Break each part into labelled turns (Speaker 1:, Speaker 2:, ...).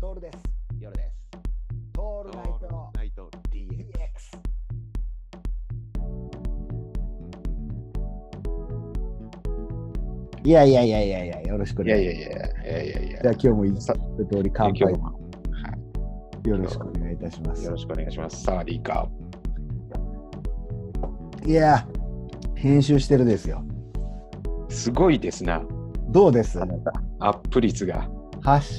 Speaker 1: トールです。
Speaker 2: 夜です。
Speaker 1: トー
Speaker 2: オ
Speaker 1: ルナイト
Speaker 2: ナイト DX。
Speaker 1: DX。いやいやいやいやいや、よろしく
Speaker 2: い
Speaker 1: ね。
Speaker 2: やいやいやいやいやいや
Speaker 1: じゃあ今日も言った通り乾杯
Speaker 2: 今日も
Speaker 1: よろしくお願いいたします。
Speaker 2: よろしくお願いします。サワディーカ
Speaker 1: いや、編集してるですよ。
Speaker 2: ー。すごいですな、
Speaker 1: どうです
Speaker 2: アップ率が。
Speaker 1: 発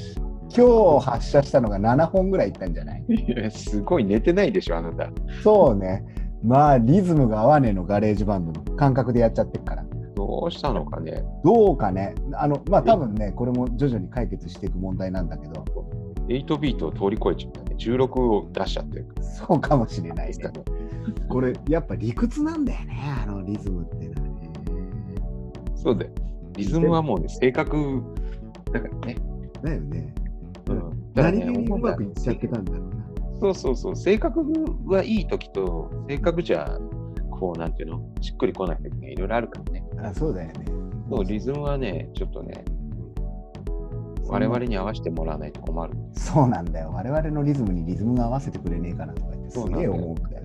Speaker 1: 今日発射したのが7本ぐらいいったんじゃない
Speaker 2: いやすごい寝てないでしょ、あなた。
Speaker 1: そうね。まあ、リズムが合わねえの、ガレージバンドの感覚でやっちゃってるから。
Speaker 2: どうしたのかね。
Speaker 1: どうかね。あの、まあ多分ね、これも徐々に解決していく問題なんだけど、
Speaker 2: 8ビートを通り越えちゃったね。16を出しちゃってるから
Speaker 1: そうかもしれないで
Speaker 2: で
Speaker 1: すす
Speaker 2: か
Speaker 1: ね
Speaker 2: ね。
Speaker 1: これ、やっぱ理屈なんだよね、あのリズムっていうのはね。
Speaker 2: そうだよ。リズムはもうね、性格だからね。
Speaker 1: だよね。
Speaker 2: うん、ただ
Speaker 1: 何
Speaker 2: ね
Speaker 1: 気にうまくいっちゃって
Speaker 2: 思
Speaker 1: たんだろうな。
Speaker 2: うんだそうそうそう。性格はいい時と、性格じゃ、こう、なんていうの、しっくりこない時がいろいろあるからね。
Speaker 1: あそうだよね。
Speaker 2: そう、リズムはね、ちょっとね、我々に合わせてもらわないと困る。
Speaker 1: そうなんだよ。我々のリズムにリズムが合わせてくれねえかなとか言ってすげえ思うんだよ。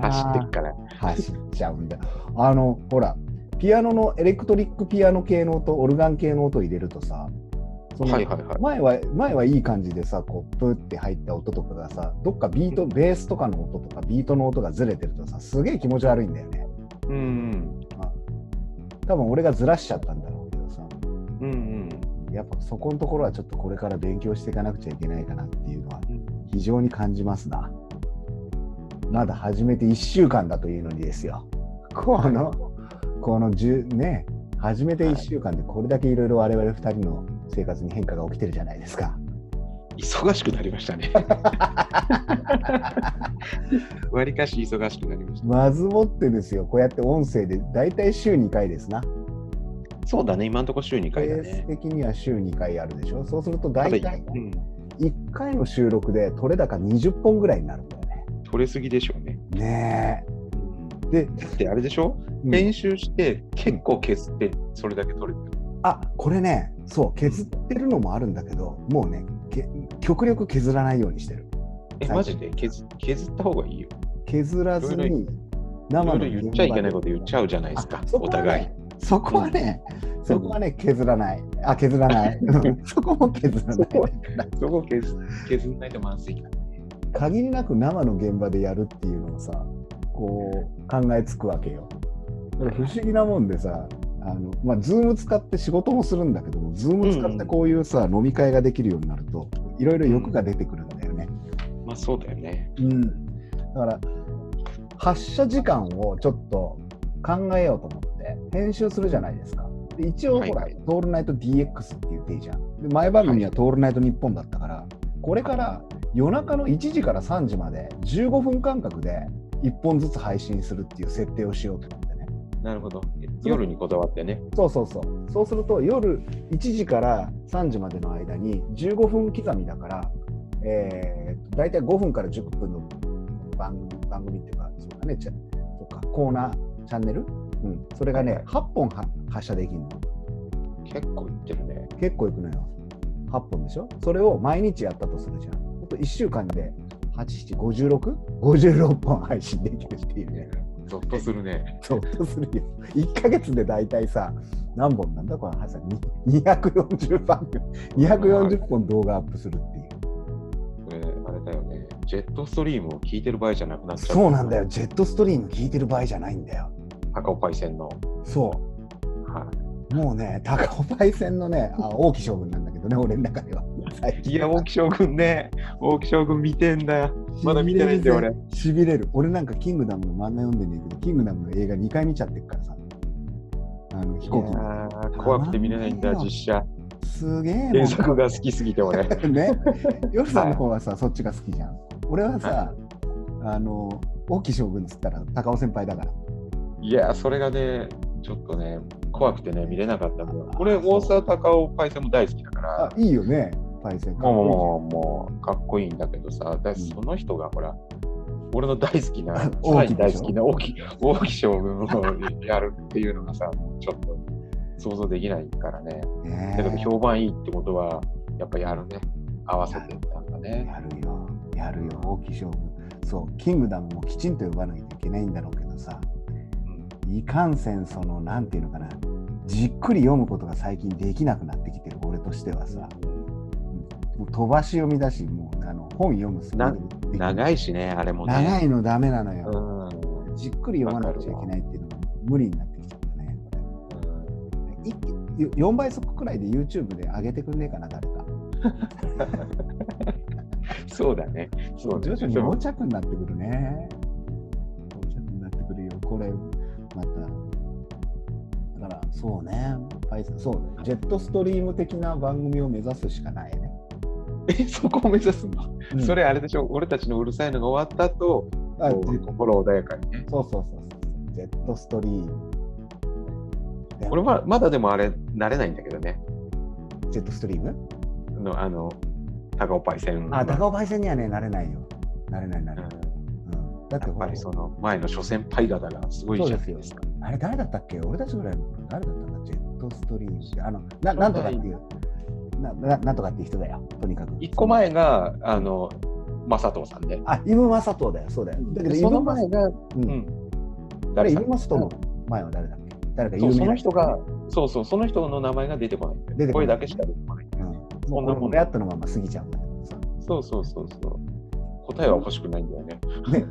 Speaker 2: 走ってっから。
Speaker 1: まあ走っちゃうんだよ。あの、ほら、ピアノのエレクトリックピアノ系の音、オルガン系の音入れるとさ、その
Speaker 2: はいはいはい。
Speaker 1: 前は前はいい感じでさこうプーって入った音とかがさどっかビートベースとかの音とかビートの音がずれてるとさすげえ気持ち悪いんだよね
Speaker 2: うん
Speaker 1: 多分俺がずらしちゃったんだろうけどさ
Speaker 2: うん。うん
Speaker 1: やっぱそこのところはちょっとこれから勉強していかなくちゃいけないかなっていうのは
Speaker 2: うん。
Speaker 1: 非常に感じますなまだ始めて1週間だというのにですよこのこの10ね始めて1週間でこれだけいろいろ我々2人の生活に変化が起きてるじゃないですか
Speaker 2: 忙しくなりま したね。わりかし忙しくなりました。
Speaker 1: まずもってですよ、こうやって音声で、だいたい週2回ですな。
Speaker 2: そうだね、今のところ週2
Speaker 1: ペ
Speaker 2: 回だ
Speaker 1: ース
Speaker 2: ね。
Speaker 1: 的には週2回あるでしょ。そうすると、だ
Speaker 2: ただ
Speaker 1: いたい
Speaker 2: うん、
Speaker 1: 1回の収録で取れ高20本ぐらいになるんだよね。
Speaker 2: 取れすぎでしょうね。
Speaker 1: ねえ。で、
Speaker 2: だってあれでしょ、
Speaker 1: うん
Speaker 2: 編集して結構削ってそれだけ取れてる。
Speaker 1: あこれね、そう、削ってるのもあるんだけど、もうね、け極力削らないようにしてる。
Speaker 2: え、
Speaker 1: はい
Speaker 2: マジで削削った方がいいよ。
Speaker 1: 削らず
Speaker 2: いろ
Speaker 1: に、
Speaker 2: いろいろ言っちゃいけないこと言っちゃ
Speaker 1: う
Speaker 2: うじゃないですか、
Speaker 1: そ
Speaker 2: お
Speaker 1: こは
Speaker 2: 互い
Speaker 1: ね。そこはね、そこはね、削らない。あ、削ら ない。うんそこも削らない。
Speaker 2: そこ削削んないとまずいから。
Speaker 1: 限りなく生の現場でやるっていうのをさこう考えつくわけよ。だから不思議なもんでさあの、まあ、ズーム使って仕事もするんだけどもズーム使ってこういうさ、飲み会ができるようになるといろいろ欲が出てくるんだよね。
Speaker 2: まあそうだよね。
Speaker 1: うん、だから発射時間をちょっと考えようと思って編集するじゃないですか。で一応ほ
Speaker 2: はい
Speaker 1: ら、
Speaker 2: はい
Speaker 1: トールナイト DX って言っていいじゃん。で前番組はトールナイト日本だったから、これから夜中の1時から3時まで15分間隔で1本ずつ配信するっていう設定をしようと思ってね。
Speaker 2: なるほど。夜にこだわってね。
Speaker 1: そうそうそう。そうすると夜1時から3時までの間に15分刻みだから、えー、大体5分から10分の番組番組っていうか、そうだね、チャそうかコーナー、チャンネル、うん、それが
Speaker 2: は
Speaker 1: ね
Speaker 2: い、
Speaker 1: 8本は発射できるの。
Speaker 2: 結構いってるね。
Speaker 1: 結構いくのよ。8本でしょそれを毎日やったとするじゃん。あと1週間で8、7、56?56 本配信できるっていうね。
Speaker 2: ゾッとするね。
Speaker 1: ゾッとするよ。1ヶ月で大体さ、何本なんだこの話に240番組、240本動画アップするっていう。
Speaker 2: これ、あれだよね。ジェットストリームを聞いてる場合じゃなくなっちゃう。
Speaker 1: そうなんだよ。。ジェットストリーム聞いてる場合じゃないんだよ。
Speaker 2: 高尾パイセンの。
Speaker 1: そ
Speaker 2: は
Speaker 1: う。もうね、高尾パイセンのね、あ大木将軍なんだけどね、俺の中では。最
Speaker 2: い、
Speaker 1: 近
Speaker 2: いや、大木将軍ね。大木将軍見てんだよ。まだ見てないんだよ俺。
Speaker 1: しびれる。俺なんかキングダムの漫画読んでねえけど、キングダムの映画2回見ちゃってるからさ。あの飛行機の。
Speaker 2: あー怖くて見れないん
Speaker 1: た
Speaker 2: だ、
Speaker 1: まんないよ
Speaker 2: 実写。
Speaker 1: すげえもん
Speaker 2: 原作が好きすぎ て俺。
Speaker 1: ね、ヨルさんの方はさ、そっちが好きじゃん。俺はさ、あの、大木将軍っつったら高尾先輩だから。
Speaker 2: いや、それがね、ちょっとね、怖くてね、見れなかったんだよ。俺、大沢たかおパイセンも大好きだから
Speaker 1: あ、、いいよね、パイセン。
Speaker 2: もう、もう、かっこいいんだけどさ、だ
Speaker 1: ん
Speaker 2: その人がほら、俺の大好きな、
Speaker 1: 大
Speaker 2: 大
Speaker 1: き
Speaker 2: き
Speaker 1: で
Speaker 2: 大
Speaker 1: しょ
Speaker 2: 好きな大き大き将軍をやるっていうのがさ、もうちょっと想像できないからね。
Speaker 1: ういいよね
Speaker 2: だけど、評判いいってことは、やっぱやるね。合わせていったんだね。
Speaker 1: やるよ、やるよ、大きい勝負。そう、キングダムもきちんと呼ばなきゃいけないんだろうけどさ、
Speaker 2: うん
Speaker 1: いかんせん、その、なんていうのかな、じっくり読むことが最近できなくなってきてる、俺としてはさ、もう飛ばし読みだし、もうあの本読むスピードで
Speaker 2: 長
Speaker 1: い、
Speaker 2: いしね、あれもね。
Speaker 1: 長いのダメなのよ。
Speaker 2: うん。うん
Speaker 1: じっくり読まなくちゃいけないっていうのが無理になってきちゃったね。これ一気4倍速くらいで YouTube で上げてくんねえかな、誰か。
Speaker 2: そうだね。そう
Speaker 1: 徐
Speaker 2: ね
Speaker 1: 々に横着になってくるね。横着になってくるよ。これ、また。だから、そうね。パイそうね。ジェットストリーム的な番組を目指すしかないね。
Speaker 2: え、そこを目指すの、
Speaker 1: うん
Speaker 2: それあれでしょ、俺たちのうるさいのが終わった後、
Speaker 1: あジ
Speaker 2: こう
Speaker 1: ェ
Speaker 2: 心穏やかにね。
Speaker 1: そうそうそうそう。ジェットストリーム。で
Speaker 2: 俺はまだでもあれ、慣れないんだけどね。
Speaker 1: ジェットストリーム
Speaker 2: のあの、高尾パイセンは。
Speaker 1: あ、高尾焙煎にはね、なれないよ。なれない、な
Speaker 2: う
Speaker 1: れ
Speaker 2: ん
Speaker 1: ない。うん、だって
Speaker 2: やっ
Speaker 1: ほ
Speaker 2: ぱ
Speaker 1: ら
Speaker 2: りその前の初戦パイ方がすごいじゃないですか。
Speaker 1: あれ誰だったっけ俺たちぐらいの頃誰だったんだジェットストリームってあのななんとかっていうなななんとかっていう人だよとにかく
Speaker 2: 一個前が、あの、正藤さんで。
Speaker 1: あイブ・マサトだよそうだよだけど
Speaker 2: でその前
Speaker 1: イ
Speaker 2: が、
Speaker 1: ブマサうん、あれイブ・マサトの前は誰だっけ誰か有
Speaker 2: そ
Speaker 1: 名
Speaker 2: う
Speaker 1: な
Speaker 2: その人が、そうそう、その人の名前が出てこないんだよ。
Speaker 1: 出てこない
Speaker 2: 声だけしか出てこない。
Speaker 1: うん、
Speaker 2: そんなもん
Speaker 1: 出会ったのまま過ぎちゃうんだけどさ
Speaker 2: そうそうそうそう。答えは欲しくないんだよね。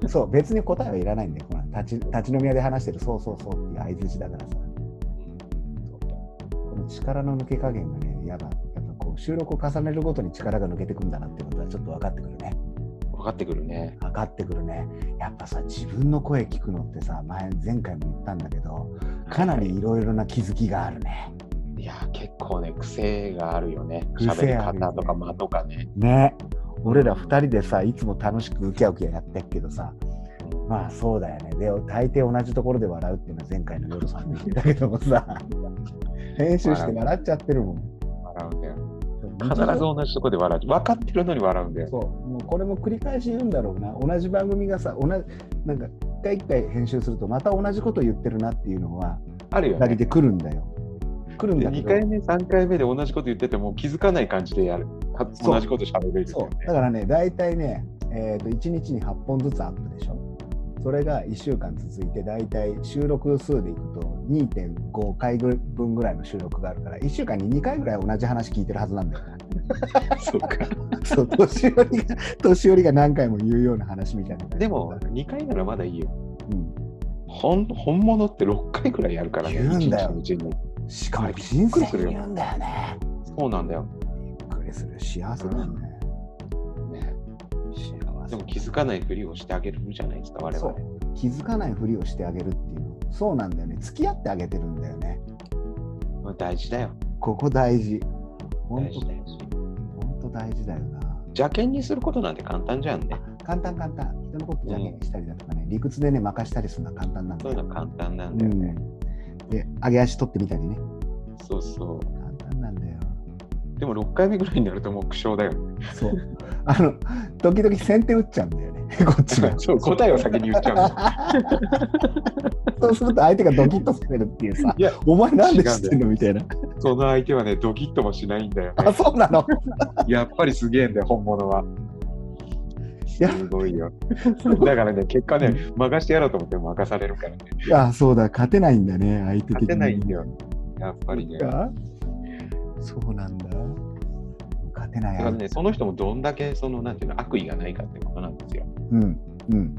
Speaker 1: ね、 そう別に答えはいらないんだよほら立ち立ち飲み屋で話してるそうそうそうっていう相づちだからさこの力の抜け加減がねやばやっぱこう収録を重ねるごとに力が抜けてくんだなってことはちょっと分かってくるね
Speaker 2: 分かってくるね。
Speaker 1: 分かってくるねやっぱさ自分の声聞くのってさ前前回も言ったんだけどかなりいろいろな気づきがあるね
Speaker 2: いや、結構ね、癖があるよね。喋
Speaker 1: 癖
Speaker 2: り
Speaker 1: あるよね
Speaker 2: 方とか間とかね。
Speaker 1: ね俺ら2人でさいつも楽しくウキャウキャやってっけどさまあそうだよねで大抵同じところで笑うっていうのは前回の夜さんで言ってたけどもさ編集して笑っちゃってるもん
Speaker 2: 笑うんだよ。必ず
Speaker 1: 日常
Speaker 2: 同じとこで笑う。分かってるのに笑うんだよ。
Speaker 1: そうもうこれも繰り返し言うんだろうな同じ番組がさ同じなんか一回一回編集するとまた同じこと言ってるなっていうのは
Speaker 2: ある
Speaker 1: 2
Speaker 2: よね
Speaker 1: 人。で来るんだよ来るん
Speaker 2: で
Speaker 1: だけ
Speaker 2: 2
Speaker 1: ど
Speaker 2: 回目、3回目で同じこと言ってても気づかない感じでやる。は
Speaker 1: そう
Speaker 2: 同じこと喋れる
Speaker 1: そ
Speaker 2: よ
Speaker 1: う
Speaker 2: ね
Speaker 1: だからね大体ね、えー、と1日に8本ずつアップでしょそれが1週間続いて大体収録数でいくと2.5回分ぐらいの収録があるから1週間に2回ぐらい同じ話聞いてるはずなんだ よ
Speaker 2: そう か。
Speaker 1: そう年寄りが年寄りが何回も言うような話みたいな
Speaker 2: でも、2回ならまだいいよ。
Speaker 1: うん、
Speaker 2: 本本物って6回くらいやるからね。
Speaker 1: 言うんだよ
Speaker 2: 一日のうちに。
Speaker 1: しか
Speaker 2: は
Speaker 1: も
Speaker 2: い
Speaker 1: 人生に言うんだよね
Speaker 2: そうなんだよ。
Speaker 1: びっくりする幸せだよね
Speaker 2: ね
Speaker 1: 幸せ
Speaker 2: でも気づかないふりをしてあげるじゃないですか、我
Speaker 1: そ
Speaker 2: 々
Speaker 1: う。気づかないふりをしてあげるっていうのそうなんだよね付き合ってあげてるんだよね
Speaker 2: まあ大事だよ。
Speaker 1: ここ大事本
Speaker 2: 大
Speaker 1: 当
Speaker 2: 事だよ。
Speaker 1: 本当大事だよな
Speaker 2: 邪険にすることなんて簡単じゃんね。
Speaker 1: 簡単簡単人のことじゃねえしたりだとかね、理屈でね任したりするのは簡単なんだ
Speaker 2: そういう
Speaker 1: よ
Speaker 2: のは簡単なんだよね。
Speaker 1: うんで上げ足取ってみたりね
Speaker 2: そうそ
Speaker 1: 簡単なんだよ
Speaker 2: う。でも6回目ぐらいになるともう苦笑だよね。
Speaker 1: そう あの時々先手打っちゃうんだよね こっちが
Speaker 2: そう答えを先に言っちゃう
Speaker 1: そ
Speaker 2: の。
Speaker 1: うすると相手がドキッとするっていうさ
Speaker 2: いや、
Speaker 1: お前なんで知ってんのみたいな
Speaker 2: その相手はね、ドキッともしないんだよ、
Speaker 1: あ
Speaker 2: ね。
Speaker 1: そうなの
Speaker 2: やっぱりすげえんだよ、本物は。
Speaker 1: や
Speaker 2: すごいよ。だからね、結果ね、任してやろうと思っても任されるからね。
Speaker 1: いやそうだ勝てないんだね相手的に
Speaker 2: 勝てないんだよ。やっぱりね。だ
Speaker 1: かそうなんだ勝てない
Speaker 2: から
Speaker 1: 相手
Speaker 2: ね、その人もどんだけ、その、なんていうの、悪意がないかってことなんですよ。
Speaker 1: うんうん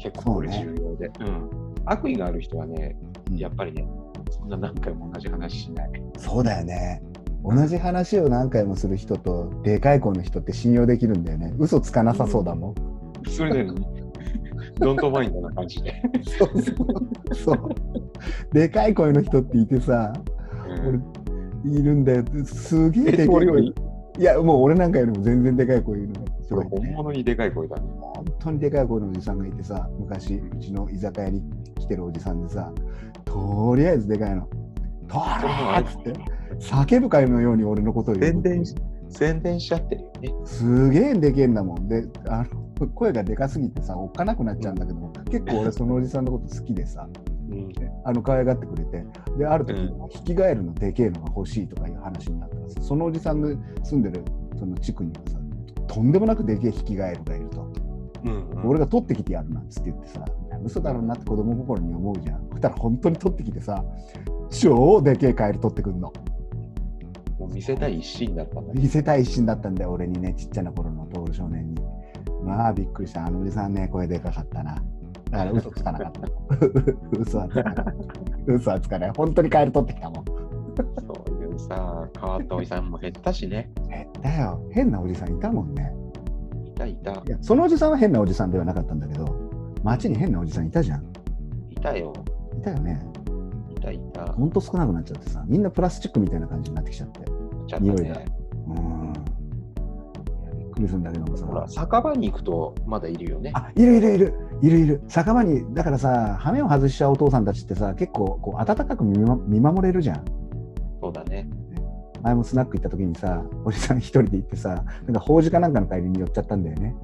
Speaker 2: 結構これ重要で、うん、悪意がある人はね
Speaker 1: うん
Speaker 2: やっぱりねそんな何回も同じ話しない
Speaker 1: そうだよね。同じ話を何回もする人とでかい子の人って信用できるんだよね。嘘つかなさそうだもん。
Speaker 2: それな のにドントマインドな感じで、
Speaker 1: そうそうそう。でかい声の人っていてさ、
Speaker 2: うん、
Speaker 1: 俺いるんだよ。すげえでかい
Speaker 2: 俺よ
Speaker 1: 声。
Speaker 2: り
Speaker 1: いやもう俺なんかよりも全然でかい声いるの
Speaker 2: それ本物にでかい声だね
Speaker 1: 本当にでかい声のおじさんがいてさ昔
Speaker 2: う
Speaker 1: うんちの居酒屋に来てるおじさんでさとりあえずでかいの「とりあえず」って叫ぶかのように俺のことを言う
Speaker 2: 宣伝し宣伝しちゃってるよね
Speaker 1: すげえでけえんだもんであの声がでかすぎてさおっかなくなっちゃうんだけど、結構俺そのおじさんのこと好きでさ
Speaker 2: うん
Speaker 1: あの可愛がってくれてである時、
Speaker 2: う
Speaker 1: 引き返るのでけえのが欲しいとかいう話になったらさそのおじさんの住んでるその地区にはさとんでもなくでけえ引きガエルがいると、
Speaker 2: うんうん
Speaker 1: 俺が取ってきてやるなんつって言ってさ嘘だろうなって子供心に思うじゃんそしたら本当に取ってきてさ超でけえカエル取ってくんの
Speaker 2: もう見せたい一心だったんだけ
Speaker 1: 見せたい一心だったんだよ俺にねちっちゃな頃のトール少年にまあびっくりしたあのおじさんね声でかかったなだから嘘つかなかった 嘘はつかない嘘はつかない本当にカエル取ってきたもん
Speaker 2: ど、そういうさ、変わったおじさんも減ったしね。
Speaker 1: 変だよ変なおじさんいたもんね
Speaker 2: いたいた
Speaker 1: い、やそのおじさんは変なおじさんではなかったんだけど街に変なおじさんいたじゃん
Speaker 2: いたよ、
Speaker 1: いたよね
Speaker 2: いたいた。
Speaker 1: ほんと少なくなっちゃってさみんなプラスチックみたいな感じになってきちゃって
Speaker 2: ちゃった
Speaker 1: 匂いが
Speaker 2: ね。
Speaker 1: うんびっくりするんだけどもさ
Speaker 2: ほら、酒場に行くとまだいるよね。
Speaker 1: あいるいるいるいるいる酒場にだからさ羽目を外しちゃうお父さんたちってさ結構こう温かく見,、ま、見守れるじゃん
Speaker 2: そうだね。
Speaker 1: 前もスナック行った時にさおじさん一人で行ってさなんか法事かなんかの帰りに寄っちゃったんだよね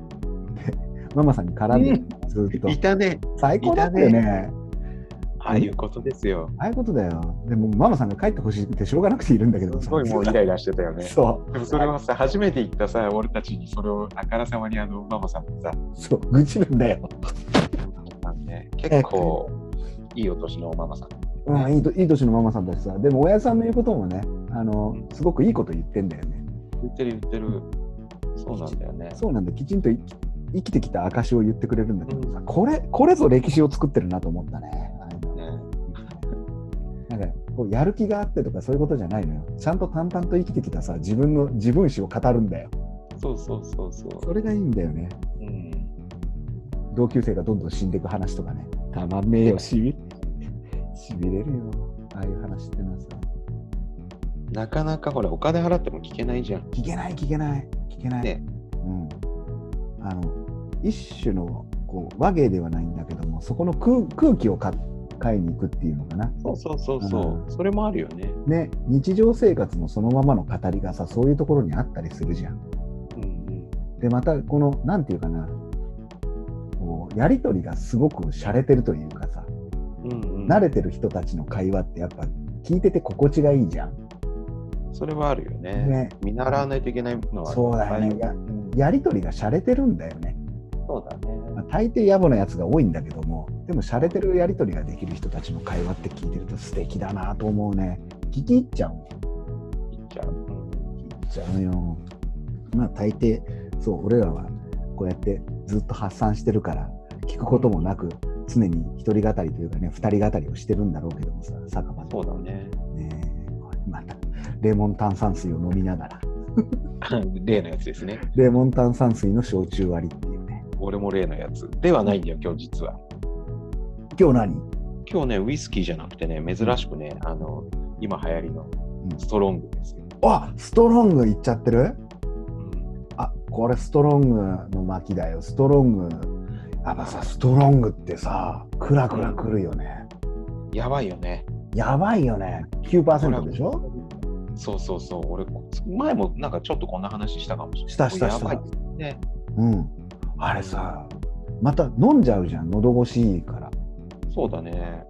Speaker 1: でママさんに絡んでずっと
Speaker 2: いたね。
Speaker 1: 最高だったよ
Speaker 2: いた
Speaker 1: ね
Speaker 2: ああいうことですよ。
Speaker 1: ああいうことだよでもママさんが帰ってほしいってしょうがなくているんだけど
Speaker 2: すごいもうイライラしてたよね。
Speaker 1: そう
Speaker 2: でもそれはさ、初めて行ったさ、俺たちにそれをあからさまにあのママさんにさ、
Speaker 1: そう愚痴なんだよ
Speaker 2: ね、結構いいお年のママさん。
Speaker 1: うん、いいといい年のママさんたちさでも親父さんの言うこともねあのすごくいいこと言ってんだよね
Speaker 2: 言ってる言ってる。そうなんだよね。
Speaker 1: そうなんだきちんと生き生きてきた証を言ってくれるんだけどさ、
Speaker 2: う
Speaker 1: これこれぞ歴史を作ってるなと思ったねああいうの
Speaker 2: ね
Speaker 1: なんかこうやる気があってとかそういうことじゃないのよちゃんと淡々と生きてきたさ自分の自分史を語るんだよ
Speaker 2: そうそうそうそう。
Speaker 1: それがいいんだよね
Speaker 2: うん、
Speaker 1: 同級生がどんどん死んでいく話とかねたまんねえよしびしびれるよああいう話ってのはさ
Speaker 2: なかなかほら、お金払っても聞けないじゃん。
Speaker 1: 聞けない聞けない聞けない、
Speaker 2: ね
Speaker 1: うん、あの一種のこう和芸ではないんだけどもそこの空空気をか買いに行くっていうのかな
Speaker 2: そうそうそうそうう。それもあるよね。
Speaker 1: ね日常生活のそのままの語りがさそういうところにあったりするじゃん
Speaker 2: うん
Speaker 1: でまたこのなんていうかなこうやり取りがすごく洒落てるというかさ
Speaker 2: うん。うんうん、
Speaker 1: 慣れてる人たちの会話ってやっぱ聞いてて心地がいいじゃん、
Speaker 2: それはあるよね。
Speaker 1: ね、
Speaker 2: 見習わないといけないのは
Speaker 1: そうだよねややり取りが洒落てるんだよね
Speaker 2: そうだ
Speaker 1: まあ
Speaker 2: ね。
Speaker 1: 大抵野暮なやつが多いんだけどもでも洒落てるやり取りができる人たちの会話って聞いてると素敵だなと思うね聞き入っちゃうもん
Speaker 2: いっちゃう。うん
Speaker 1: 聞き入っちゃうよまあ大抵そう俺らはこうやってずっと発散してるから聞くこともなく常に一人語りというかね二人語りをしてるんだろうけどもさ酒場
Speaker 2: そう
Speaker 1: で
Speaker 2: だね。
Speaker 1: ねこれまたレモン炭酸水を飲みながら
Speaker 2: 例のやつですね。
Speaker 1: レモン炭酸水の焼酎割りっていうね
Speaker 2: 俺も例のやつ。ではないんだよ、今日実は。
Speaker 1: 今日何
Speaker 2: 今日ね、ウイスキーじゃなくてね、珍しくね、あの、今流行りの
Speaker 1: うん
Speaker 2: ストロングですよ。
Speaker 1: あストロングいっちゃってるあこれストロングの巻きだよストロングやっぱさストロングってさクラクラくるよね
Speaker 2: やばいよね。
Speaker 1: やばいよね9%でしょ
Speaker 2: そうそうそう。俺、前もなんかちょっとこんな話したかもしれない。
Speaker 1: したしたした
Speaker 2: やばいね。
Speaker 1: うんあれさまた飲んじゃうじゃん喉越しいいから
Speaker 2: そうだね。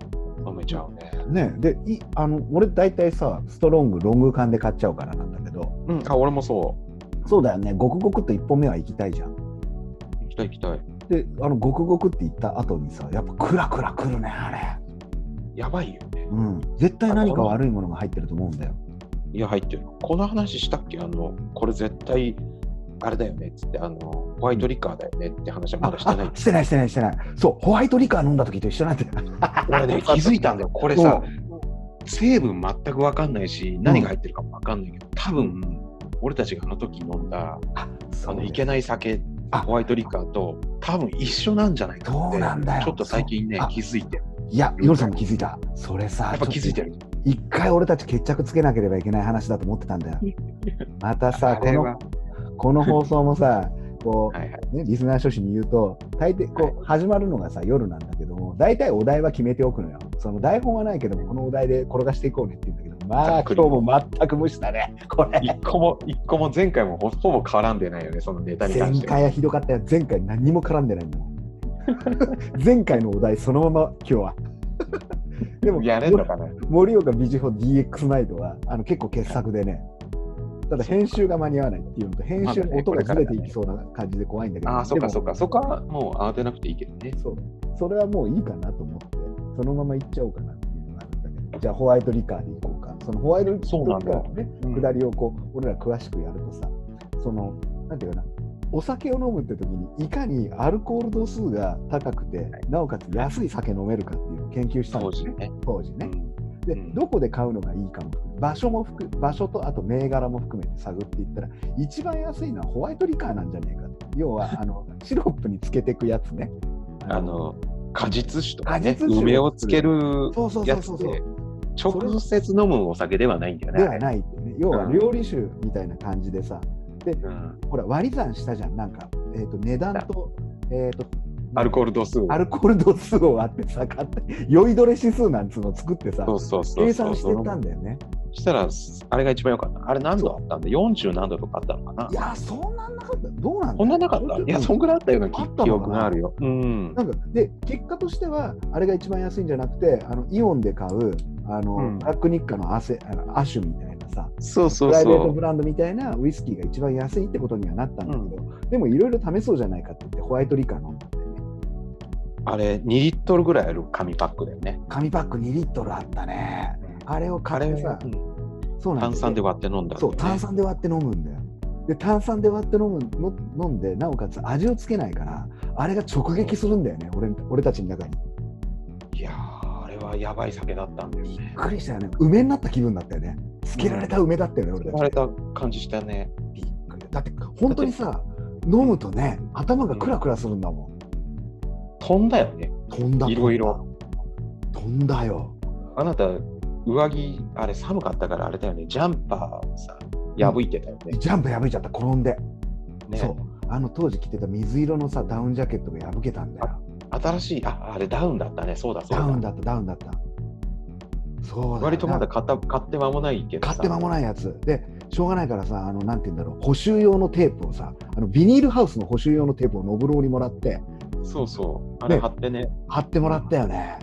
Speaker 2: 飲めちゃうね。
Speaker 1: ねでいあの俺大体さストロングロング缶で買っちゃうからなんだけど
Speaker 2: うん、あ、俺もそう。
Speaker 1: そうだよねゴクゴクと1本目は行きたいじゃん
Speaker 2: 行きたい行きたい。
Speaker 1: であのゴクゴクって言った後にさやっぱクラクラくるねあれ
Speaker 2: やばいよね。
Speaker 1: うん絶対何か悪いものが入ってると思うんだよ
Speaker 2: いや、入ってる。この話したっけあの、これ絶対、あれだよねっつって、あの、ホワイトリカーだよねって話はまだしてない
Speaker 1: あ。してないしてないしてないそうホワイトリカー飲んだ時と一緒なんだよ
Speaker 2: 俺ね、気づいたんだよ。これさ、成分全く分かんないし、何が入ってるかも分かんないけど、多分、俺たちがあの時飲んだ、
Speaker 1: そ
Speaker 2: あ
Speaker 1: う
Speaker 2: の、
Speaker 1: ね
Speaker 2: いけない酒、
Speaker 1: あ
Speaker 2: ホワイトリカーと、多分一緒なんじゃないかっ
Speaker 1: そう
Speaker 2: て、
Speaker 1: なんだよ
Speaker 2: ちょっと最近ね
Speaker 1: そうあ、
Speaker 2: 気づいてる。
Speaker 1: いやノルさんも気づいたそれさ
Speaker 2: やっぱ気づいて
Speaker 1: る
Speaker 2: る。
Speaker 1: 一回俺たち決着つけなければいけない話だと思ってたんだよまたさこ
Speaker 2: れは
Speaker 1: のこの放送もさこ
Speaker 2: はいはい。
Speaker 1: う、ね、リスナー諸氏に言うと大抵こう始まるのがさ夜なんだけども大体お題は決めておくのよその台本はないけどもこのお題で転がしていこうねって言うんだけどま
Speaker 2: ざ
Speaker 1: あ
Speaker 2: っ
Speaker 1: 今日
Speaker 2: くり
Speaker 1: も全く無視だねこれ
Speaker 2: 一個も、一個も前回もほほぼ絡んでないよね、そのネタに関し
Speaker 1: 前
Speaker 2: て。
Speaker 1: 回はひどかったよ前回何も絡んでないん だもん前回のお題そのまま今日はでも
Speaker 2: やれんのかな
Speaker 1: 盛岡ビジホ DX ナイトはあの結構傑作でねただ編集が間に合わないっていうのと、編集の音がずれていきそうな感じで怖いんだけど、
Speaker 2: ああ、そっかそっ
Speaker 1: う
Speaker 2: か、そこはもう慌てなくていいけどね。
Speaker 1: そう。それはもういいかなと思って、そのまま行っちゃおうかなっていうのがあるんだけど、じゃあホワイトリカーで行こうか。そのホワイトリカ
Speaker 2: そうなんだ
Speaker 1: ーのね、
Speaker 2: うん
Speaker 1: 下りをこう、俺ら詳しくやるとさ、その、なんていうかな、お酒を飲むって時に、いかにアルコール度数が高くて、なおかつ安い酒飲めるかっていうのを研究したん
Speaker 2: 当
Speaker 1: です
Speaker 2: 時
Speaker 1: ね、
Speaker 2: ね。
Speaker 1: 当時
Speaker 2: う
Speaker 1: ね。
Speaker 2: ん
Speaker 1: で、
Speaker 2: うん
Speaker 1: どこで買うのがいいかも含め場所も含め場所とあと銘柄も含めて探っていったら一番安いのはホワイトリカーなんじゃねえか要 はあのシロップにつけてくやつね
Speaker 2: あの、果実酒とか
Speaker 1: 果
Speaker 2: ね、
Speaker 1: 実酒
Speaker 2: 梅をつける
Speaker 1: そうそうそ
Speaker 2: や
Speaker 1: うそ
Speaker 2: つ
Speaker 1: うそう
Speaker 2: で、直接飲むお酒ではないんだよね。。
Speaker 1: ではいないってね要は料理酒みたいな感じでさ
Speaker 2: うん
Speaker 1: ほら割り算したじゃんなんか、えー、と値段と,、えー、と
Speaker 2: アルコール度数を。
Speaker 1: アルコール度数を割ってさ買って 酔いどれ指数なんつうの作ってさ
Speaker 2: そうそうそうそう。
Speaker 1: 計算してったんだよね
Speaker 2: そしたら、あれが一番良かった。あれ何度あったんだ ?40 何度とかあったのかない
Speaker 1: やーそんなんなかったどうなんだ
Speaker 2: そんななかったいや、そんぐらいあったような
Speaker 1: あ
Speaker 2: 記
Speaker 1: ったのかな
Speaker 2: 記憶があるよ。うん。
Speaker 1: なんかで結果としてはあれが一番安いんじゃなくてあのイオンで買うあの、
Speaker 2: うん
Speaker 1: ブラックニッカのアセあのアシュみたいなさ
Speaker 2: そうそ
Speaker 1: プ
Speaker 2: う
Speaker 1: ライベ
Speaker 2: そ
Speaker 1: ート
Speaker 2: う
Speaker 1: ブ。ランドみたいなウイスキーが一番安いってことにはなったんだけど、でもいろいろ試そうじゃないかって言ってホワイトリカー飲んだんだよね
Speaker 2: あれ、2リットルぐらいある紙パックだよね。
Speaker 1: 紙パック2リットルあったねあれを
Speaker 2: あ
Speaker 1: 買
Speaker 2: れ
Speaker 1: ってさ、
Speaker 2: うん
Speaker 1: そうなん
Speaker 2: 炭
Speaker 1: だよ
Speaker 2: 酸で割って飲んだんだよね。
Speaker 1: そう炭酸で割って飲むんだよで炭酸で割って飲むの飲んでなおかつ味をつけないからあれが直撃するんだよね俺俺たちの中に
Speaker 2: いやー、あれはやばい酒だったんだよ
Speaker 1: びっ
Speaker 2: ね。
Speaker 1: くりしたよね梅になった気分だったよねつけられた梅だったよね、俺
Speaker 2: 言
Speaker 1: たち
Speaker 2: われた感じしたね。
Speaker 1: びっくりだって本当にさ飲むとね頭がクラクラするんだもん
Speaker 2: 飛んだよね。
Speaker 1: 飛んだ
Speaker 2: いろいろ
Speaker 1: 飛んだよ
Speaker 2: あなた、上着、あれ寒かったからあれだよね。ジャンパーをさ、破いてたよね。
Speaker 1: ジャンプ破いちゃった転んで、
Speaker 2: ね
Speaker 1: そうあの当時着てた水色のさダウンジャケットが破けたんだよ
Speaker 2: 新しい、あ、あれダウンだったね。そうだそう
Speaker 1: ダ
Speaker 2: だ。
Speaker 1: ウンだったダウンだったそうだよ
Speaker 2: 割とまだ買った買って間もないけど
Speaker 1: 買
Speaker 2: さ
Speaker 1: って間もないやつでしょうがないからさあのなんて言うんだろう補修用のテープをさあのビニールハウスの補修用のテープをノブローにもらって
Speaker 2: そうそうあれ
Speaker 1: ね
Speaker 2: 貼ってね
Speaker 1: 貼ってもらったよね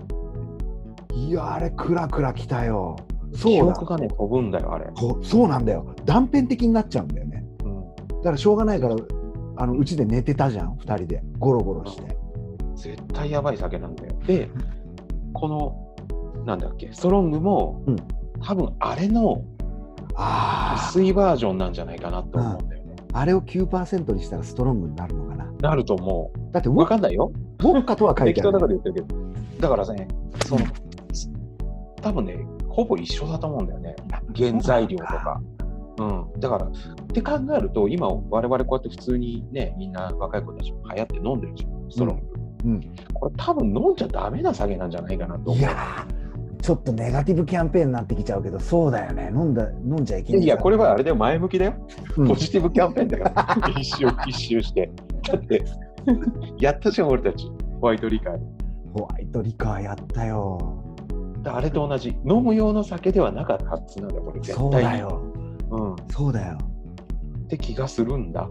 Speaker 1: いやあれクラクラきたよ
Speaker 2: 記
Speaker 1: そうだ
Speaker 2: 憶がね飛ぶんだよあれ、
Speaker 1: こそうなんだよ断片的になっちゃうんだよね
Speaker 2: う
Speaker 1: だからしょうがないからあのうちで寝てたじゃん2人でゴロゴロして
Speaker 2: ん、絶対やばい酒なんだよでこのなんだっけストロングも、
Speaker 1: うん
Speaker 2: 多分あれの
Speaker 1: あ
Speaker 2: 薄いバージョンなんじゃないかなと思うんだよね、
Speaker 1: ああれを9%にしたらストロングになるのかな
Speaker 2: なると思う
Speaker 1: だってウォ
Speaker 2: 分
Speaker 1: ッ
Speaker 2: かんないよ
Speaker 1: ウォッカとは書い
Speaker 2: 適
Speaker 1: てあ
Speaker 2: 当
Speaker 1: る
Speaker 2: だから言ってるけどだからねその多分ねほぼ一緒だと思うんだよね原材料とか。うん、だからって考えると今我々こうやって普通にねみんな若い子たちも流行って飲んでるじゃんストロング、
Speaker 1: うん
Speaker 2: これ多分飲んじゃダメな酒なんじゃないかなと思う
Speaker 1: いやーちょっとネガティブキャンペーンになってきちゃうけどそうだよね飲んだ飲んじゃいけ
Speaker 2: い
Speaker 1: な
Speaker 2: や
Speaker 1: い
Speaker 2: いやこれはあれだよ前向きだよ
Speaker 1: うん
Speaker 2: ポジティブキャンペーンだから一周一周してだってやったじゃん俺たちホワイトリカーで
Speaker 1: ホワイトリカーやったよ
Speaker 2: だからあれと同じ飲む用の酒ではなかったはずなんだよこれ絶対
Speaker 1: そ
Speaker 2: に
Speaker 1: うだよ
Speaker 2: うん、っ
Speaker 1: そうだよ
Speaker 2: て気がするんだ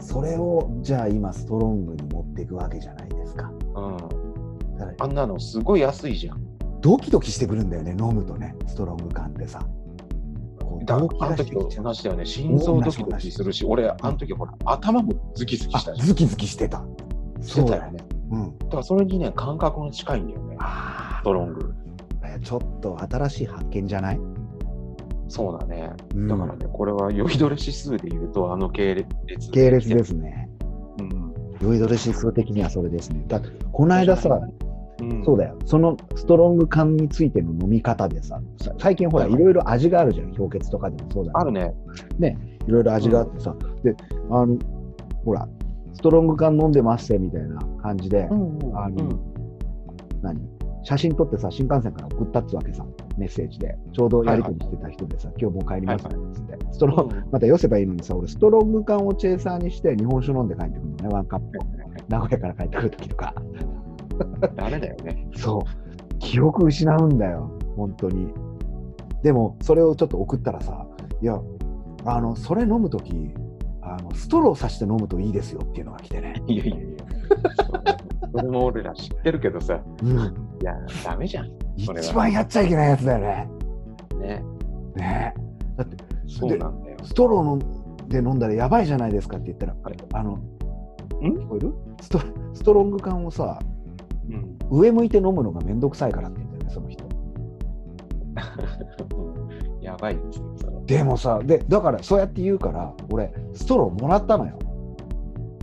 Speaker 1: それをじゃあ今ストロングに持っていくわけじゃないですか
Speaker 2: うん、
Speaker 1: だから
Speaker 2: あんなのすごい安いじゃん。
Speaker 1: ドキドキしてくるんだよね飲むとねストロング感ってさこう
Speaker 2: だあ
Speaker 1: 動
Speaker 2: の
Speaker 1: 機がして
Speaker 2: 時
Speaker 1: き
Speaker 2: と
Speaker 1: ちゃう
Speaker 2: 同じだよね。心臓ドキドキするし、俺、あの時ほら、頭もズキズキした
Speaker 1: あ
Speaker 2: じゃん。
Speaker 1: ズキズキしてた
Speaker 2: してた
Speaker 1: そうだ
Speaker 2: よ
Speaker 1: よ
Speaker 2: ね。
Speaker 1: うん
Speaker 2: だからそれにね、感覚が近いんだよね。
Speaker 1: あ
Speaker 2: ストロング。
Speaker 1: あちょっと新しい発見じゃない、
Speaker 2: そうだね。
Speaker 1: うん
Speaker 2: だからね、これは酔いどれ指数で言うと、あの系列。
Speaker 1: 系列で。すね
Speaker 2: うん。
Speaker 1: 酔いどれ指数的にはそれですねだこの間さ
Speaker 2: うん
Speaker 1: そうだよそのストロング感についての飲み方でささ最近ほらいろいろ味があるじゃん氷結とかでもそうだけど
Speaker 2: あるね。
Speaker 1: いろいろ味があってさ、であのほらストロング缶飲んでますぜみたいな感じで、
Speaker 2: うん
Speaker 1: あの
Speaker 2: うん
Speaker 1: 何写真撮ってさ新幹線から送ったっつわけさメッセージでちょうどやり取りしてた人でさ、今日もう帰りますって言って、ストロンまた寄せばいいのにさ俺ストロング缶をチェイサーにして日本酒飲んで帰ってくるのねワンカップ名古屋から帰ってくる時とか
Speaker 2: ダメだよね。
Speaker 1: そう記憶失うんだよ本当にでもそれをちょっと送ったらさいやあのそれ飲む時あのストローさして飲むといいですよっていうのが来てね
Speaker 2: いやいやいや。それも俺ら知ってるけどさ、
Speaker 1: うん、
Speaker 2: いや、ダメじゃん。それは
Speaker 1: 一番やっちゃいけないやつだよね。
Speaker 2: ね。
Speaker 1: ねだって
Speaker 2: そうなんだよ。
Speaker 1: ストローで飲んだらやばいじゃないですかって言ったら、
Speaker 2: あれ
Speaker 1: あの、
Speaker 2: ん
Speaker 1: 聞こえるストストロング缶をさ、
Speaker 2: うん
Speaker 1: 上向いて飲むのがめんどくさいからって言ったよね、その人。
Speaker 2: うんやばいですね、それ
Speaker 1: でもさ、でだからそうやって言うから、俺、ストローもらったのよ。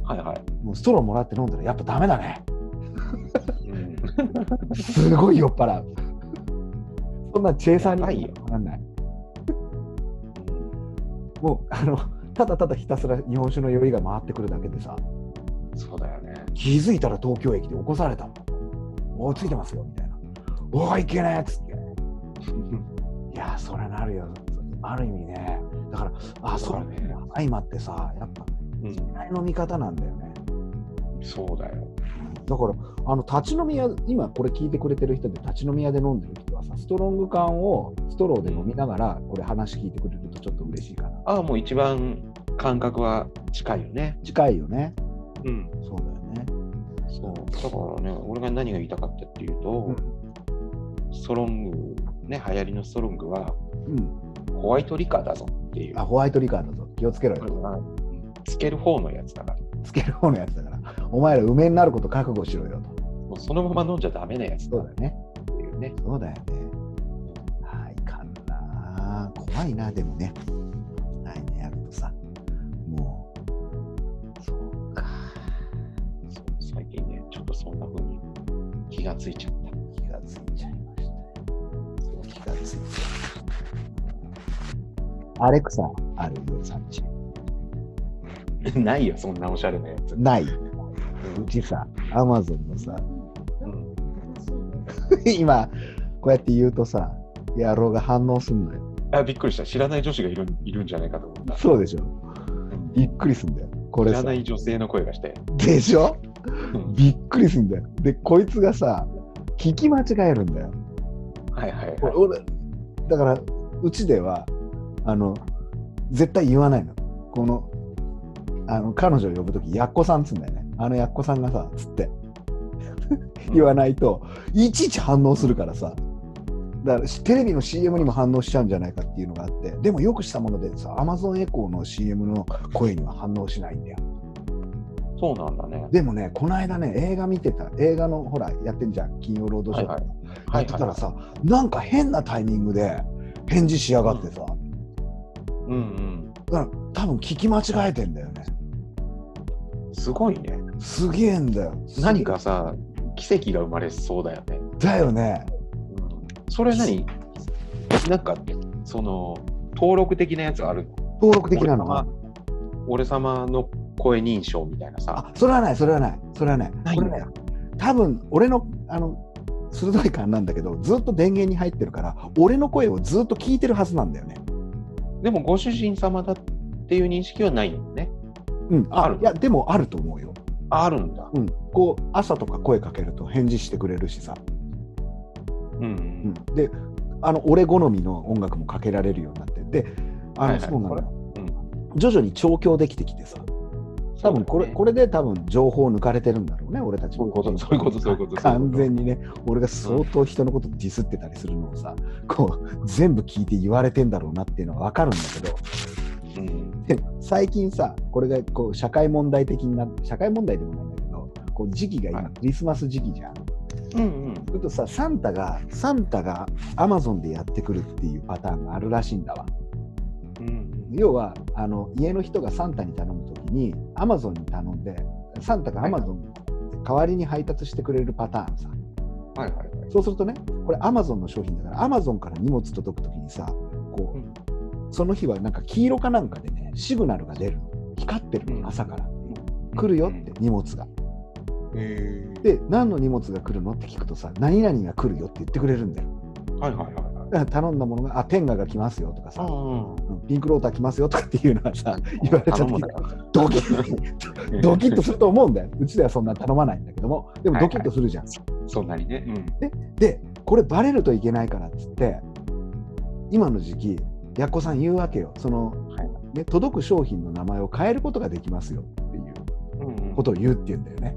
Speaker 2: はいはい。
Speaker 1: もうストローもらって飲んだらやっぱダメだね。
Speaker 2: うん
Speaker 1: すごい酔っ払う。そんなチェイサーに
Speaker 2: やばいよ
Speaker 1: ならない。もうあのただただひたすら日本酒の酔いが回ってくるだけでさ
Speaker 2: そうだよ ね。
Speaker 1: 気づいたら東京駅で起こされたもん追いついてますよみたいなおーいけねえっつっていやそれなるよある意味ねだからあ
Speaker 2: そ
Speaker 1: そうう
Speaker 2: だね
Speaker 1: 相まってさやっぱ
Speaker 2: うん
Speaker 1: 飲み方なんだよね
Speaker 2: そうだよ。
Speaker 1: だからあの立ち飲み屋今これ聞いてくれてる人で立ち飲み屋で飲んでる人はさストロング缶をストローで飲みながらこれ話聞いてくれるとちょっと嬉しいかな
Speaker 2: ああ、もう一番感覚は近いよね。
Speaker 1: 近いよね
Speaker 2: うん。
Speaker 1: そうだよね
Speaker 2: そう。だからね、俺が何が言いたかったっていうと、ストロング、ね、流行りのストロングは
Speaker 1: うん
Speaker 2: ホワイトリカーだぞっていう。
Speaker 1: あホワイトリカーだぞ気をつけろよ
Speaker 2: これはつける方のやつだから。
Speaker 1: つける方のやつだから、お前ら梅になること覚悟しろよと。
Speaker 2: もうそのまま飲んじゃダメなやつ
Speaker 1: そ
Speaker 2: だ
Speaker 1: う
Speaker 2: っ
Speaker 1: だよね。
Speaker 2: ていうね。
Speaker 1: そうだよね。はい、かんな。怖いな、でもね。はいね、やるとさ。もう。そうか。
Speaker 2: そう最近ね、ちょっとそんな風に気がついちゃった。
Speaker 1: 気がついちゃいましたね。気がついちゃいました。アレクサ、あるよ、さんち。
Speaker 2: ないよ、そんなおしゃれなやつ。
Speaker 1: ない。うちさ、アマゾンのさ、
Speaker 2: うん、
Speaker 1: 今、こうやって言うとさ、野郎が反応すんのよ。
Speaker 2: あびっくりした。知らない女子がいるいるんじゃないかと思った。
Speaker 1: そうでしょ。
Speaker 2: うん
Speaker 1: びっくりすんだよ。こ
Speaker 2: 知
Speaker 1: れ
Speaker 2: ら
Speaker 1: さ。
Speaker 2: ない女性の声がして。
Speaker 1: でしょ
Speaker 2: うん
Speaker 1: びっくりすんだよ。で、こいつがさ、聞き間違えるんだよ。
Speaker 2: はいはいはい。
Speaker 1: 俺、だから、うちでは、あの、絶対言わないの。この、あの、彼女を呼ぶとき、やっこさんっつうんだよね。あのやっこさんがさ、つって、言わないと、いちいち反応するからさ。だからテレビの CM にも反応しちゃうんじゃないかっていうのがあって、でもよくしたものでさ、Amazon エコーの CM の声には反応しないんだよ。
Speaker 2: そうなんだね。
Speaker 1: でもね、この間ね、映画見てた、映画のほら、やってんじゃん、金曜ロードショーとか、
Speaker 2: はい
Speaker 1: やってたらさ、なんか変なタイミングで返事しやがってさ、
Speaker 2: うん
Speaker 1: だから多分聞き間違えてんだよね。
Speaker 2: うん。すごいね。
Speaker 1: すげえんだよ。
Speaker 2: 何かさ、奇跡が生まれそうだよね。
Speaker 1: だよね。
Speaker 2: それ何なんか、その、登録的なやつあるの
Speaker 1: 登録的なのは。
Speaker 2: 俺様の声認証みたいなさ。
Speaker 1: あ、それはない、それはない、それはない。
Speaker 2: ない
Speaker 1: こ
Speaker 2: ん
Speaker 1: れ
Speaker 2: だ
Speaker 1: ね、多分俺のあの鋭い感なんだけど、ずっと電源に入ってるから、俺の声をずっと聞いてるはずなんだよね。
Speaker 2: でも、ご主人様だっていう認識はないよね。
Speaker 1: うん、あ
Speaker 2: ある
Speaker 1: いや、でもあると思うよ。
Speaker 2: あるんだ。
Speaker 1: うん、こう朝とか声かけると返事してくれるしさ。
Speaker 2: うんうんうん。
Speaker 1: であの俺好みの音楽もかけられるようになってであの、
Speaker 2: はいはい
Speaker 1: そうなんだ
Speaker 2: れ
Speaker 1: 徐々に調教できてきてさ多分これ,、これで多分情報を抜かれてるんだろうね俺たち
Speaker 2: そういうことそういう ことそういうこと
Speaker 1: 完全にね俺が相当人のことディスってたりするのをさこう全部聞いて言われてんだろうなっていうのは分かるんだけど
Speaker 2: れ、うん
Speaker 1: で最近さこれがこう社会問題的になって社会問題でもないんだけどこう時期が今、
Speaker 2: はい
Speaker 1: クリスマス時期じゃん
Speaker 2: うんうん、
Speaker 1: それとさサンタがサンタがアマゾンでやってくるっていうパターンがあるらしいんだわ
Speaker 2: うん
Speaker 1: 要はあの家の人がサンタに頼むときにアマゾンに頼んでサンタがアマゾン代わりに配達してくれるパターンさ
Speaker 2: はいはいはい。
Speaker 1: そうするとねこれアマゾンの商品だからアマゾンから荷物届くときにさこう、
Speaker 2: うん
Speaker 1: その日はなんか黄色かなんかでねシグナルが出るの光ってる
Speaker 2: うん
Speaker 1: の朝から、来るよって荷物が
Speaker 2: へー
Speaker 1: で何の荷物が来るのって聞くとさ何々が来るよって言ってくれるんだよ
Speaker 2: はいはいはいはい
Speaker 1: だから頼んだものがあ天下が来ますよとかさ、
Speaker 2: うん
Speaker 1: うんピンクローター来ますよとかっていうのはさ言われちゃって
Speaker 2: 頼むんだ
Speaker 1: ドキッドキッとすると思うんだよ。うちではそんな頼まないんだけども、でも
Speaker 2: はいは
Speaker 1: ド
Speaker 2: い
Speaker 1: キッとするじゃん。
Speaker 2: そんなにね。うん
Speaker 1: で、これバレるといけないからっつって、今の時期、やっこさん言うわけよ。その、ね、届く商品の名前を変えることができますよっていう
Speaker 2: うんうん
Speaker 1: ことを言うって言うんだよね。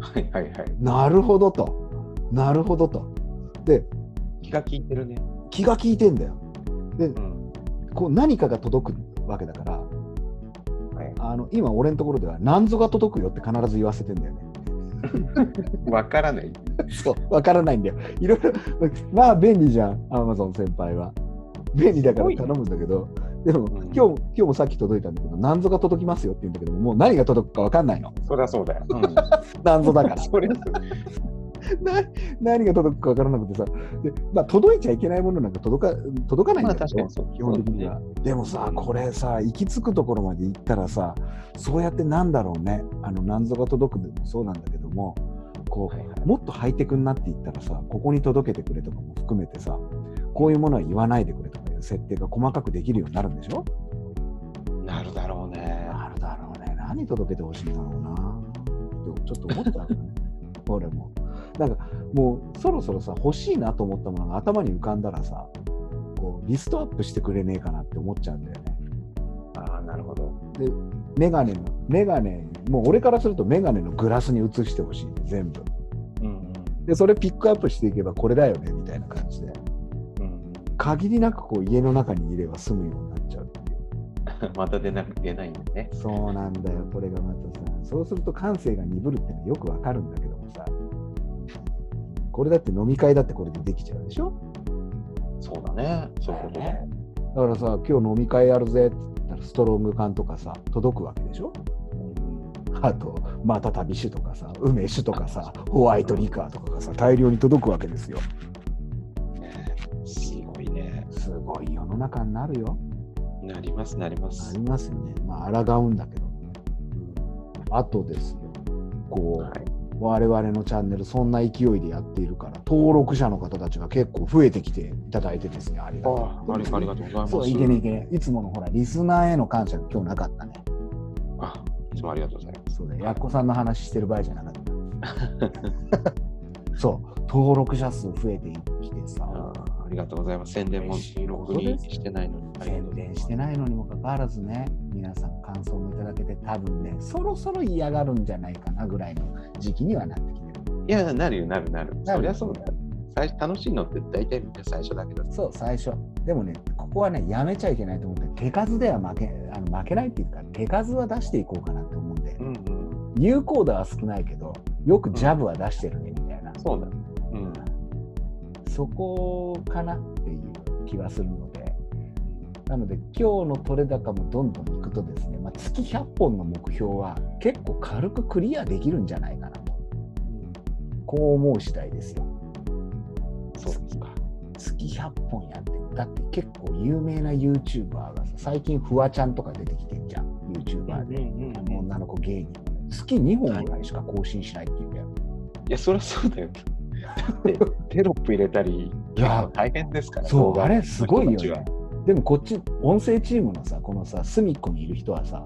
Speaker 2: はいはいはい。
Speaker 1: なるほどと。なるほどと。で、
Speaker 2: 気が利いてるね。
Speaker 1: 気が利いてんだよ。
Speaker 2: うん
Speaker 1: こう何かが届くわけだから、
Speaker 2: はい
Speaker 1: あの今、俺のところでは、なんぞが届くよって必ず言わせてんだよね。
Speaker 2: わからない。
Speaker 1: そう、わからないんだよ。いろいろ、まあ便利じゃん、アマゾン先輩は。便利だから頼むんだけど、でも、
Speaker 2: うん
Speaker 1: 今日今日もさっき届いたんだけど、なんぞが届きますよって言うんだけど、もう何が届くかわかんないの。
Speaker 2: そりゃそうだよ。
Speaker 1: なんぞだ から。
Speaker 2: それ
Speaker 1: な何が届くか分からなくてさで、まあ、届いちゃいけないものなんか届か届かないん
Speaker 2: ま
Speaker 1: だ
Speaker 2: あ
Speaker 1: け
Speaker 2: 確
Speaker 1: ど、
Speaker 2: かにそう。
Speaker 1: 基本的には。でもさこれさ行き着くところまで行ったらさそうやってなんだろうねあのなんぞが届くでもそうなんだけどもこ
Speaker 2: はいは
Speaker 1: うもっとハイテクになっていったらさここに届けてくれとかも含めてさこういうものは言わないでくれとかいう設定が細かくできるようになるんでしょ
Speaker 2: い。なるだろうね。
Speaker 1: なるだろうね。何届けてほしいんだろうな。ってちょっと思ったのね。俺も。なんかもうそろそろさ欲しいなと思ったものが頭に浮かんだらさこうリストアップしてくれねえかなって思っちゃうんだよね。
Speaker 2: ああ、なるほど。
Speaker 1: メガネのメガネもう俺からするとメガネのグラスに映してほしい全部。
Speaker 2: うん
Speaker 1: でそれピックアップしていけばこれだよねみたいな感じで
Speaker 2: うん。うん、
Speaker 1: 限りなくこう家の中にいれば住むようになっちゃうっていう。
Speaker 2: また出なく出ないんだね。
Speaker 1: そうなんだよ、これがまたさ、そうすると感性が鈍るってのはよくわかるんだけどもさ、これだって飲み会だってこれでできちゃうでしょ
Speaker 2: そうだね。そういうことね。
Speaker 1: だからさ、今日飲み会やるぜって言ったら、ストロング缶とかさ、届くわけでしょ
Speaker 2: うん
Speaker 1: あと、また旅酒とかさ、梅酒とかさ、ホワイトリカーとかがさ、大量に届くわけですよ。
Speaker 2: すごいね。
Speaker 1: すごい世の中になるよ。
Speaker 2: なります、なりま
Speaker 1: あ
Speaker 2: す
Speaker 1: り。ますよね。まあ、抗うんだけどね。あとですよ、こう、
Speaker 2: はい
Speaker 1: 我々のチャンネルそんな勢いでやっているから登録者の方たちが結構増えてきていただいてですねありが
Speaker 2: あ
Speaker 1: とう
Speaker 2: あ、ありありがとうございます。
Speaker 1: そういけねいけねいつものほらリスナーへの感謝が今日なかったね
Speaker 2: あ、いつもありがとうございま
Speaker 1: そうだよやっこさんの話してる場合じゃなかった そう登録者数増えてきてさ
Speaker 2: す。ああありがとうございます。宣伝もろくにしてないのに。ありがと
Speaker 1: 宣
Speaker 2: うござい
Speaker 1: 伝
Speaker 2: ます
Speaker 1: してないのにもかかわらずね皆さん感想もいただけて多分ねそろそろ嫌がるんじゃないかなぐらいの時期にはなってきてる
Speaker 2: いや、なるよ、なる、なる。
Speaker 1: なる
Speaker 2: そりゃそうだよ。最楽しいのって大体みんな最初だけど。
Speaker 1: そう、最初。でもね、ここはね、やめちゃいけないと思って、手数では負けあの負けないっていうか、手数は出していこうかなって思うんで
Speaker 2: う、んうん。
Speaker 1: 有効度は少ないけど、よくジャブは出してるねみたいな、
Speaker 2: そうだね。うん。
Speaker 1: そこかなっていう気はするので、なので、今日の取れ高もどんどんいくとですね、まあ、月100本の目標は結構軽くクリアできるんじゃないかなと、こう思う次第ですよ。
Speaker 2: そうですか。
Speaker 1: 月100本やってるだって結構有名な YouTuber がさ最近フワちゃんとか出てきてんじゃん YouTuber で、
Speaker 2: ん
Speaker 1: あの女の子芸人のね月2本ぐらいしか更新しないっていうんだよ、
Speaker 2: いや、そりゃそうだよ。だって テロップ入れたり、
Speaker 1: いや
Speaker 2: 大変ですから。
Speaker 1: そ
Speaker 2: 動
Speaker 1: う
Speaker 2: 画
Speaker 1: あれすごいよ
Speaker 2: 人た
Speaker 1: ねでもこっち音声チームのさこのさ隅っこにいる人はさ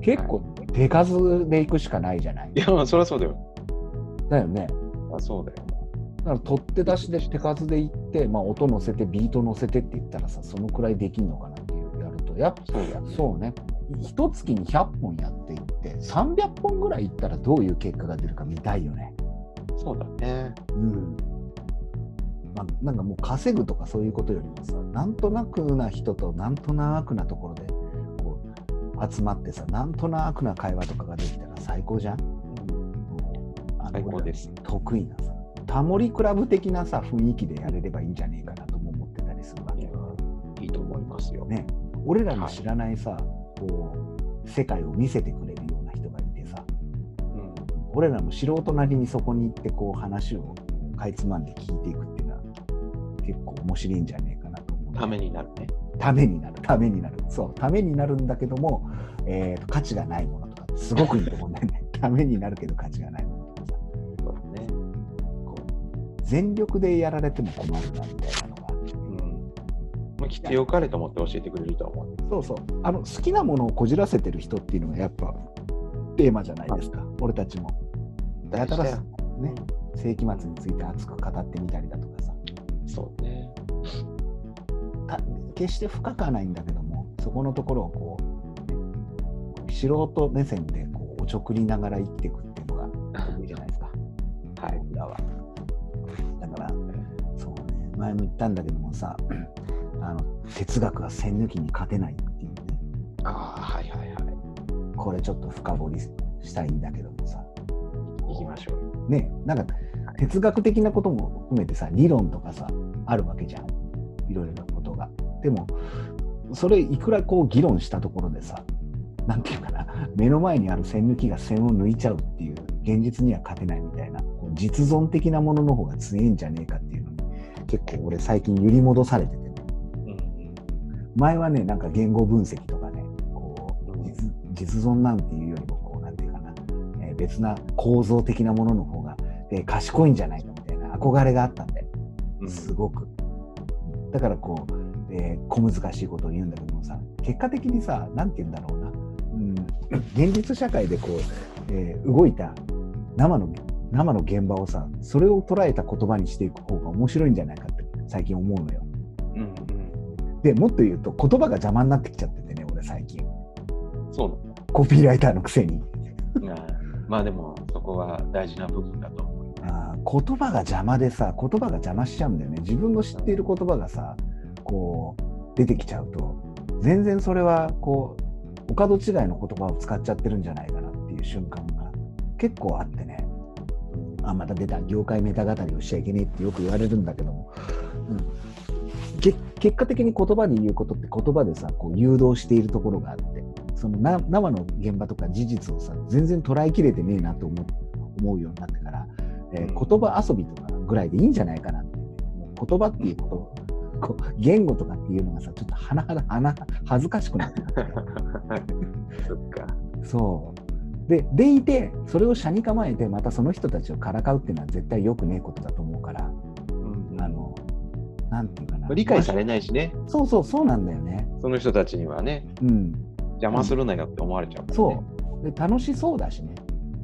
Speaker 1: 結構手数でいくしかないじゃない
Speaker 2: ちはいや、そりゃそうだよ。
Speaker 1: だよね
Speaker 2: あそうだよ。
Speaker 1: だから取って出しで手数でいって、まあ、音乗せてビート乗せてって言ったらさそのくらいできんのかなっていうやるとやっぱ
Speaker 2: そうだよ。
Speaker 1: そうね、一月に100本やっていって、300本ぐらいいったらどういう結果が出るか見たいよね。
Speaker 2: そうだね。
Speaker 1: うんまあ、なんかもう稼ぐとかそういうことよりもさ、なんとなくな人となんとなくなところでこう集まってさ、なんとなくな会話とかができたら最高じゃん。うんあの
Speaker 2: 最高です。
Speaker 1: 俺ら得意なさ、タモリクラブ的なさ、雰囲気でやれればいいんじゃねえかなとも思ってたりするわけよ。
Speaker 2: いいと思いますよ。
Speaker 1: ね、俺らの知らないさ、こう世界を見せてくれるような人がいてさ
Speaker 2: うん
Speaker 1: 俺らも素人なりにそこに行ってこう話をかいつまんで聞いていくっていうのは結構面白いんじゃねえかなと思う
Speaker 2: ためになるね。
Speaker 1: ためになるためになるそうためになるんだけども、えーと価値がないものとかすごくいいと思うんだよ ねためになるけど価値がないものとかさ
Speaker 2: そうだね。
Speaker 1: こう全力でやられても困るなみたいなのが
Speaker 2: うん。まあ、きっと良かれと思って教えてくれるとは思う。
Speaker 1: そうそうあの好きなものをこじらせてる人っていうのがやっぱテーマじゃないですか、俺たちも。やたら
Speaker 2: 大事だよ
Speaker 1: ね、世紀末について熱く語ってみたりだとかさ
Speaker 2: そうね。
Speaker 1: た決して深くはないんだけどもそこのところをこう、ね、素人目線でこうおちょくりながら生きていくっていうのが得意じゃないですか
Speaker 2: はい。
Speaker 1: 僕らは。だからそうね前も言ったんだけどもさあの哲学は線抜きに勝てないっていうね
Speaker 2: ああ、はいはいはい。
Speaker 1: これちょっと深掘りしたいんだけどもさ
Speaker 2: 行きましょう。
Speaker 1: ねなんか哲学的なことも含めてさ理論とかさあるわけじゃんいろいろなことがでもそれいくらこう議論したところでさなんていうかな目の前にある線抜きが線を抜いちゃうっていう現実には勝てないみたいなこう実存的なものの方が強いんじゃねえかっていうのに結構俺最近揺り戻されててね
Speaker 2: うん
Speaker 1: 前はねなんか言語分析とかねこう実実存なんていうよりもこうなんていうかな、えー別な構造的なものの方が、えー賢いんじゃないかみたいな憧れがあったんだよ
Speaker 2: うん
Speaker 1: すごく。だからこう、えー小難しいことを言うんだけどもさ結果的にさ何て言うんだろうな、うん、現実社会でこう、えー動いた生の生の現場をさそれを捉えた言葉にしていく方が面白いんじゃないかって最近思うのよ。
Speaker 2: うんうん
Speaker 1: でもっと言うと言葉が邪魔になってきちゃっててね俺最近
Speaker 2: そう
Speaker 1: コピーライターのくせに。
Speaker 2: なの。うんまあでも、そこは大事な部分だと思うよね。
Speaker 1: あー言葉が邪魔でさ言葉が邪魔しちゃうんだよね自分の知っている言葉がさこう出てきちゃうと全然それはこうお門違いの言葉を使っちゃってるんじゃないかなっていう瞬間が結構あってねあまた出た業界メタ語りをしちゃいけねえってよく言われるんだけども、うん、け結果的に言葉に言うことって言葉でさこう誘導しているところがあってそのな生の現場とか事実をさ全然捉えきれてねえなと思う思うようになってから、えー
Speaker 2: うん
Speaker 1: 言葉遊びとかぐらいでいいんじゃないかなってもう言葉っていうことこう言語とかっていうのがさちょっとはなはなはな恥ずかしくなってきて
Speaker 2: そっか。
Speaker 1: そうででいてそれを車に構えてまたその人たちをからかうっていうのは絶対良くねえことだと思うから
Speaker 2: うんうん
Speaker 1: あのなんていうかな
Speaker 2: 理解されないしね、
Speaker 1: そうそうそうなんだよね
Speaker 2: その人たちにはね、
Speaker 1: うん
Speaker 2: 邪魔するなよって思われちゃうからね。
Speaker 1: そうで楽しそうだしね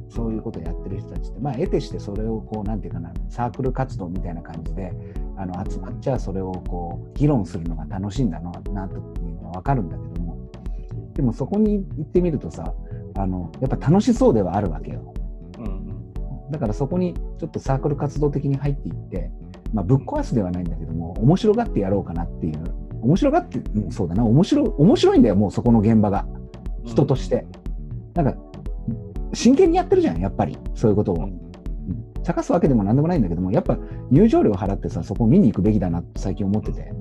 Speaker 1: そういうことやってる人たちってまあ得てしてそれをこうなんていうかなサークル活動みたいな感じであの集まっちゃそれをこう議論するのが楽しいんだななとっていうのは分かるんだけどもでもそこに行ってみるとさあのやっぱ楽しそうではあるわけよ。
Speaker 2: うん
Speaker 1: だからそこにちょっとサークル活動的に入っていって、まあ、ぶっ壊すではないんだけども面白がってやろうかなっていう面白がって、うんそうだな面白い面白いんだよもうそこの現場が
Speaker 2: うん
Speaker 1: 人として、なんか真剣にやってるじゃんやっぱりそういうことを、
Speaker 2: う
Speaker 1: うん
Speaker 2: ん
Speaker 1: 茶化すわけでも何でもないんだけどもやっぱ入場料払ってさそこ見に行くべきだなって最近思ってて、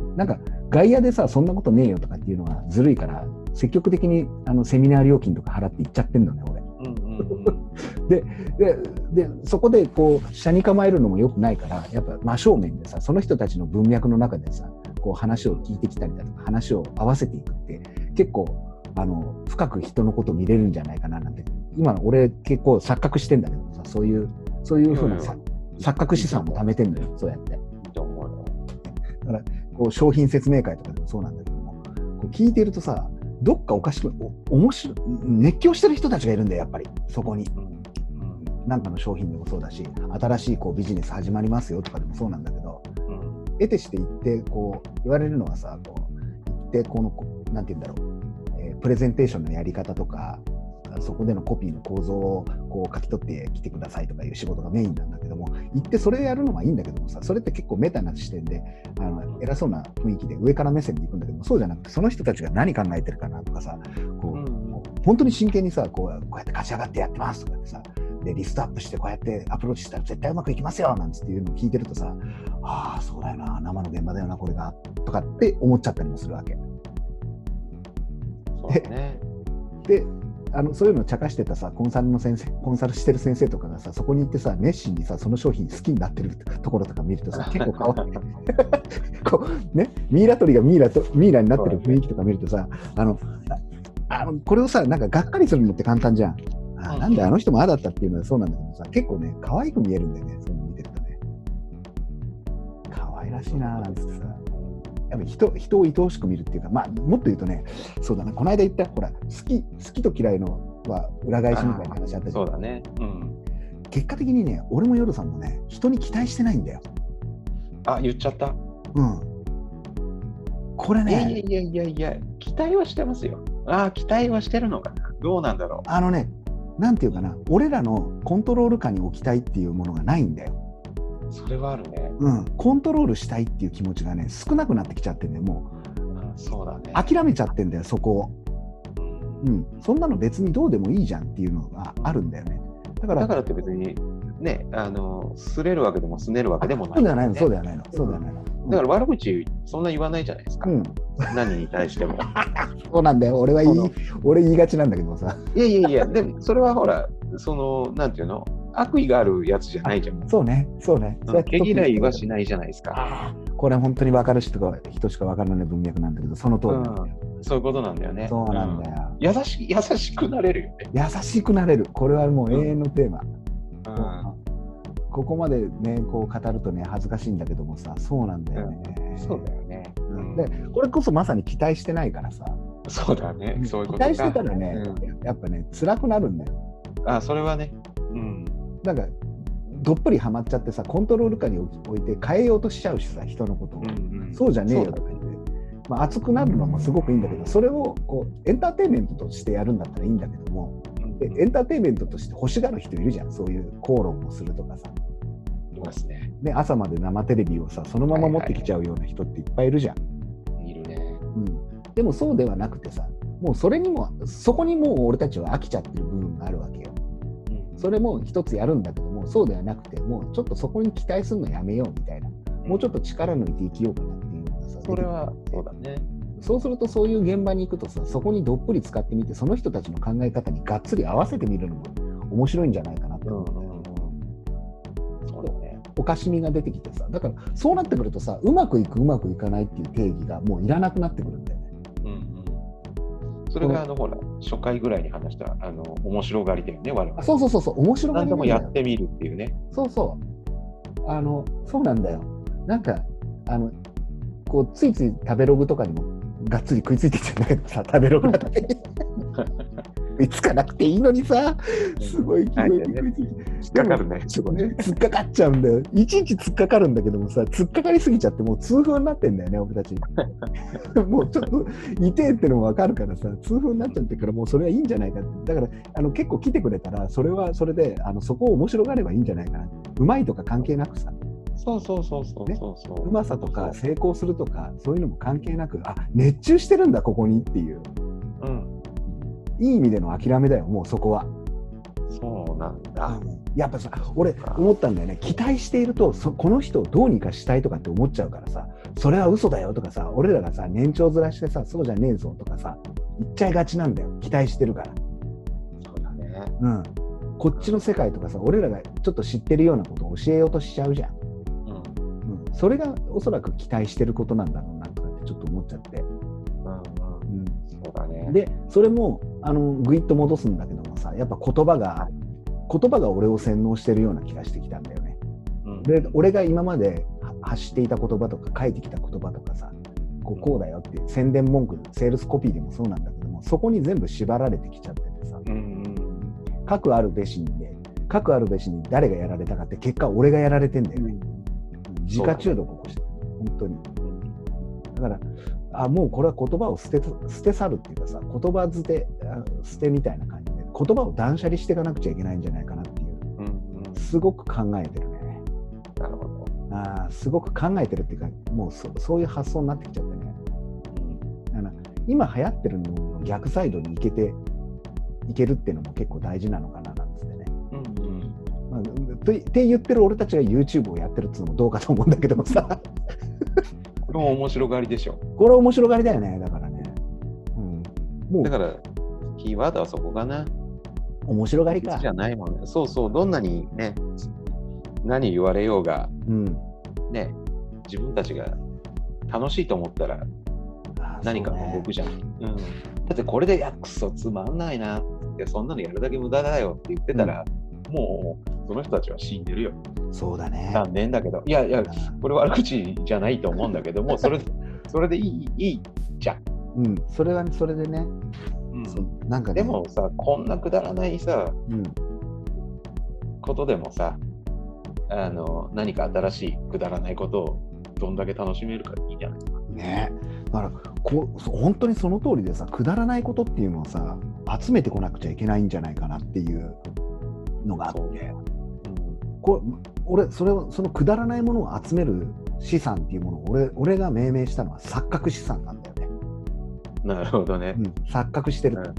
Speaker 1: うんなんか外野でさそんなことねえよとかっていうのはずるいから積極的にあのセミナー料金とか払って行っちゃってんのね俺。
Speaker 2: うんうんうん
Speaker 1: ででそこでこう車に構えるのもよくないからやっぱ真正面でさその人たちの文脈の中でさこう話を聞いてきたりだとか話を合わせていくって結構あの深く人のこと見れるんじゃないかななんて今俺結構錯覚してんだけどさそういうそういうふうなさ
Speaker 2: い
Speaker 1: 錯覚資産を貯めてんのよそうやって
Speaker 2: いいと思うよ。
Speaker 1: こう商品説明会とかでもそうなんだけどもこう聞いてるとさどっかおかしくお面白い熱狂してる人たちがいるんだよやっぱりそこに。
Speaker 2: うんうん
Speaker 1: なんかの商品でもそうだし新しいこうビジネス始まりますよとかでもそうなんだけど
Speaker 2: うん
Speaker 1: 得てして言ってこう言われるのはさこう言ってこのこうなんて言うんだろう、えープレゼンテーションのやり方とかそこでのコピーの構造をこう書き取ってきてくださいとかいう仕事がメインなんだけども行ってそれやるのはいいんだけどもさそれって結構メタな視点であの偉そうな雰囲気で上から目線で行くんだけどもそうじゃなくてその人たちが何考えてるかなとかさこう、
Speaker 2: うん
Speaker 1: 本当に真剣にさこうこうやって勝ち上がってやってますとかってさでリストアップしてこうやってアプローチしたら絶対うまくいきますよなんつっていうのを聞いてるとさああそうだよな生の現場だよなこれがとかって思っちゃったりもするわけ
Speaker 2: そうだね。
Speaker 1: であのそういうのを茶化してたさコンサルの先生コンサルしてる先生とかがさそこに行ってさ熱心にさその商品好きになってるところとか見ると さ結構変わって こうねミイラ取りがミイラとミイラになってる雰囲気とか見るとさあのああのこれをさなんかがっかりするのって簡単じゃんあ
Speaker 2: うん
Speaker 1: なんであの人もああだったっていうのはそうなんだけどさ結構ね可愛く見えるんだよねそういうの見てるとね可愛らしいなーなんつってさやっぱ人人を愛おしく見るっていうか、まあ、もっと言うとね、そうだな、この間言った、ほら、好き好きと嫌いのは裏返しみたいな話あったじゃ
Speaker 2: そ
Speaker 1: ん
Speaker 2: うだね。うん。
Speaker 1: 結果的にね、俺も夜さんもね、人に期待してないんだよ。
Speaker 2: あ、言っちゃった。
Speaker 1: うん。これ
Speaker 2: いやい
Speaker 1: ね、
Speaker 2: やいやいやいや、期待はしてますよ。あー期待はしてるのかな。どうなんだろ
Speaker 1: あのね、なんていうかな、俺らのコントロール下に置きたいっていうものがないんだよ。
Speaker 2: う。それはあるね。
Speaker 1: うん。コントロールしたいっていう気持ちがね、少なくなってきちゃってね、も
Speaker 2: うんそうだね。
Speaker 1: 諦めちゃってんだよそこを、うん、そんなの別にどうでもいいじゃんっていうのがあるんだよねだから
Speaker 2: だからって別に、ね、あの、すれるわけでもすねるわけでもない、
Speaker 1: そうじゃないのそう
Speaker 2: だ
Speaker 1: じゃないのそうじゃないの、うん、
Speaker 2: から悪口、そんな言わないじゃないですか。
Speaker 1: うん、
Speaker 2: 何に対 しても。
Speaker 1: そうなんだよ俺は言
Speaker 2: そ
Speaker 1: い
Speaker 2: の
Speaker 1: 俺言いがちなんだけどさ
Speaker 2: いやいやいや、でもそれはほら、その、なんていうの、悪意があるやつじゃないじゃん。
Speaker 1: そうねそうね
Speaker 2: うん毛嫌いはし
Speaker 1: ない
Speaker 2: ないじゃないですか。
Speaker 1: これは本当に分かる人が人しか分からない文脈なんだけどその通りなんだよ、
Speaker 2: そういうことなんだよね。
Speaker 1: そうなんだよ、
Speaker 2: うん優し優しくなれるよね。
Speaker 1: 優しくなれるこれはもう永遠のテーマ、
Speaker 2: うん
Speaker 1: ここまでねこう語るとね恥ずかしいんだけどもさそうなんだよね、
Speaker 2: そうだよね。うん
Speaker 1: でこれこそまさに期待してないからさ、
Speaker 2: そうだね。そういう
Speaker 1: 期
Speaker 2: ことか。
Speaker 1: 待してたらね、やっぱね辛くなるんだよ
Speaker 2: うんあ、それはね。うん。
Speaker 1: なんかどっぷりハマっちゃってさコントロール下に置いて変えようとしちゃうしさ人のことを、
Speaker 2: うんうん
Speaker 1: そうじゃねえよ
Speaker 2: そ
Speaker 1: と
Speaker 2: う
Speaker 1: か
Speaker 2: だ
Speaker 1: 言って、まあ、熱くなるのもすごくいいんだけどそれをこうエンターテインメントとしてやるんだったらいいんだけども
Speaker 2: うん
Speaker 1: でエンターテインメントとして欲しがる人いるじゃんそういう口論をするとかさ、
Speaker 2: いますね。
Speaker 1: ね、朝まで生テレビをさそのまま持ってきちゃうような人っていっぱいいるじゃん、
Speaker 2: いるね。
Speaker 1: うん、でもそうではなくてさもうそれにもそこにもう俺たちは飽きちゃってる部分があるわけよそれも一つやるんだけどもそうではなくてもうちょっとそこに期待するのやめようみたいなもうちょっ
Speaker 2: と。
Speaker 1: と力抜いて生きようかなっていうのがさ
Speaker 2: それは、そうだね。
Speaker 1: そうするとそういう現場に行くとさそこにどっぷり使ってみてその人たちの考え方にがっつり合わせてみるのも面白いんじゃないかなって
Speaker 2: う
Speaker 1: 思
Speaker 2: ん
Speaker 1: う
Speaker 2: うん
Speaker 1: だ
Speaker 2: ん
Speaker 1: よ、
Speaker 2: うん。そうだね。
Speaker 1: おかしみが出てきてさだからそうなってくるとさうまくいくうまくいかないっていう定義がもういらなくなってくるんだよね
Speaker 2: うんうん。それがあのほら初回ぐらいに話したあの面白がりだよね我々
Speaker 1: あそうそうそうそう面白がり
Speaker 2: 何で
Speaker 1: なん
Speaker 2: も
Speaker 1: だよ
Speaker 2: やってみるっていうね
Speaker 1: そうそう。あの、そうなんだよ。なんか、あの、こう、ついつい食べログとかにも、がっつり食いついてきちゃうんだけどさ、食べログの ために。食いつかなくていいのにさ、すごい勢いで食いついて。
Speaker 2: 引っかかるねそこね
Speaker 1: 突っかかっちゃうんだよ。いちいち突っかかるんだけどもさ、突っかかりすぎちゃって、もう痛風になってんだよね、俺たち。 もうちょっと、痛えってのもわかるからさ、痛風になっちゃってるから、もうそれはいいんじゃないかって。だから、あの結構来てくれたら、それはそれで、あのそこを面白がればいいんじゃないかなって。うまいとか関係なくさ、
Speaker 2: そうそうそうそう
Speaker 1: ね
Speaker 2: そうそうう
Speaker 1: まさとか
Speaker 2: そ
Speaker 1: 成功するとか、そういうのも関係なく、あ熱中してるんだ、ここにっていう。
Speaker 2: ううん
Speaker 1: いい意味での諦めだよ、もうそこは。
Speaker 2: そうなんだ
Speaker 1: やっぱさ、俺、思ったんだよね、期待しているとそ、この人をどうにかしたいとかって思っちゃうからさ、それは嘘だよとかさ、俺らがさ、年長ずらしてさ、そうじゃねえぞとかさ、言っちゃいがちなんだよ、期待してるから。
Speaker 2: そうだね
Speaker 1: うん、こっちの世界とかさ、俺らがちょっと知ってるようなことを教えようとしちゃうじゃん。
Speaker 2: うん
Speaker 1: うん、それがおそらく期待してることなんだろうなとかってちょっと思っちゃって。
Speaker 2: うんう
Speaker 1: う
Speaker 2: ん
Speaker 1: ん
Speaker 2: そうだね
Speaker 1: でそれもあのぐいっと戻すんだけどもさやっぱ言葉が言葉が俺を洗脳してるような気がしてきたんだよね。
Speaker 2: うん
Speaker 1: で俺が今までは発していた言葉とか書いてきた言葉とかさこうこうだよって宣伝文句セールスコピーでもそうなんだけどもそこに全部縛られてきちゃっててさ
Speaker 2: うん
Speaker 1: 核あるべしにね核あるべしに誰がやられたかって結果俺がやられてんだ
Speaker 2: う
Speaker 1: よね
Speaker 2: ん
Speaker 1: 自家中毒起こしてる本当にだからあもうこれは言葉を捨て捨て去るっていうかさ言葉捨てあ捨てみたいな感じで言葉を断捨離していかなくちゃいけないんじゃないかなっていう
Speaker 2: うんうん
Speaker 1: すごく考えてるね
Speaker 2: なるほど
Speaker 1: あーすごく考えてるっていうかもうそそういう発想になってきちゃってね
Speaker 2: うん
Speaker 1: あの今流行ってるのの逆サイドに行けていけるっていうのも結構大事なのかななんつってね、
Speaker 2: うんうん
Speaker 1: まあ、とって言ってる俺たちが YouTube をやってるっつうのもどうかと思うんだけどもさ
Speaker 2: これも面白がりでしょ
Speaker 1: これ面白がりだよねだからね、うん、もう
Speaker 2: だからキーワードはそこかな
Speaker 1: 面白がりか
Speaker 2: じゃないもんねそうそうどんなにね何言われようが
Speaker 1: うん
Speaker 2: ね、自分たちが楽しいと思ったら
Speaker 1: あー
Speaker 2: 何かが動くじゃん。うん、だってこれで、いや、くそつまんないなって、そんなのやるだけ無駄だよって言ってたら、もうその人たちは死んでるよ。
Speaker 1: そうだね
Speaker 2: 残念だけど、いやいや
Speaker 1: そう、だね
Speaker 2: これ悪口じゃないと思うんだけ ども、それでそれでいいいいじゃん。
Speaker 1: うんそれはそれでね、
Speaker 2: うん
Speaker 1: そうなんかね
Speaker 2: でもさ、こんなくだらないさ、
Speaker 1: うん
Speaker 2: ことでもさ、あの何か新しいくだらないことをどんだけ楽しめるかいいじゃない。
Speaker 1: ねだからこうそ本当にその通りでさくだらないことっていうのをさ集めてこなくちゃいけないんじゃないかなっていうのがあって
Speaker 2: そうねうん
Speaker 1: こ俺それをそのくだらないものを集める資産っていうものを俺俺が命名したのは錯覚資産なんだよね
Speaker 2: なるほどね
Speaker 1: う。ん、錯覚してると、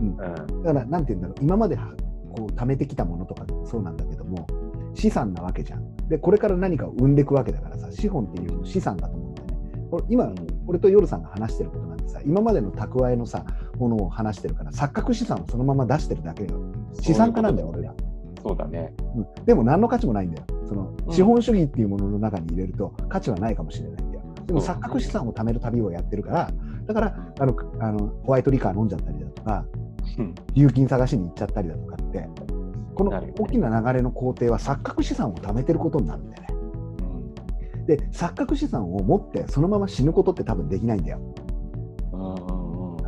Speaker 1: うん
Speaker 2: う
Speaker 1: だ
Speaker 2: ん
Speaker 1: からなんて言うんだろう今まではこう貯めてきたものとかでもそうなんだけども資産なわけじゃんでこれから何かを生んでいくわけだからさ資本っていうのも資産だと思うんだよねこれ今俺と夜さんが話してることなんてさ今までの蓄えのさものを話してるから錯覚資産をそのまま出してるだけよ資産家なんだよ俺ら、
Speaker 2: そうだね。
Speaker 1: うん、でも何の価値もないんだよその
Speaker 2: うん
Speaker 1: 資本主義っていうものの中に入れると価値はないかもしれないんだよでも
Speaker 2: そう
Speaker 1: 錯覚資産を貯める旅をやってるからだからあのあのホワイトリカー飲んじゃったりだとか
Speaker 2: うん
Speaker 1: 有金探しに行っちゃったりだとかってこの
Speaker 2: なるよね
Speaker 1: 大きな流れの工程は錯覚資産を貯めてることになるんだよねで錯覚資産を持ってそのまま死ぬことって多分できないんだよ、
Speaker 2: うんうんう
Speaker 1: う
Speaker 2: ん
Speaker 1: ん、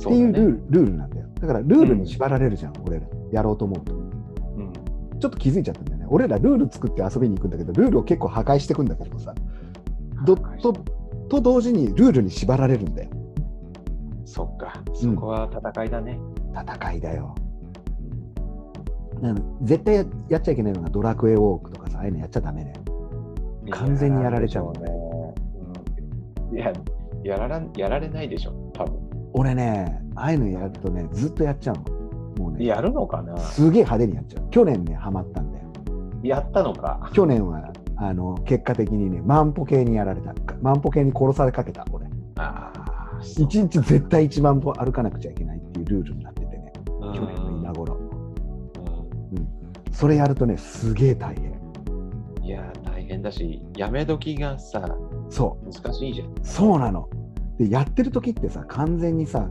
Speaker 2: そ
Speaker 1: っていう
Speaker 2: うだ
Speaker 1: ルー
Speaker 2: ね。
Speaker 1: ルルールなんだよだからルールに縛られるじゃん、俺らやろうと思うと
Speaker 2: うん
Speaker 1: ちょっと気づいちゃったんだよね俺らルール作って遊びに行くんだけどルールを結構破壊していくんだけどさどとと同時にルールに縛られるんだよ
Speaker 2: そっか。そこは戦いだね。
Speaker 1: 戦いだよなの絶対ややっちゃいけないのがドラクエウォークとかさああいうのやっちゃダメね
Speaker 2: うん
Speaker 1: 完全にやられちゃうね
Speaker 2: うんいや、やららんやられないでしょ、多分。
Speaker 1: 俺ねああいうのやるとねずっとやっちゃうのもうね
Speaker 2: やるのかな
Speaker 1: すげえ派手にやっちゃう去年ねハマったんだよ
Speaker 2: やったのか。
Speaker 1: 去年はあの結果的にね万歩計にやられた万歩計に殺されかけた俺
Speaker 2: ああ、
Speaker 1: 一日絶対1万歩歩かなくちゃいけないっていうルールになっててね去年の今頃それやるとねすげえ大変
Speaker 2: うんいや、大変だし、やめ時がさ、
Speaker 1: そ
Speaker 2: 難しいじゃん。
Speaker 1: うそうなのでやってる時ってさ完全にさ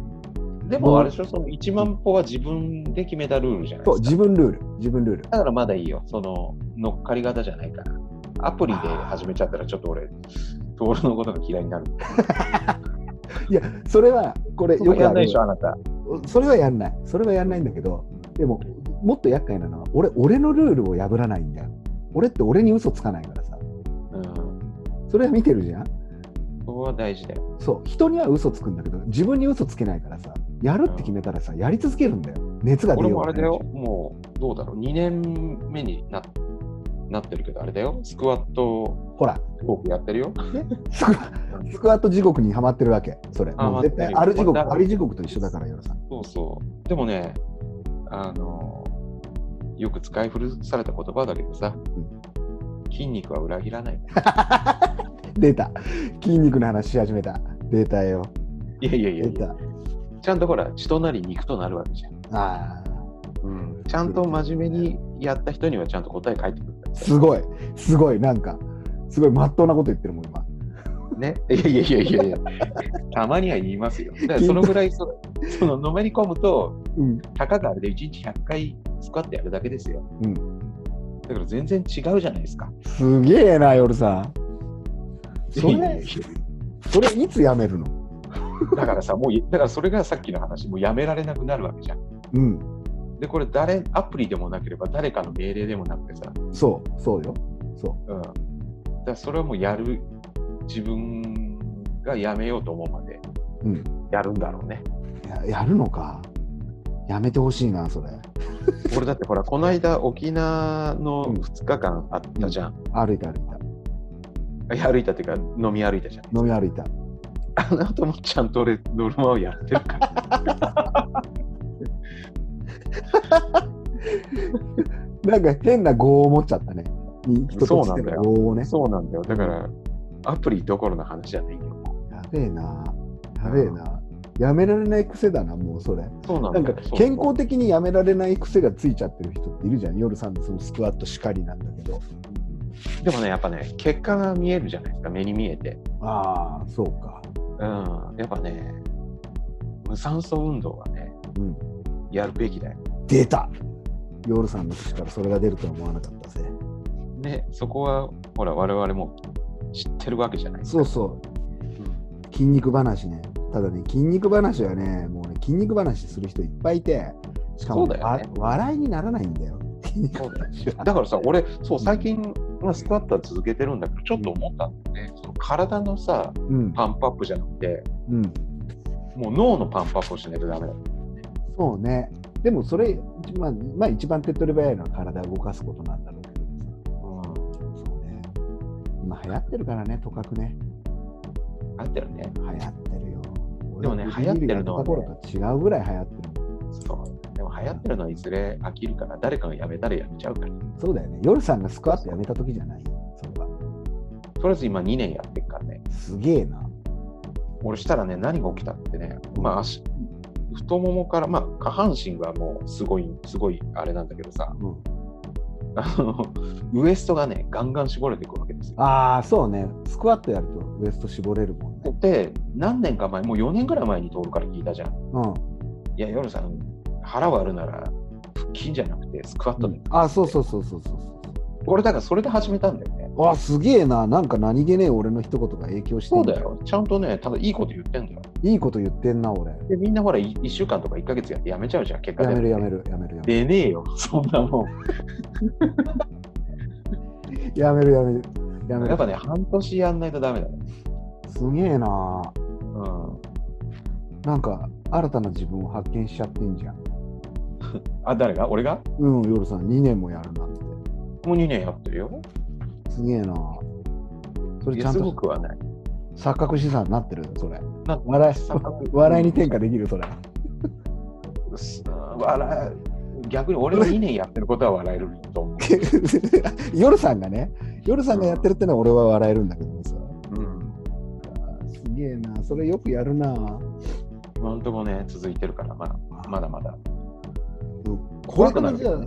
Speaker 2: でも、あれでしょ、その1万歩は自分で決めたルールじゃない
Speaker 1: そう
Speaker 2: です
Speaker 1: 自
Speaker 2: か。
Speaker 1: 分ルール自分ルール
Speaker 2: だからまだいいよ、その乗っかり方じゃないから。アプリで始めちゃったら、ちょっと俺、徹のことが嫌いになる。
Speaker 1: いやそれはこれよ
Speaker 2: よく
Speaker 1: く
Speaker 2: や
Speaker 1: あ
Speaker 2: んない
Speaker 1: る
Speaker 2: でしょ、あなた。
Speaker 1: それはやんないそれはやんないんだけどでももっと厄介なのは俺俺のルールを破らないんだよ俺って俺に嘘つかないからさ
Speaker 2: うん、
Speaker 1: それは見てるじゃん
Speaker 2: そこは大事だよ。
Speaker 1: そう人には嘘つくんだけど自分に嘘つけないからさやるって決めたらさやり続けるんだよ熱が出よ
Speaker 2: 俺
Speaker 1: う
Speaker 2: もあ
Speaker 1: が
Speaker 2: れだよ、もう、どうだろう、2年目にななってるけど、あれだよ、スクワット、
Speaker 1: ほら
Speaker 2: 多くやってるよ。
Speaker 1: スクワスクワット地獄にはまってるわけそれ
Speaker 2: あ
Speaker 1: もう絶対
Speaker 2: ハ
Speaker 1: あ
Speaker 2: マっ
Speaker 1: る地
Speaker 2: てる
Speaker 1: 獄
Speaker 2: わかる
Speaker 1: ある地獄と一緒だからよさん
Speaker 2: そうそう。でもね、あの、よく使い古された言葉だけどさ、筋肉は裏切らない。
Speaker 1: 出た筋肉の話し始めた出たよ
Speaker 2: いやいやいや
Speaker 1: 出
Speaker 2: いや、
Speaker 1: た
Speaker 2: ちゃんとほら、血となり肉となるわけじゃん。
Speaker 1: あー
Speaker 2: うん、ちゃんと真面目にやった人にはちゃんと答え返ってくるんだ
Speaker 1: すごいすごいなんかすごいまっとうなこと言ってるもん今
Speaker 2: ね。 いやいやいやいやいや、 たまには言いますよ。だからそのぐらいそ、そののめり込むと、
Speaker 1: うん
Speaker 2: たかがあれで1日100回スクワットやるだけですよ。
Speaker 1: うん
Speaker 2: だから全然違うじゃないですか。
Speaker 1: すげえな夜さんそ
Speaker 2: いやいや
Speaker 1: れ
Speaker 2: い
Speaker 1: それいつやめるの
Speaker 2: やだからさ、もうい、だからそれがさっきの話、もうやめられなくなるわけじゃん。
Speaker 1: うん
Speaker 2: で、これ誰、アプリでもなければ、誰かの命令でもなくてさ、
Speaker 1: そうそうよそ
Speaker 2: うん。だからそれはもうやる、自分がやめようと思うまで
Speaker 1: ううん
Speaker 2: やるんだろうね。
Speaker 1: ややるのかやめてほしいなそれ
Speaker 2: 俺だってほら、この間沖縄の2日間あったじゃん。
Speaker 1: 歩いた歩いた
Speaker 2: 歩いたっていうか、飲み歩いたじゃん。
Speaker 1: 飲み歩いた
Speaker 2: あの後もちゃんと俺、ノルマをやってるから。
Speaker 1: なんか変な業を持っちゃったね人としての業をね
Speaker 2: そうなんだよ。だから、アプリどころの話じゃないよ。
Speaker 1: やべえなやべえなやめられない癖だなもうそれ
Speaker 2: そうな
Speaker 1: なんん
Speaker 2: だ
Speaker 1: か
Speaker 2: よ。そう
Speaker 1: 健康的にやめられない癖がついちゃってる人っているじゃん夜さんのそのスクワットしかりなんだけど
Speaker 2: でもね、やっぱね、結果が見えるじゃないですか、目に見えて。
Speaker 1: ああそうか
Speaker 2: うん、やっぱね、無酸素運動はね、
Speaker 1: うん
Speaker 2: やるべきだよ。
Speaker 1: 出た夜さんの口からそれが出るとは思わなかったぜ
Speaker 2: ね、そこは、ほら、我々も知ってるわけじゃないです
Speaker 1: そ
Speaker 2: か。
Speaker 1: うそう筋肉話ね。ただね、筋肉話はね、もうね、筋肉話する人いっぱいいて、しかも、
Speaker 2: そうだよね
Speaker 1: わ笑いにならないんだよ。筋肉
Speaker 2: そうだよ
Speaker 1: 話は
Speaker 2: だからさ、俺、そう、最近、まあ、スクワットは続けてるんだけど、ちょっと思ったんだよね。その体のさ、
Speaker 1: うん、
Speaker 2: パンプアップじゃなくて、
Speaker 1: うん、
Speaker 2: もう脳のパンプアップをしないとダメだよ。
Speaker 1: そうね。でもそれ、まあ、まあ、一番手っ取り早いのは体を動かすことなんだろうけど
Speaker 2: う
Speaker 1: さ、そうね。今流行ってるからね、とかくね。
Speaker 2: ん。あったよね。
Speaker 1: 流行ってるよ。
Speaker 2: でもね流行ってるのはね
Speaker 1: 俺がビリビリやった頃と違うぐらい流行ってる。
Speaker 2: そうでも流行ってるのはいずれ飽きるから誰かがやめたらやめちゃうからと
Speaker 1: そうだよね。夜さんがスクワットやめた時じゃないよ。それは。
Speaker 2: りあえず今2年やってるからね
Speaker 1: すげえな。
Speaker 2: 俺したらね何が起きたってね、まあ、足太ももから、まあ、下半身はもうすごいすごいあれなんだけどさ
Speaker 1: うん、
Speaker 2: あのウエストがねガンガン絞れていくわけですよ。
Speaker 1: ああ、そうね。スクワットやるとウエスト絞れるもんね。
Speaker 2: で何年か前もう4年ぐらい前に徹から聞いたじゃん。
Speaker 1: うん。
Speaker 2: いや夜さん腹割るなら腹筋じゃなくてスクワットで、
Speaker 1: あそうそうそうそうそうそう。
Speaker 2: 俺だからそれで始めたんだよね。
Speaker 1: あすげえな、なんか何気ねえ俺の一言が影響して
Speaker 2: そ
Speaker 1: ん
Speaker 2: う
Speaker 1: な
Speaker 2: だ。よちゃんとねただいいこと言ってんだよ。
Speaker 1: いいこと言ってんな、俺。
Speaker 2: でみんなほら1週間とか1ヶ月やってやめちゃうじゃん結果
Speaker 1: やめるやめる
Speaker 2: る。
Speaker 1: やめるやめる。
Speaker 2: 出ねえよ そんなもん。
Speaker 1: やめるやめる。やめ
Speaker 2: やっ
Speaker 1: る。
Speaker 2: ぱね半年やんないとダメだね。
Speaker 1: すげえな。
Speaker 2: うん
Speaker 1: なんか新たな自分を発見しちゃってんじゃん。
Speaker 2: あ誰が俺が
Speaker 1: うん、夜さん、2年もやるなんて。
Speaker 2: もう2年やってるよ。
Speaker 1: すげえな。それ
Speaker 2: い
Speaker 1: ちゃ
Speaker 2: や
Speaker 1: ん
Speaker 2: すご
Speaker 1: と
Speaker 2: くはない。
Speaker 1: 錯覚資産になってるそれ。
Speaker 2: な
Speaker 1: 笑
Speaker 2: 錯覚
Speaker 1: い 笑いに転嫁できるそれ。
Speaker 2: す笑う逆に俺が2年やってることは笑えると思
Speaker 1: 夜さんがね、夜さんがやってるってのは俺は笑えるんだけどさ。
Speaker 2: う。うん、
Speaker 1: すげえな、それよくやるな。
Speaker 2: 今のところね、続いてるから、まあ、まだまだ。
Speaker 1: これ
Speaker 2: 怖
Speaker 1: か
Speaker 2: く
Speaker 1: ら
Speaker 2: なる
Speaker 1: じゃあ、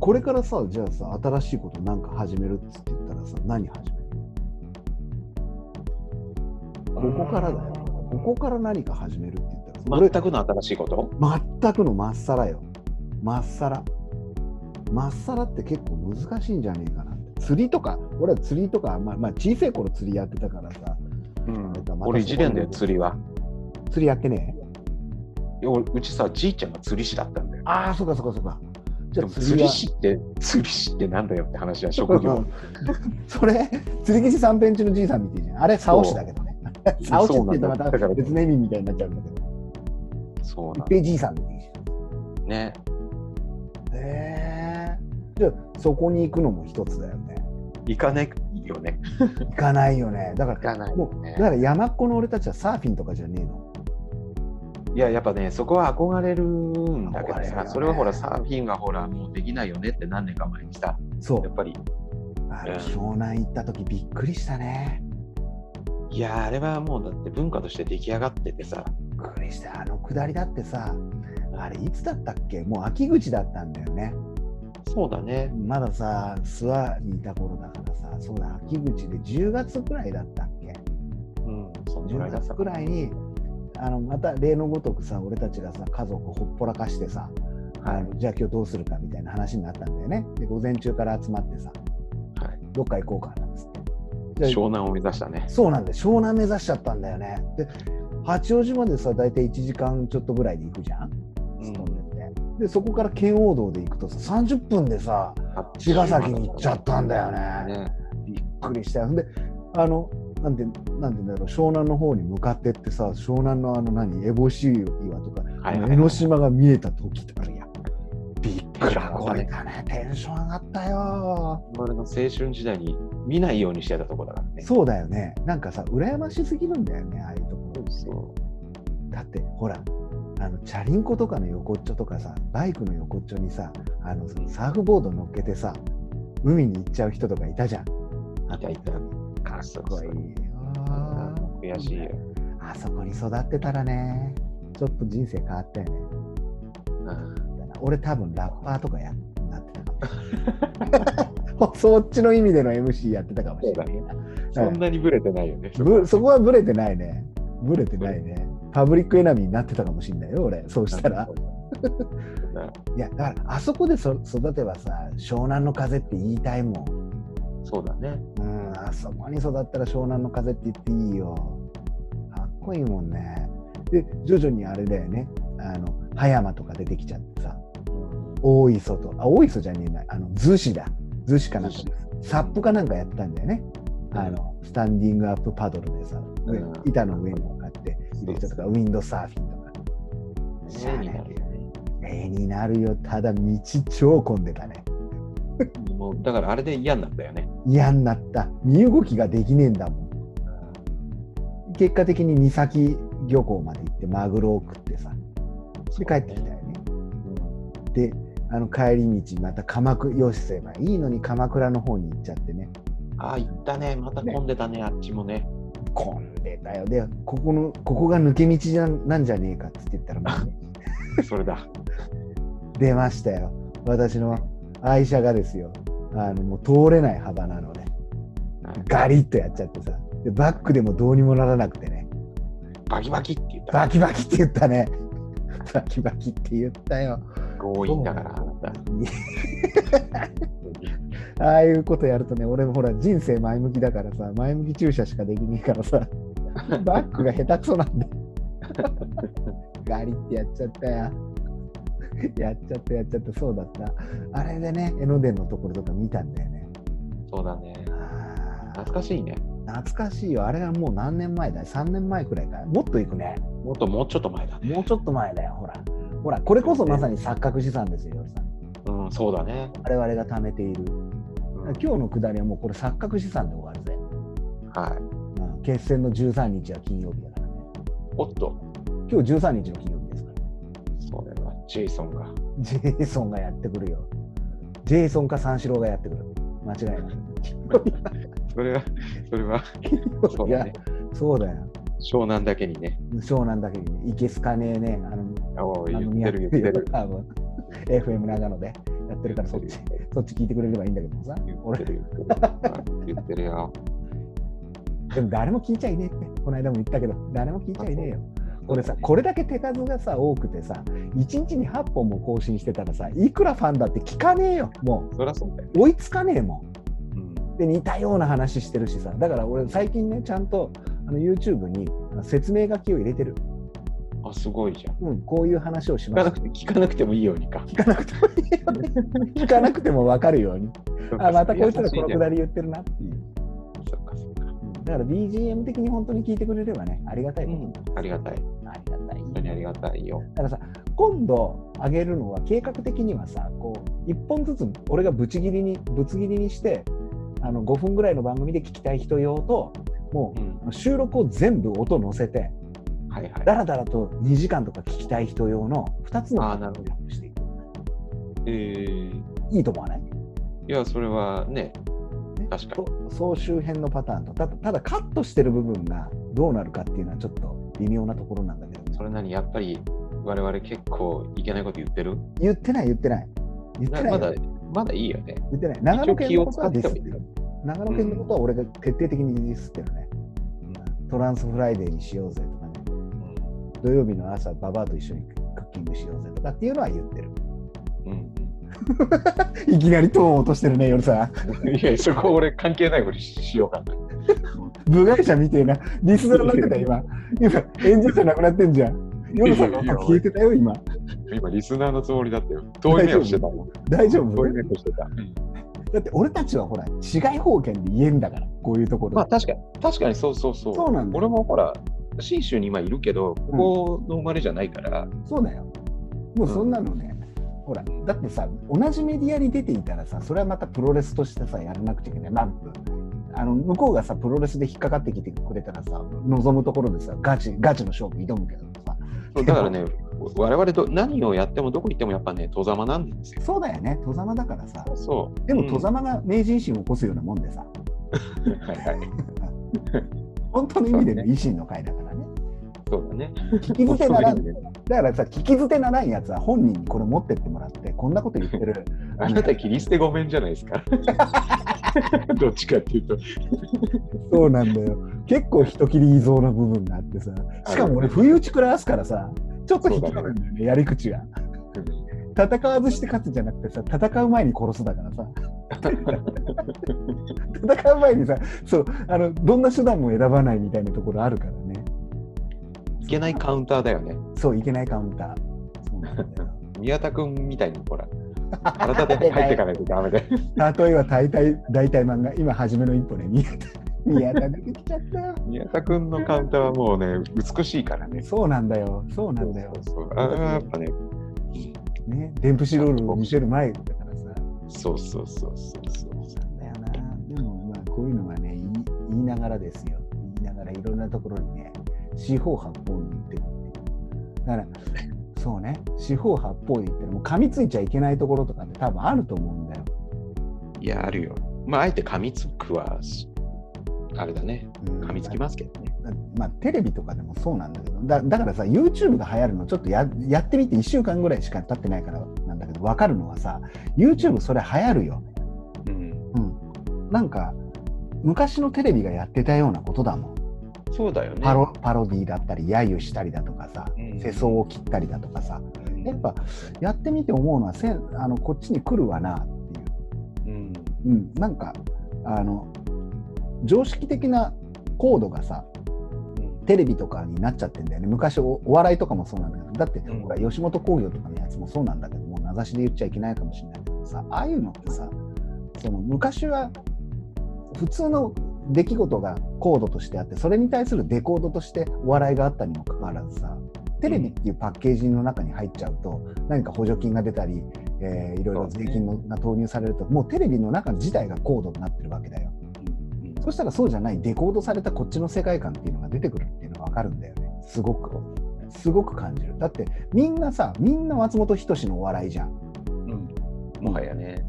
Speaker 1: これからさ、じゃあさ、新しいことなんか始めるっつって言ったらさ、何始めるここからだよ。ここから何か始めるって言ったらさ、俺
Speaker 2: 全くの新しいこと
Speaker 1: 全くのまっさらよ。まっさら。まっさらって結構難しいんじゃねえかなって。釣りとか、俺は釣りとか、まあ、まあ小さい頃釣りやってたからさ、
Speaker 2: うん
Speaker 1: また
Speaker 2: 俺、一年だよ、釣りは。
Speaker 1: 釣りやってねえ。
Speaker 2: いや俺うちさ、じいちゃんが釣り師だったんだよ。
Speaker 1: ああ、そうかそうかそうか。じ
Speaker 2: で
Speaker 1: ゃあ
Speaker 2: も
Speaker 1: 釣
Speaker 2: 釣
Speaker 1: り
Speaker 2: り
Speaker 1: は
Speaker 2: 師って、釣り師ってなんだよって話 は職業。
Speaker 1: それ、釣り岸三ペンチのじいさんみたいじゃん。あれ、竿師だけどね。竿師って言うとまた
Speaker 2: そうなんだよ
Speaker 1: 別の意味みたいになっちゃうんだけど。
Speaker 2: そうな
Speaker 1: 一
Speaker 2: んだ
Speaker 1: 平じいさんみたいじ
Speaker 2: ね。
Speaker 1: ゃん。へえ。じゃあ、そこに行くのも一つだよね。
Speaker 2: 行かないよね。
Speaker 1: 行かないよね。だか
Speaker 2: 行
Speaker 1: ら、
Speaker 2: かない
Speaker 1: も
Speaker 2: よ
Speaker 1: う、だ
Speaker 2: ね。
Speaker 1: から山っこの俺たちはサーフィンとかじゃねえの。
Speaker 2: いや、やっぱね、そこは憧れるんだけど
Speaker 1: 憧れるよ
Speaker 2: さ、
Speaker 1: ね
Speaker 2: それはほら、サーフィンがほら、もうできないよねって何年か前にさ、
Speaker 1: そ
Speaker 2: やっ
Speaker 1: う。
Speaker 2: ぱり
Speaker 1: あ
Speaker 2: うん
Speaker 1: の湘南行った時びっくりしたね。
Speaker 2: いやーあれはもうだって文化として出来上がっててさ、
Speaker 1: びっくりした。あの下りだってさ、あれいつだったっけもう秋口だったんだよね。
Speaker 2: そうだね、
Speaker 1: まださ、諏訪にいた頃だからさ、そうだ、秋口で10月くらいだったっけ
Speaker 2: うん、そんぐら
Speaker 1: ?10
Speaker 2: いだっ
Speaker 1: 月
Speaker 2: た
Speaker 1: く
Speaker 2: から
Speaker 1: いに、あのまた例のごとくさ、俺たちがさ、家族ほっぽらかしてさ、あのじゃあ今日どうするかみたいな話になったんだよね。で、午前中から集まってさ、
Speaker 2: はい
Speaker 1: どっか行こうかなんつって。で
Speaker 2: 湘南を目指したね。
Speaker 1: そうなんだよ、湘南目指しちゃったんだよね。で、八王子までさ、大体1時間ちょっとぐらいで行くじゃん、
Speaker 2: うん
Speaker 1: 勤めてで、そこから圏央道で行くとさ、30分でさ、
Speaker 2: あ
Speaker 1: 茅ヶ崎に行っちゃったんだよね。
Speaker 2: ね
Speaker 1: びっくりしたよ。で、あの、なんて、なんていうんだろう、湘南の方に向かってってさ、湘南のあの何、烏帽子岩とか、
Speaker 2: はいはい
Speaker 1: 江ノ島が見えた時あるやん。
Speaker 2: びっ
Speaker 1: こ
Speaker 2: く
Speaker 1: れ
Speaker 2: りこれ
Speaker 1: だね、テンション上がったよ。
Speaker 2: 俺の青春時代に見ないようにしてたとこだからね。
Speaker 1: そうだよね。なんかさ、羨ましすぎるんだよね、ああいうところ。
Speaker 2: そ
Speaker 1: だって、ほら、あのチャリンコとかの横っちょとかさ、バイクの横っちょにさ、あのサーフボード乗っけてさ、海に行っちゃう人とかいたじゃん。
Speaker 2: いたいた
Speaker 1: かっ
Speaker 2: う。かっ
Speaker 1: こいいよ。
Speaker 2: 悔しいよ。
Speaker 1: あそこに育ってたらね、ちょっと人生変わったよね。
Speaker 2: うん
Speaker 1: 俺多分ラッパーとかやなってたかもそっちの意味での MC やってたかもしれないな。
Speaker 2: そんなにブレてないよね。
Speaker 1: ぶそこはブレてないね。ブレてないね。パブリックエナミーになってたかもしれないよ、俺。そうしたら。いや、だからあそこでそ育てばさ、湘南の風って言いたいもん。
Speaker 2: そうだね。
Speaker 1: うん、あそこに育ったら湘南の風って言っていいよ。かっこいいもんね。で、徐々にあれだよね、あの葉山とか出てきちゃってさ、大磯と、あ、大磯じゃねえな、あの、逗子だ。逗子かなんか
Speaker 2: 逗子、
Speaker 1: サップかなんかやってたんだよね。
Speaker 2: うん
Speaker 1: あの、スタンディングアップパドルでさ、上
Speaker 2: うん
Speaker 1: 板の上に向かって、できたとか、ウィンドサーフィンとか。
Speaker 2: 絵になるよね。
Speaker 1: 絵になるよ、ただ道超混んでたね。
Speaker 2: もうだからあれで嫌になったよね。
Speaker 1: 嫌になった。身動きができねえんだもん。結果的に岬漁港まで行ってマグロを食ってさで帰ってきたよね。であの帰り道また鎌倉よしすればいいのに鎌倉の方に行っちゃってね
Speaker 2: ああ、行ったね。また混んでたね、あっちもね。
Speaker 1: 混んでたよでここのここが抜け道じゃなんじゃねえかっつって言ったらもうね、
Speaker 2: それだ。
Speaker 1: 出ましたよ私の愛車がですよあのもう通れない幅なのでガリッとやっちゃってさでバックでもどうにもならなくてね
Speaker 2: バキバキって言った
Speaker 1: バ
Speaker 2: ら、
Speaker 1: キバキって言ったねバキバキって言ったよ
Speaker 2: 強引だから、あなた。
Speaker 1: ああいうことやるとね、俺もほら人生前向きだからさ、前向き注射しかできねえからさ、バックが下手くそなんだよ。ガリってやっちゃったよ。やっちゃったやっちゃった、そうだった。あれでね、江ノ電のところとか見たんだよね。
Speaker 2: そうだね。
Speaker 1: あ
Speaker 2: 懐かしいね。
Speaker 1: ー懐かしいよ。あれがもう何年前だ ?3 年前くらいか。もっといくね。
Speaker 2: もっともうちょっと前だね。
Speaker 1: もうちょっと前だよ、ほら。ほら、これこそまさに錯覚資産ですよ、さん。
Speaker 2: うん、そうだね。
Speaker 1: 我々が貯めている。
Speaker 2: うん
Speaker 1: 今日のくだりはもうこれ錯覚資産で終わるぜ。
Speaker 2: はい。
Speaker 1: うん決戦の13日は金曜日だからね。
Speaker 2: おっと、
Speaker 1: 今日13日の金曜日ですから。
Speaker 2: そうだよな。ジェイソンが。
Speaker 1: ジェイソンがやってくるよ。ジェイソンか三四郎がやってくる。間違いない。
Speaker 2: それは、それは、そう
Speaker 1: い
Speaker 2: だ
Speaker 1: や
Speaker 2: ね。、
Speaker 1: そうだよ。
Speaker 2: 湘南だけにね。
Speaker 1: 湘南だけにね、いけすかねえね、あの、
Speaker 2: お
Speaker 1: あ
Speaker 2: い、
Speaker 1: の
Speaker 2: 言ってる、言
Speaker 1: で
Speaker 2: ってる。
Speaker 1: 多 分 FM 長野でやってるから、そっち、そっち聞いてくれればいいんだけどさ、
Speaker 2: 言って
Speaker 1: 俺、
Speaker 2: る、言ってる。言ってるよ。
Speaker 1: でも誰も聞いちゃいねえって、この間も言ったけど、誰も聞いちゃいねえよ。俺さ、これだけ手数がさ、多くてさ、1日に8本も更新してたらさ、いくらファンだって聞かねえよ、も
Speaker 2: そりゃそうだよ。
Speaker 1: う、追いつかねえもん。
Speaker 2: うん。
Speaker 1: で似たような話してるしさだから俺最近ねちゃんとあの YouTube にあの説明書きを入れてる、
Speaker 2: あ、すごいじゃん。
Speaker 1: うん、こういう話をし
Speaker 2: 聞
Speaker 1: ま
Speaker 2: か
Speaker 1: す
Speaker 2: なくて、聞かなくてもいいようにか。
Speaker 1: 聞かなくてもいいように聞かなくても分かるよう にあまたこいつらこのく
Speaker 2: だ
Speaker 1: だり言ってるなっていう、
Speaker 2: そっかそっか。
Speaker 1: うんだから BGM 的に本当に聞いてくれればねありがたいことだ、
Speaker 2: ありがたい。本
Speaker 1: ありがたい
Speaker 2: 当にありがたいよ。
Speaker 1: だからさ今度上げるのは計画的にはさこう1本ずつ俺がぶち切りにぶつ切りにしてあの5分ぐらいの番組で聞きたい人用とも
Speaker 2: う
Speaker 1: うんあ。の収録を全部音乗せて、
Speaker 2: はいはい。
Speaker 1: だらだらと2時間とか聞きたい人用の2つの
Speaker 2: あーなるほど
Speaker 1: していく
Speaker 2: えー、い
Speaker 1: いいと思わない、ね
Speaker 2: や、それはね、確かに。
Speaker 1: と総集編のパターンとただただカットしてる部分がどうなるかっていうのはちょっと微妙なところなんだけど、
Speaker 2: それなりにやっぱり我々結構いけないこと言ってる
Speaker 1: 言ってない言ってない言ってない
Speaker 2: なま
Speaker 1: よ
Speaker 2: だまだいいよね。
Speaker 1: 言ってない長野県のことはディスって
Speaker 2: 一応気を使ってはいる
Speaker 1: る長野県のことは俺が徹底的にディスってるね、トランスフライデーにしようぜとかね土曜日の朝ババアと一緒にクッキングしようぜとかっていうのは言ってる
Speaker 2: うんうん
Speaker 1: いきなりトーン落としてるね夜さん
Speaker 2: うん、いや、そこ俺関係ないことしようかな。
Speaker 1: 部外者みてえな、リスナーになってた今。今、演者じゃなくなってんじゃん。夜さんの音消えてたよ、今。
Speaker 2: 今、リスナーのつもりだったよ。遠い目をしてたもん。
Speaker 1: 大丈夫
Speaker 2: 遠い目をしてた。うん
Speaker 1: だって俺たちはほら、市外方言で言えんだから、こういうところ。
Speaker 2: まあ確かに、確かにそうそうそう。
Speaker 1: そうなんだよ
Speaker 2: 俺もほら、信州に今いるけど、ここの生まれじゃないから、
Speaker 1: そうだよ。もうそんなのね、ほら、だってさ、同じメディアに出ていたらさ、それはまたプロレスとしてさ、やらなくちゃいけない。まああの向こうがさ、プロレスで引っかかってきてくれたらさ、望むところでさ、ガチ、ガチの勝負挑むけどさ、
Speaker 2: そう だからね、我々と何をやってもどこ行ってもやっぱね、戸ざまなんですよ。
Speaker 1: そうだよね、戸様だからさ、
Speaker 2: そう。
Speaker 1: でも戸様が明治維新を起こすようなもんでさ、
Speaker 2: うんはいはい。
Speaker 1: 本当の意味での維新の会だ からね。
Speaker 2: そうだね。
Speaker 1: 聞き捨てならん、
Speaker 2: そういう意味で
Speaker 1: だからさ、聞き捨てならんやつは本人にこれ持ってってもらって、こんなこと言ってる。
Speaker 2: あなた切り捨てごめんじゃないで すか。どっちかっていうと。
Speaker 1: そうなんだよ。結構人切り異常な部分があってさ、しかも俺、不意打ち食らわすからさ、ちょっと引っかかるんだよね、やり口が。戦わずして勝つんじゃなくてさ、戦う前に殺すだからさ。戦う前にさ、そう、あの、どんな手段も選ばないみたいなところあるからね。
Speaker 2: いけないカウンターだよね。
Speaker 1: そう、いけないカウンター。そうなんだよ。
Speaker 2: 宮田君みたいにほら、体で入っていかないとダメで。
Speaker 1: 例えば大体大体漫画今初めの一歩ね宮田宮田出てきちゃったよ
Speaker 2: 宮田君のカウンターはもうね、美しいからね。
Speaker 1: そうなんだよそうなんだよ
Speaker 2: そうそうあれはやっぱね、
Speaker 1: ねデンプシロールを見せる前だからさ
Speaker 2: そうそうそうそうそう。
Speaker 1: そうなんだよなでもまあこういうのはね言い言いながらですよ言いながらいろんなところにね四方八方に行ってるっていうだからそうね四方八方に行ってるもう噛みついちゃいけないところとかって多分あると思うんだよ、
Speaker 2: いや、あるよ。まあ、あえて噛みつくは、しあれだね。
Speaker 1: うん
Speaker 2: 噛みつきますけどね。
Speaker 1: だまあ、テレビとかでもそうなんだけどだだからさ YouTube が流行るのちょっとややってみて1週間ぐらいしか経ってないからなんだけど分かるのはさ YouTube それ流行るよ、
Speaker 2: うん。
Speaker 1: うん、なんか昔のテレビがやってたようなことだもん
Speaker 2: そうだよね。
Speaker 1: パロパロディだったり揶揄したりだとかさ
Speaker 2: うん
Speaker 1: 世相を切ったりだとかさ
Speaker 2: うん
Speaker 1: やっぱやってみて思うのはせんあのこっちに来るわなっていう
Speaker 2: うん。
Speaker 1: うん、なんかあの常識的なコードがさテレビとかになっちゃってんだよね昔おお笑いとかもそうなんだけどだって、
Speaker 2: うん
Speaker 1: ほら吉本興業とかのやつもそうなんだけどもう名指しで言っちゃいけないかもしれないけどさああいうのってさその昔は普通の出来事がコードとしてあってそれに対するデコードとしてお笑いがあったにもかかわらずさテレビっていうパッケージの中に入っちゃうと何か補助金が出たり、えーいろいろ税金のが投入されるともうテレビの中自体がコードになってるわけだよ。
Speaker 2: うん
Speaker 1: そしたらそうじゃないデコードされたこっちの世界観っていうのが出てくるっていうのが分かるんだよねすごくすごく感じるだってみんなさみんな松本人志のお笑いじゃん
Speaker 2: うんもはやね。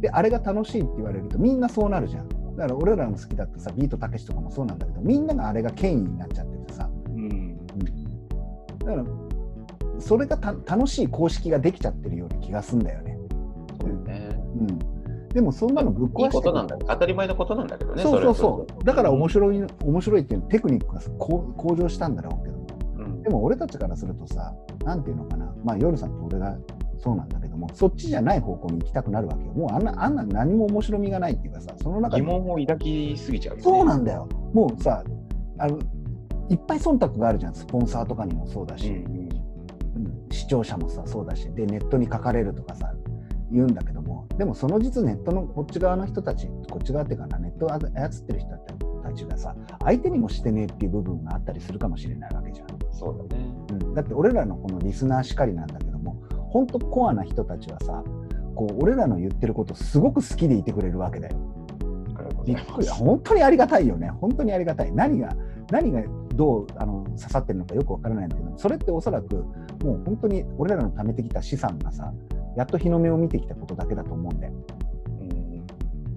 Speaker 1: であれが楽しいって言われるとみんなそうなるじゃんだから俺らの好きだったさビートたけしとかもそうなんだけどみんながあれが権威になっちゃっててさ
Speaker 2: うん。
Speaker 1: だからそれがた楽しい公式ができちゃってるような気がすんだよね
Speaker 2: そうね。
Speaker 1: うんでもそんなのぶっ
Speaker 2: いい
Speaker 1: 壊して
Speaker 2: ことなんだ。当たり前のことなんだけどね。
Speaker 1: そうそう
Speaker 2: れは
Speaker 1: そうだから面白い面白いっていうテクニックがこう向上したんだろうけども
Speaker 2: うん
Speaker 1: でも俺たちからするとさ、なんていうのかな、まあ、夜さんと俺がそうなんだけども、そっちじゃない方向に行きたくなるわけよ。もうあんなあんな何も面白みがないっていうかさ、その中
Speaker 2: 疑
Speaker 1: に。
Speaker 2: 問を抱きすぎちゃうよね。
Speaker 1: そうなん
Speaker 2: だ。
Speaker 1: だよ。もうさ、あのいっぱい忖度があるじゃん、スポンサーとかにもそうだし、うん視聴者もさ、そうだし、で、ネットに書かれるとかさ、言うんだけども、でもその実、ネットのこっち側の人たち、こっち側っていうかな、ネットを操ってる人たちがさ、相手にもしてねえっていう部分があったりするかもしれないわけじゃん。
Speaker 2: そうだね。
Speaker 1: うん、だって俺らのこのリスナーしかりなんだけども本当コアな人たちはさこう俺らの言ってることすごく好きでいてくれるわけだよ。
Speaker 2: ありがとう
Speaker 1: びっく
Speaker 2: ござい
Speaker 1: り
Speaker 2: ます。
Speaker 1: 本当にありがたいよね本当にありがたい何が何がどうあの刺さってるのかよくわからないんだけどそれっておそらくもう本当に俺らの貯めてきた資産がさやっと日の目を見てきたことだけだと思うんだよ。
Speaker 2: うん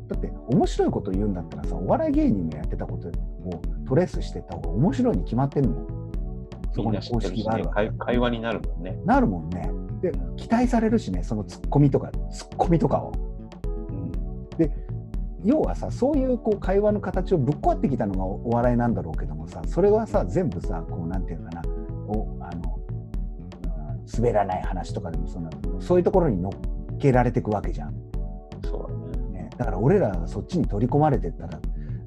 Speaker 1: だって面白いこと言うんだったらさお笑い芸人がやってたことをトレースしてった方が面白いに決まってるの。そ
Speaker 2: み
Speaker 1: こに
Speaker 2: んな知っ
Speaker 1: 公
Speaker 2: てる
Speaker 1: 式
Speaker 2: し
Speaker 1: があ
Speaker 2: ね
Speaker 1: るわけ
Speaker 2: 会会話になるもんね。
Speaker 1: なるもんね。で期待されるしねそのツッコミとかツッコミとかを。要はさそういうこう会話の形をぶっ壊ってきたのがおお笑いなんだろうけどもさそれはさ全部さこうなんていうのかなおあのうん滑らない話とかでもそうなんだけどそういうところに乗っけられていくわけじゃん、
Speaker 2: そうだね。
Speaker 1: ね、だから俺らがそっちに取り込まれてったら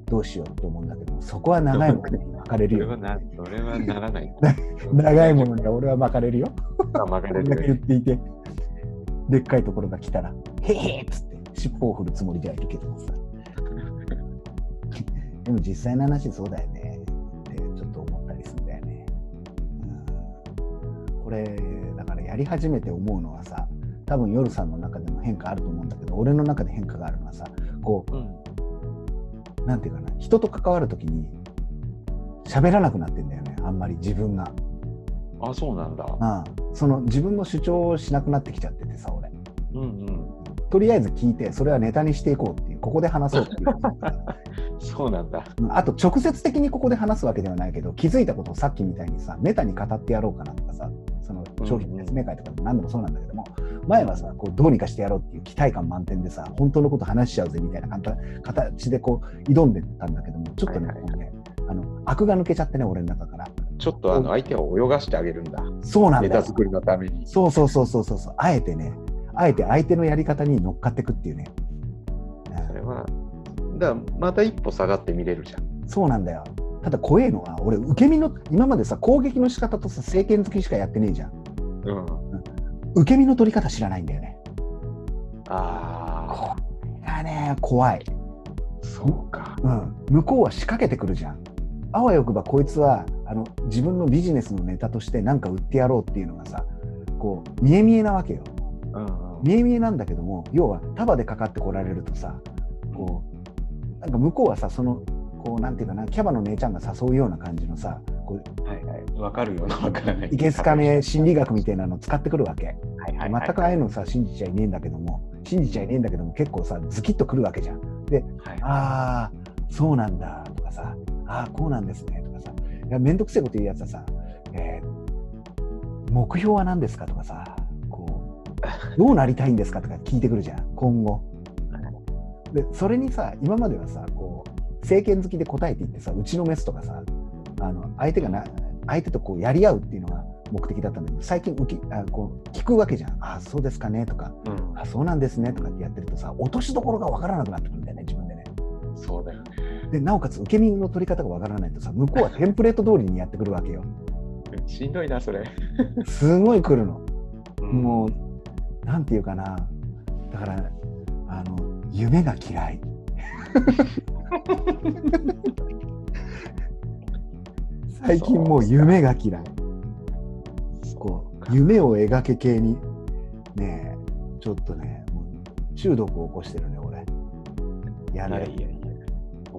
Speaker 1: どうしようって思うんだけどそこは長いものに巻かれ
Speaker 2: そ
Speaker 1: る
Speaker 2: れ
Speaker 1: よ
Speaker 2: はな、それはならない。
Speaker 1: 長いものには俺は巻かれるよ
Speaker 2: が曲が
Speaker 1: こ
Speaker 2: れ
Speaker 1: んだけ言
Speaker 2: るよ
Speaker 1: っ
Speaker 2: ね。
Speaker 1: ていて、でっかいところが来たら、へへっつって、尻尾を振るつもりではいるけどさ。 でも実際の話、そうだよねってちょっと思ったりするんだよね。うんこれ、だからやり始めて思うのはさ、多分夜さんの中でも変化あると思うんだけど、俺の中で変化があるのはさ、こ
Speaker 2: うん
Speaker 1: う、なんていうかな、人と関わるときに、喋らなくなってんだよね、あんまり自分が。
Speaker 2: あ、そうなんだ。
Speaker 1: うん、その自分の主張をしなくなってきちゃっててさ、俺。
Speaker 2: うんうん。
Speaker 1: とりあえず聞いてそれはネタにしていこうっていうここで話そうっていう
Speaker 2: そうなんだ。
Speaker 1: うん あと直接的にここで話すわけではないけど気づいたことをさっきみたいにさメタに語ってやろうかなとかさその商品説明会とかでも何でもそうなんだけども前はさこうどうにかしてやろうっていう期待感満点でさ本当のこと話しちゃうぜみたいな簡単形でこう挑んでたんだけどもちょっとね,、
Speaker 2: はいはい
Speaker 1: こうねあの悪が抜けちゃってね俺の中から
Speaker 2: ちょっとあの相手を泳がしてあげるんだ。
Speaker 1: そうなん
Speaker 2: ネ
Speaker 1: だ
Speaker 2: タ
Speaker 1: よ
Speaker 2: 作りのために。
Speaker 1: そうそうそうそうそうそうあえてねあえて相手のやり方に乗っかってくっていうね、うん
Speaker 2: それは、だからまた一歩下がって見れるじゃん。
Speaker 1: そうなんだよ。ただ怖えのは、俺、受け身の、今までさ、攻撃の仕方とさ、政権好きしかやってねえじゃん。
Speaker 2: うん。
Speaker 1: 受け身の取り方知らないんだよね。
Speaker 2: あ
Speaker 1: こ
Speaker 2: あ、
Speaker 1: れがね、怖い。
Speaker 2: そうか。
Speaker 1: うん。向こうは仕掛けてくるじゃん。あわよくばこいつは、あの、自分のビジネスのネタとしてなんか売ってやろうっていうのがさ、こう、見え見えなわけよ。
Speaker 2: うん
Speaker 1: 見え見えなんだけども、要は、束でかかってこられるとさ、こう、なんか向こうはさ、その、こう、なんていうかな、キャバの姉ちゃんが誘うような感じのさ、こう、
Speaker 2: はい
Speaker 3: わかるような、わからない。
Speaker 1: いけすかね心理学みたいなの使ってくるわけ。
Speaker 3: はいはいはい。
Speaker 1: 全くああいうのさ、信じちゃいねえんだけども、信じちゃいねえんだけども、結構さ、ズキッとくるわけじゃん。
Speaker 3: はい。
Speaker 1: ああ、そうなんだとかさ、ああ、こうなんですねとかさ、いやめんどくせえこと言うやつはさ、えー目標は何ですかとかさ、こう、どうなりたいんですかとか聞いてくるじゃん、今後。で、それにさ、今まではさ、こう、政権好きで答えていってさ、うちのメスとかさ、あの相手がな、相手とこうやり合うっていうのが目的だったんだけど、最近受けあこう聞くわけじゃん、ああ、そうですかねとか、
Speaker 3: うん
Speaker 1: あそうなんですねとかってやってるとさ、落としどころが分からなくなってくるんだよね、自分でね。
Speaker 3: そうだよね。
Speaker 1: でなおかつ受け身の取り方がわからないとさ向こうはテンプレート通りにやってくるわけよ
Speaker 3: しんどいな、それ。
Speaker 1: すごい来るの
Speaker 3: うん
Speaker 1: もうなんていうかなだからあの夢が 嫌い最近もう夢が嫌いこう夢を描け系にねえちょっとねもう中毒を起こしてるね俺や
Speaker 3: い
Speaker 1: ら
Speaker 3: や
Speaker 1: れ
Speaker 3: いやいや。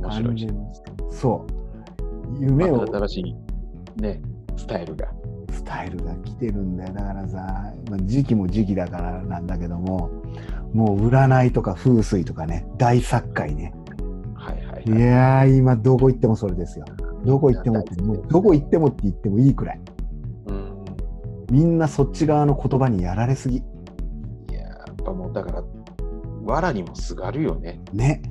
Speaker 3: 面白いし。
Speaker 1: 完全そう夢を
Speaker 2: また新しい、ね、スタイルが。
Speaker 1: スタイルが来てるんだよだからさ、まあ時期も時期だからなんだけどももう占いとか風水とかね大殺界ね
Speaker 2: はいはい
Speaker 1: い
Speaker 2: はい。
Speaker 1: やー今どこ行ってもそれですよどこ行ってもってもうどこ行ってもって言ってもいいくらい
Speaker 2: うん
Speaker 1: みんなそっち側の言葉にやられすぎ
Speaker 2: いや、やっぱもうだから、わらにもすがるよね。
Speaker 1: ね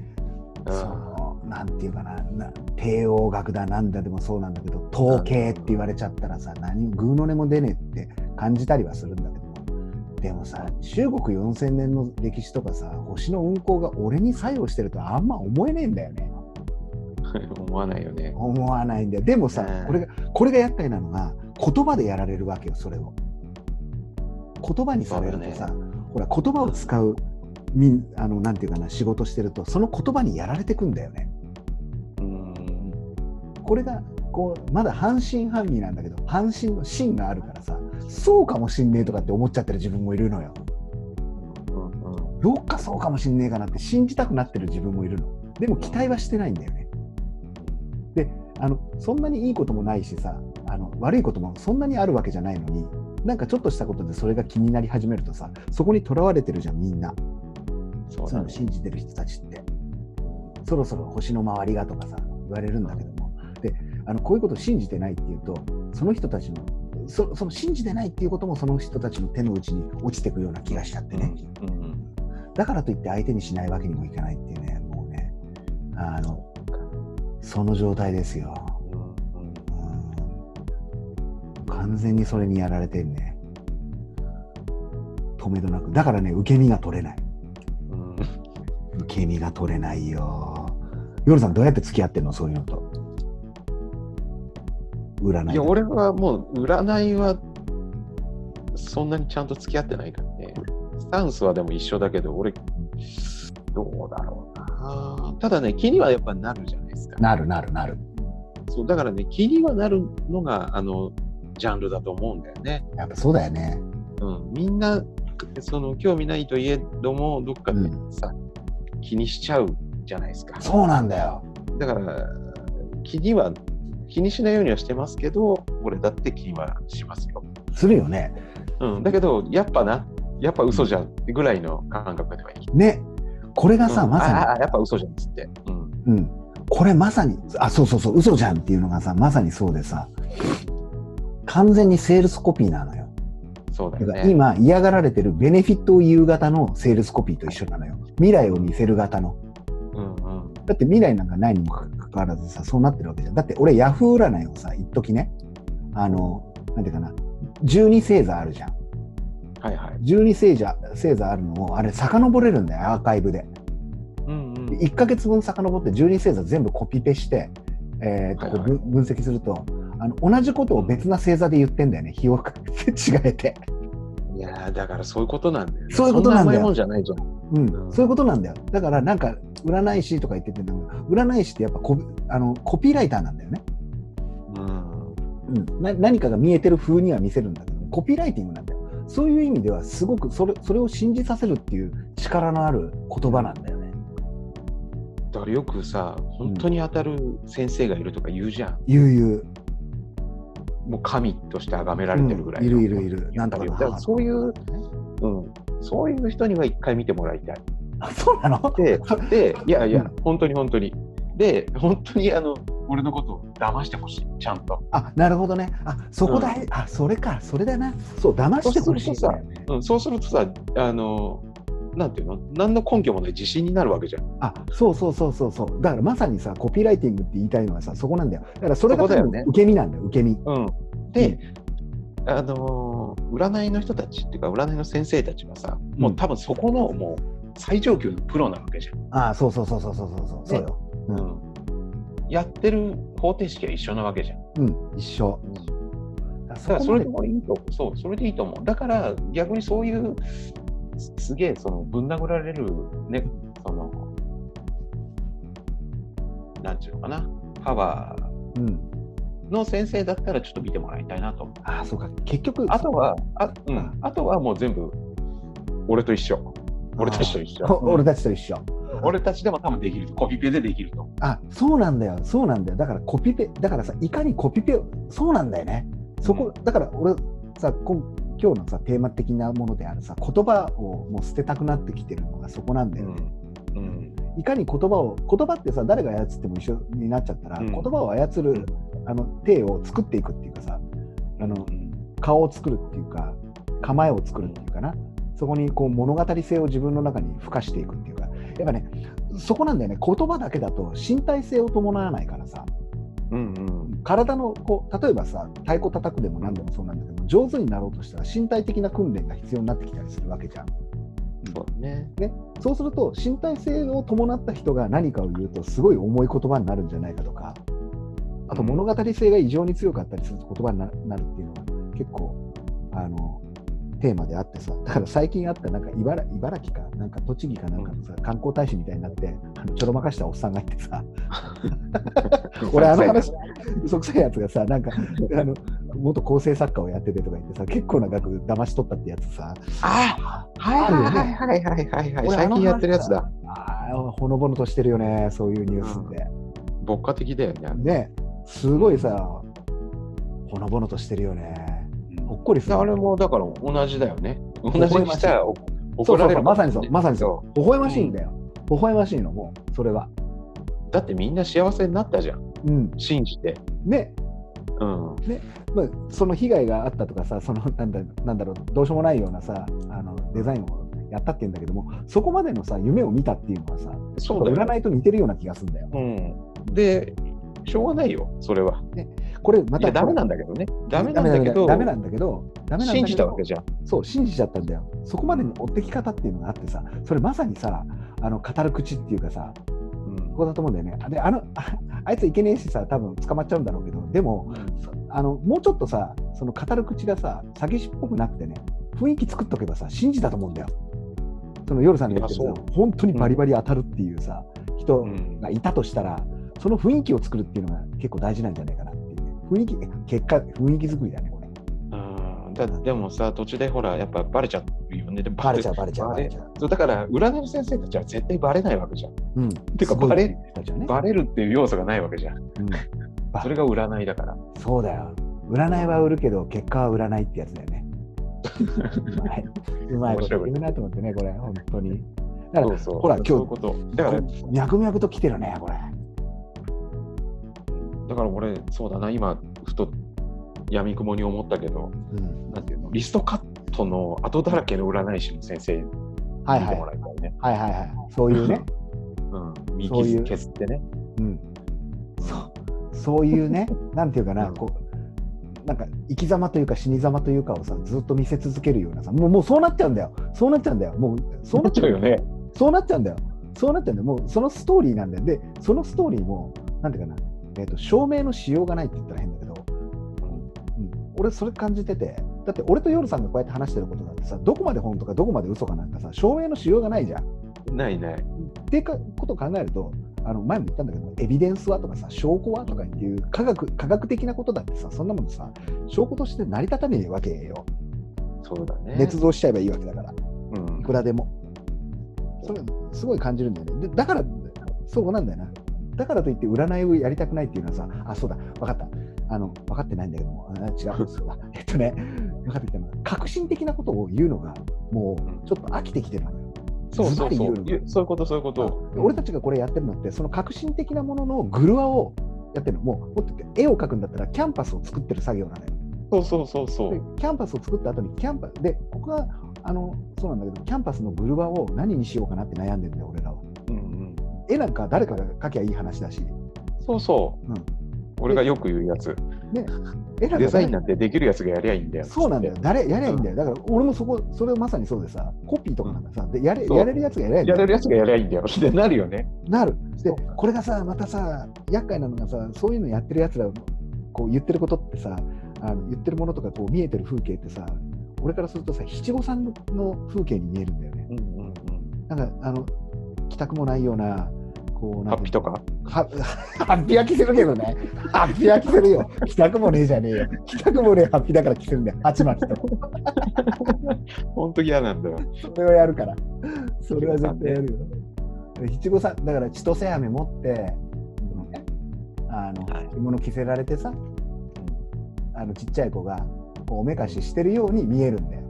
Speaker 2: うん
Speaker 1: そのなんていうかなな帝王学だなんだでもそうなんだけど統計って言われちゃったらさ何もグーの音も出ねえって感じたりはするんだけどでもさ中国4000年の歴史とかさ星の運行が俺に作用してるとあんま思えねえんだよね
Speaker 2: 思わないよね。
Speaker 1: 思わないんだよでもさ
Speaker 2: うん
Speaker 1: これがこれが厄介なのが言葉でやられるわけよそれを言葉にされると
Speaker 2: そう
Speaker 1: さ、
Speaker 2: だ
Speaker 1: ほら言葉を使うみんあのなんていうかな仕事してるとその言葉にやられてくんだよね
Speaker 2: うん。
Speaker 1: これがこうまだ半信半疑なんだけど半信の信があるからさそうかもしんねえとかって思っちゃってる自分もいるのよ
Speaker 2: うんうん
Speaker 1: どっかそうかもしんねえかなって信じたくなってる自分もいるのでも期待はしてないんだよねであのそんなにいいこともないしさあの悪いこともそんなにあるわけじゃないのになんかちょっとしたことでそれが気になり始めるとさそこにとらわれてるじゃんみんな
Speaker 2: そう
Speaker 1: そ
Speaker 2: だ
Speaker 1: の
Speaker 2: ね。
Speaker 1: 信じてる人たちってそろそろ星の周りがとかさ言われるんだけどもであのこういうことを信じてないっていうとその人たちのそその信じてないっていうこともその人たちの手の内に落ちてくような気がしちゃってね、
Speaker 2: うんうん
Speaker 1: だからといって相手にしないわけにもいかないっていうねもうねあのその状態ですよ
Speaker 2: うんうん
Speaker 1: うん完全にそれにやられてんね止めどなくだからね受け身が取れない
Speaker 2: うん
Speaker 1: 受け身が取れないよ。夜さん、どうやって付き合ってんのそういうのと。占いと。
Speaker 2: いや、俺はもう占いはそんなにちゃんと付き合ってないからね。スタンスはでも一緒だけど、俺、どうだろうな。ただね、気にはやっぱなるじゃないですか。
Speaker 1: なるなるなる。
Speaker 2: そうだからね、気にはなるのが、あの、ジャンルだと思うんだよね。
Speaker 1: やっぱそうだよね。
Speaker 2: うん、みんな、その、興味ないといえども、どっかで
Speaker 1: うん
Speaker 2: さ、気にしちゃうじゃないですか。
Speaker 1: そうなんだよ。
Speaker 2: だから、気には、気にしないようにはしてますけど、俺だって気にはしますよ。
Speaker 1: するよね。
Speaker 2: うん、だけど、やっぱな、やっぱ嘘じゃんぐらいの感覚ではいい。
Speaker 1: ね。これがさ、
Speaker 2: うん
Speaker 1: まさ
Speaker 2: ああ、やっぱ嘘じゃんっつって。うん。
Speaker 1: に、うん。これまさに、あ、そうそうそう、嘘じゃんっていうのがさ、まさにそうでさ、完全にセールスコピーなのよ。
Speaker 2: そうだ
Speaker 1: だ
Speaker 2: よ
Speaker 1: から
Speaker 2: ね。
Speaker 1: 今、嫌がられてるベネフィットを言う型のセールスコピーと一緒なのよ。未来を見せる型の。
Speaker 2: うんうん。
Speaker 1: だって未来なんかないにもかかわらずさ、そうなってるわけじゃん。だって俺、ヤフー占いをさ、一時ね、あの、なんていうかな、12星座あるじゃん。
Speaker 2: はいはい。
Speaker 1: 12星座星座あるのを、あれ、遡れるんだよ、アーカイブで。
Speaker 2: うんうん。
Speaker 1: 1ヶ月分遡って、12星座全部コピペして、えーとこう
Speaker 2: はいは
Speaker 1: 分分析すると、あの同じことを別な星座で言ってんだよね、日をかけて違えて。
Speaker 2: いやーだからそういうことなんだよね。
Speaker 1: そういうことなんだよ
Speaker 2: そんな甘いもんじゃないじゃん。
Speaker 1: うん、
Speaker 2: うん
Speaker 1: そういうことなんだよ。だから、なんか、占い師とか言ってて、占い師ってやっぱコピあのコピーライターなんだよね。
Speaker 2: うん。
Speaker 1: うん、な何かが見えてる風には見せるんだけどコピーライティングなんだよそういう意味ではすごくそれそれを信じさせるっていう力のある言葉なんだよね
Speaker 2: だからよくさ、本当に当たる先生がいるとか言うじゃん。
Speaker 1: 悠々
Speaker 2: もう神として崇められてるぐらいの、
Speaker 1: うんいるいるいるなんとかな
Speaker 2: だからそういう、うん、そういう人には一回見てもらいたい。
Speaker 1: あそうなの
Speaker 2: で、でいやいうや、本当に本当に。で、本当にあの俺のことを騙してほしい、ちゃんと。
Speaker 1: あなるほどねあそこだい、あそれかそれだなそう騙してほしい
Speaker 2: そうするとさ、うん、そうするとさ、あの、なんていうの、何の根拠もない自信になるわけじゃん。
Speaker 1: あそうそうそうそうそうだからまさにさコピーライティングって言いたいのはさそこなんだよだからそれが
Speaker 2: そこだ
Speaker 1: 多
Speaker 2: よ
Speaker 1: 分
Speaker 2: ね
Speaker 1: 受け身なんだよ受け身
Speaker 2: うん、で、あのー占いの人たちっていうか占いの先生たちはさ、もう多分そこのもう最上級のプロなわけじゃん。
Speaker 1: あそうそうそうそうそうそうそうそうよ、
Speaker 2: うんやってる方程式は一緒なわけじゃん。
Speaker 1: うん、一緒だ
Speaker 2: だから
Speaker 1: こ
Speaker 2: そ
Speaker 1: ま
Speaker 2: れでもいいと思う。そう、それでいいと思う。だから逆にそういうすすげえそのぶん殴られるね、そのなんちゅうのかな、パワ
Speaker 1: うん、
Speaker 2: ーの先生だったらちょっと見てもらいたいなと思う。
Speaker 1: あそうか結局
Speaker 2: あとは、あ,、うん、あとはもう全部俺と一緒。俺たちと一
Speaker 1: あ
Speaker 2: 緒。
Speaker 1: お俺たちと一緒
Speaker 2: 俺たちでも多分できると。コピペでできると。
Speaker 1: あそうなんだよそうなんだよだからコピペだからさいかにコピペをそうなんだよねそこ、だから俺さこ今日のさテーマ的なものであるさ言葉をもう捨てたくなってきてるのがそこなんだよね、
Speaker 2: うん。
Speaker 1: いかに言葉を言葉ってさ誰が操っても一緒になっちゃったら、
Speaker 2: うん
Speaker 1: 言葉を操る、あの体を作っていくっていうかさあの
Speaker 2: うん
Speaker 1: 顔を作るっていうか構えを作るっていうかな、そこにこう物語性を自分の中に付加していくっていうかやっぱねそこなんだよね言葉だけだと身体性を伴わないからさ
Speaker 2: うんうん。
Speaker 1: 体のこう例えばさ太鼓叩くでも何でもそうなんだけど上手になろうとしたら身体的な訓練が必要になってきたりするわけじゃん
Speaker 2: そうだね。
Speaker 1: そうすると身体性を伴った人が何かを言うとすごい重い言葉になるんじゃないかとかあと
Speaker 2: うん
Speaker 1: 物語性が異常に強かったりすると言葉にななるっていうのが結構あのテーマであってさだから最近あったなんか茨茨城かなんか栃木かなんかのさ観光大使みたいになってあのちょろまかしたおっさんがいて さ俺あの話嘘くさいやつがさなんかあの元構成作家をやっててとか言ってさ結構な額騙し取ったってやつさ
Speaker 2: あはいはいはいはいはいはい。
Speaker 1: 俺
Speaker 2: 最近やってるやつだ。
Speaker 1: あーほのぼのとしてるよねそういうニュースって。
Speaker 2: 牧歌的だよね。
Speaker 1: ねすごいさ、ほのぼのとしてるよね。ほっこりする。
Speaker 2: あれもだから同じだよね。同
Speaker 1: 微笑ましい
Speaker 2: じにしたらお
Speaker 1: そ
Speaker 2: 怒
Speaker 1: うそ
Speaker 2: ら
Speaker 1: う
Speaker 2: れ
Speaker 1: そ
Speaker 2: る
Speaker 1: う、まさにそう、まさに
Speaker 2: そ
Speaker 1: そう。微笑ましいんだよ。微笑ましいの、もう、それは。
Speaker 2: う。だってみんな幸せになったじゃん。
Speaker 1: うん。
Speaker 2: 信じて。
Speaker 1: ね、
Speaker 2: うん。
Speaker 1: まあ、その被害があったとかさ、そのなんだなんだろう、どうしようもないようなさ、あのデザインをやったって言うんだけども、そこまでのさ、夢を見たっていうのはさ、
Speaker 2: そうだよ。
Speaker 1: 占いと似てるような気がするんだよ。
Speaker 2: うん。で、しょうがないよ、それは。
Speaker 1: これ、ま
Speaker 2: いや、
Speaker 1: た、
Speaker 2: ダメなん
Speaker 1: だ
Speaker 2: だけどね。ダメなんだけど、
Speaker 1: ダメなんだけど、ダメなんだけど、
Speaker 2: 信じたわけじゃん。
Speaker 1: そう信じちゃったんだよそこまでに持ってき方っていうのがあってさそれまさにさあの語る口っていうかさここだと思うんだよねであのああいついけねえしさ多分捕まっちゃうんだろうけどでもそあのもうちょっとさその語る口がさ詐欺師っぽくなくてね雰囲気作っとけばさ信じたと思うんだよその夜さんが言ってる
Speaker 2: いや
Speaker 1: さ本当にバリバリ当たるっていうさ、人
Speaker 2: うん
Speaker 1: がいたとしたらその雰囲気を作るっていうのが結構大事なんじゃないかなっていうね雰囲気結果雰囲気作りだねこれ
Speaker 2: うんだでもさ、途中でほら、やっぱバレちゃうよね。で
Speaker 1: バレちゃうバレちゃうバレちゃう
Speaker 2: そうだから、占いの先生たちは絶対バレないわけじゃん。
Speaker 1: うん
Speaker 2: てか
Speaker 1: すごい
Speaker 2: バレ
Speaker 1: 人たちはね
Speaker 2: バレるっていう要素がないわけじゃん。
Speaker 1: うんバ
Speaker 2: それが占いだから。
Speaker 1: そうだよ。占いは売るけど、結果は売らないってやつだよ ね。うまい。うまいこと言うなと思ってね、これ、本当に。だから
Speaker 2: そうそう。
Speaker 1: ほら今日
Speaker 2: そういうこと。だから、
Speaker 1: 脈々と来てるね、これ。
Speaker 2: だから俺、そうだな、今、ふと闇雲に思ったけど、
Speaker 1: うん、
Speaker 2: なんていうの、リストカットの後だらけの占い師の先生に
Speaker 1: はい
Speaker 2: 見
Speaker 1: は
Speaker 2: て
Speaker 1: い。
Speaker 2: も
Speaker 1: は
Speaker 2: らいたいね。
Speaker 1: いはいはい。そういう ね。
Speaker 2: うん。見
Speaker 1: そういう
Speaker 2: 削ってね。
Speaker 1: うん。そう。そういうね、なんていうかな、
Speaker 2: うん
Speaker 1: こう、なんか生き様というか死に様というかをさ、ずっと見せ続けるようなさ、もうもうそうなっちゃうんだよ。そうなっちゃうんだよ。もう、そうなっちゃうよね。
Speaker 2: ね。
Speaker 1: そうなっちゃうんだよ。そうなっちゃうんだよ。もうそのストーリーなんだよ。で、そのストーリーも、なんていうかな、えっと証明のしようがないって言ったら変だけど、うん、俺、それ感じてて、だって俺と夜さんがこうやって話してることだってさ、どこまで本当かどこまで嘘かなんかさ、証明のしようがないじゃん。っ
Speaker 2: ないない。
Speaker 1: てかことを考えると、あの前も言ったんだけど、エビデンスはとかさ、証拠はとかっていう科学科学的なことだってさ、そんなものさ、証拠として成り立たねえわけよ。
Speaker 2: そうだね。
Speaker 1: 捏造しちゃえばいいわけだから。
Speaker 2: うん
Speaker 1: いくらでも。それすごい感じるんだよね。でだから、そうなんだよな。だからといって占いをやりたくないっていうのはさ、あ、そうだ、分かった。あの分かってないんだけども、あ違 うあえっとね、分かってきたのが、革新的なことを言うのが、もうちょっと飽きてきてるのよ。
Speaker 2: そうそう
Speaker 1: ズバ
Speaker 2: そ
Speaker 1: リ言
Speaker 2: う。
Speaker 1: うの
Speaker 2: ゆそういうこと、そういうこと。
Speaker 1: 俺たちがこれやってるのって、その革新的なもののグルワをやってるの、もう、もっと言って絵を描くんだったら、キャンパスを作ってる作業なのよ。
Speaker 2: そうそうそうそ
Speaker 1: で
Speaker 2: う。
Speaker 1: キャンパスを作った後にキャンパでここがあのそうなんだけどキャンパスのグルバを何にしようかなって悩んでんだよ俺らは
Speaker 2: うんうん。
Speaker 1: 絵なんか誰かが描きゃいい話だし、
Speaker 2: そうそう
Speaker 1: うん。
Speaker 2: 俺がよく言うやつ。
Speaker 1: 絵なんか
Speaker 2: デザインなんてできるやつがやりゃいいんだよ。
Speaker 1: そうなんだよ誰やりゃいいんだよだから俺もそこそれまさにそうでさコピーとかなんかさでやれ
Speaker 2: そう
Speaker 1: やれるやつがやればいいんだ
Speaker 2: や
Speaker 1: よ
Speaker 2: れるやつがやりゃいいんだよ。ってなるよね。
Speaker 1: なるで
Speaker 2: そう
Speaker 1: これがさまたさ厄介なのがさそういうのやってるやつらのこう言ってることってさあの言ってるものとかこう見えてる風景ってさ俺からするとさ七五三の風景に見えるんだよね
Speaker 2: うんうんうん。
Speaker 1: なんかあの帰宅もないようなこうな
Speaker 2: ハ
Speaker 1: ん
Speaker 2: ッ
Speaker 1: て
Speaker 2: ピ
Speaker 1: いう
Speaker 2: と
Speaker 1: の
Speaker 2: か。
Speaker 1: はハッピー は着せるけどね。ハッピーは着せるよ。帰宅もねえじゃねえよ。帰宅もねえハッピーだから着せるんだよ。ハチマキと。
Speaker 2: 本当嫌なんだよ。
Speaker 1: それをやるから。それは絶対やるよ。七五三、だから千歳飴持って、あの、
Speaker 4: はい
Speaker 1: 着物着せられてさ、あのちっちゃい子がこうおめかししてるように見えるんだよ。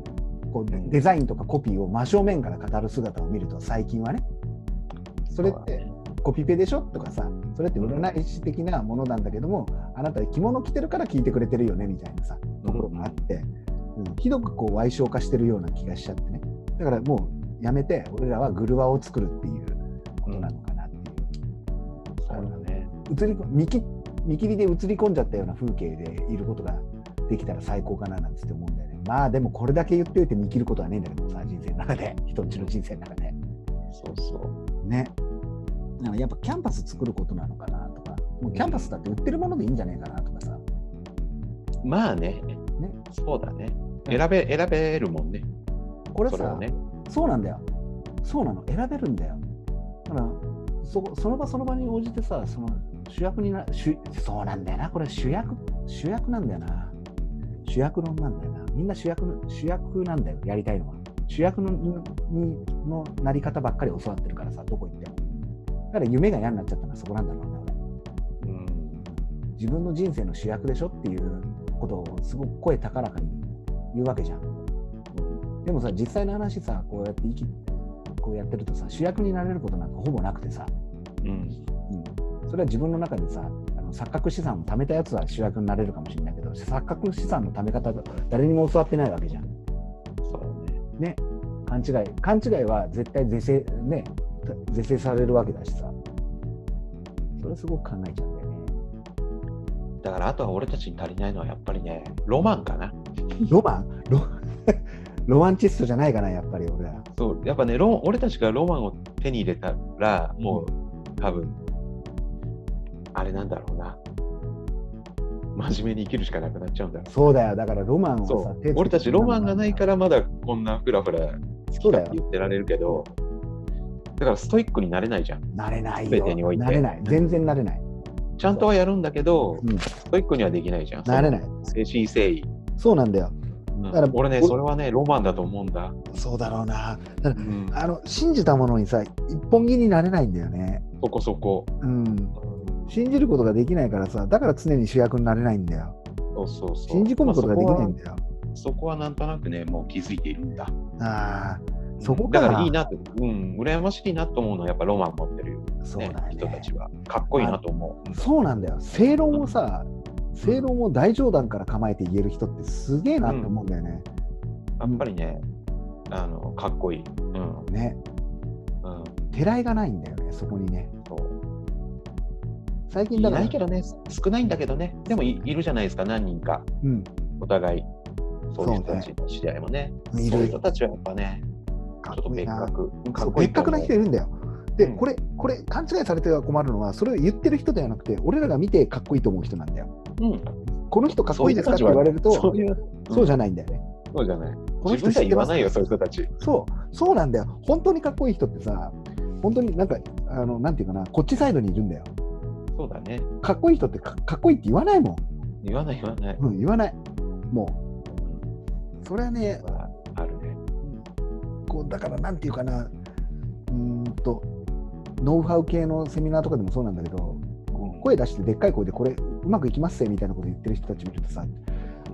Speaker 1: こうデ
Speaker 2: うん
Speaker 1: デザインとかコピーを真正面から語る姿を見ると最近はね。それってコピペでしょとかさそれって占い師的なものなんだけども、あなた着物着てるから聞いてくれてるよねみたいなさところがあって、うんひどくこう矮小化してるような気がしちゃってねだからもうやめて俺らはグルワを作るっていうことなのかなっていう、
Speaker 2: そうだね。
Speaker 1: 映りこ見き見切りで映り込んじゃったような風景でいることができたら最高かななんつって思うんだよねまあでもこれだけ言っておいて見切ることはねえんだけどさ人生の中で人んちの人生の中で
Speaker 2: そうそう。
Speaker 1: ねだからやっぱキャンパス作ることなのかなとかもうキャンパスだって売ってるものでいいんじゃないかなとかさ
Speaker 2: まあね。そうだね。選べ、選べるもんね。
Speaker 1: これ
Speaker 2: それ
Speaker 1: さ
Speaker 2: はね。
Speaker 1: そうなんだよ。そうなの。選べるんだよ。だから、そその場その場に応じてさ、その主役にな主、そうなんだよな。これ主役、主役なんだよな。主役論なんだよな。みんな主役の、主役なんだよ。やりたいのは。主役のにのなり方ばっかり教わってるからさ、どこ行っても。だから夢が嫌になっちゃったのはそこなんだろうね、俺。
Speaker 2: うん。
Speaker 1: 自分の人生の主役でしょっていうことをすごく声高らかに言うわけじゃん。でもさ実際の話さこうやって生きこうやってるとさ主役になれることなんかほぼなくてさ、
Speaker 2: うん。
Speaker 1: それは自分の中でさあの錯覚資産を貯めたやつは主役になれるかもしれないけど錯覚資産の貯め方誰にも教わってないわけじゃん
Speaker 2: そうだね。
Speaker 1: 勘違い勘違いは絶対是正ね是正されるわけだしさそれすごく考えちゃうんだよね
Speaker 2: だからあとは俺たちに足りないのはやっぱりね、ロマンかな。
Speaker 1: ロマンロ ロマンチストじゃないかなやっぱり俺ら
Speaker 2: そう、やっぱね、ロ俺たちがロマンを手に入れたら、もう多分、あれなんだろうな。真面目に生きるしかなくなっちゃうんだよ。
Speaker 1: そうだよだからロマンを
Speaker 2: そ
Speaker 1: さ手つけ
Speaker 2: う
Speaker 1: て
Speaker 2: 俺たちロマンがないかららまだこんなふらふら
Speaker 1: そうだよ
Speaker 2: 言ってられるけどだからストイックになれないじゃん
Speaker 1: なれない
Speaker 2: 全
Speaker 1: よ
Speaker 2: てにおいて
Speaker 1: なれない全然なれない、
Speaker 2: ちゃんとはやるんだけど
Speaker 1: うん、
Speaker 2: ストイックにはできないじゃん
Speaker 1: なれない
Speaker 2: その精神誠意、
Speaker 1: そうなんだよ。
Speaker 2: うん
Speaker 1: だから
Speaker 2: 俺ね
Speaker 1: お
Speaker 2: それはねロマンだと思うんだ、
Speaker 1: そうだろうな。
Speaker 2: うん
Speaker 1: あの信じたものにさ、一本気になれないんだよね。
Speaker 2: そこそこ、
Speaker 1: うん。信じることができないからさ、だから常に主役になれないんだよ。
Speaker 2: そうそうそう
Speaker 1: 信じ込むことができないん
Speaker 2: ま
Speaker 1: だよ。
Speaker 2: あそこはそこはなんとなくねもう気づいているんだ
Speaker 1: ああー、そこか
Speaker 2: だ
Speaker 1: ら
Speaker 2: からいいなってうん羨ましいなと思うのはやっぱロマン持ってるよ、
Speaker 1: そうだ
Speaker 2: ね
Speaker 1: よ
Speaker 2: 人た
Speaker 1: ね。
Speaker 2: ちはかっこいいなと思う
Speaker 1: そうなんだよ。正論をさ、正論を大冗談から構えて言える人ってすげえなって思うんだよね。
Speaker 2: やっぱりねあのかっこいい、うん
Speaker 1: ね。
Speaker 2: うん、
Speaker 1: てらいがないんだよね、そこにね。
Speaker 2: そう
Speaker 1: 最近
Speaker 2: い
Speaker 1: だか
Speaker 2: な
Speaker 1: ら、
Speaker 2: いけどね、少ないんだけどね、でもいいるじゃないですか、何人か、
Speaker 1: うん、
Speaker 2: お互い、そういう人
Speaker 1: そう
Speaker 2: た
Speaker 1: ね
Speaker 2: ちの知り合いもね、
Speaker 1: い
Speaker 2: そういう
Speaker 1: る
Speaker 2: 人たちはやっぱね、ち
Speaker 1: か
Speaker 2: ょ
Speaker 1: っ
Speaker 2: っと
Speaker 1: こいい
Speaker 2: 別
Speaker 1: な。
Speaker 2: 格、か
Speaker 1: そ
Speaker 2: っ
Speaker 1: う
Speaker 2: こい
Speaker 1: 別
Speaker 2: いと
Speaker 1: 格な
Speaker 2: 思う
Speaker 1: 人いるんだよ。で、
Speaker 2: うん
Speaker 1: これ、これ、勘違いされては困るのは、それを言ってる人ではなくて、俺らが見てかっこいいと思う人なんだよ。
Speaker 2: うん、
Speaker 1: この人かっこいいですかって
Speaker 2: そういう
Speaker 1: 言われると、
Speaker 2: そういう、
Speaker 1: そうじゃないんだよね。
Speaker 2: そうじゃない。
Speaker 1: この
Speaker 2: 自
Speaker 1: 人知
Speaker 2: 分では
Speaker 1: って
Speaker 2: 言
Speaker 1: ま
Speaker 2: わ
Speaker 1: す
Speaker 2: ないよ、そういう人たち。
Speaker 1: そう、そうなんだよ。本当にかっこいい人ってさ、本当になんか、あのなんていうかな、こっちサイドにいるんだよ。
Speaker 2: そうだね、
Speaker 1: かっこいい人ってかかっこいいって言わないもん。
Speaker 2: 言わない、言わない。
Speaker 1: うん、言わない。も
Speaker 2: うん
Speaker 1: う、それはね、
Speaker 2: まああるね。
Speaker 1: こうだからなんていうかなうーんとノウハウ系のセミナーとかでもそうなんだけどこう声出してでっかい声でこれうまくいきますぜみたいなこと言ってる人たち見るとさ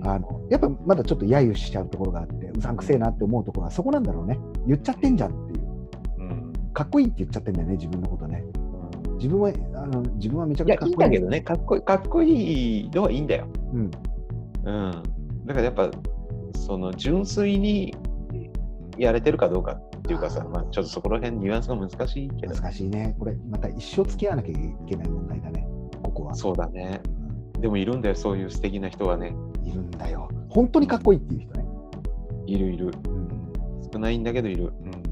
Speaker 1: あのやっぱまだちょっと揶揄しちゃうところがあってうさんくせえなって思うところはそこなんだろうね言っちゃってんじゃんっていう
Speaker 2: うん
Speaker 1: かっこいいって言っちゃってんだよね自分のことね自分はあの自分はめちゃ
Speaker 2: い
Speaker 1: くち
Speaker 2: や、
Speaker 1: ゃかっ
Speaker 2: いいん
Speaker 1: こいい
Speaker 2: だけどね、かっこいい、かっこいいのはいいんだよ。
Speaker 1: うん
Speaker 2: うん。だからやっぱ、その純粋にやれてるかどうかっていうかさ、
Speaker 1: あー
Speaker 2: まあ、ちょっとそこら辺ニュアンスが難しいけど、
Speaker 1: 難しいねこれまた一生付き合わなきゃいけない問題だねここは
Speaker 2: そうだね。でもいるんだよ、そういう素敵な人はね。
Speaker 1: いるんだよ本当にかっこいいっていう人ね、
Speaker 2: いるいる。
Speaker 1: うん、
Speaker 2: 少ないんだけどいる。うん。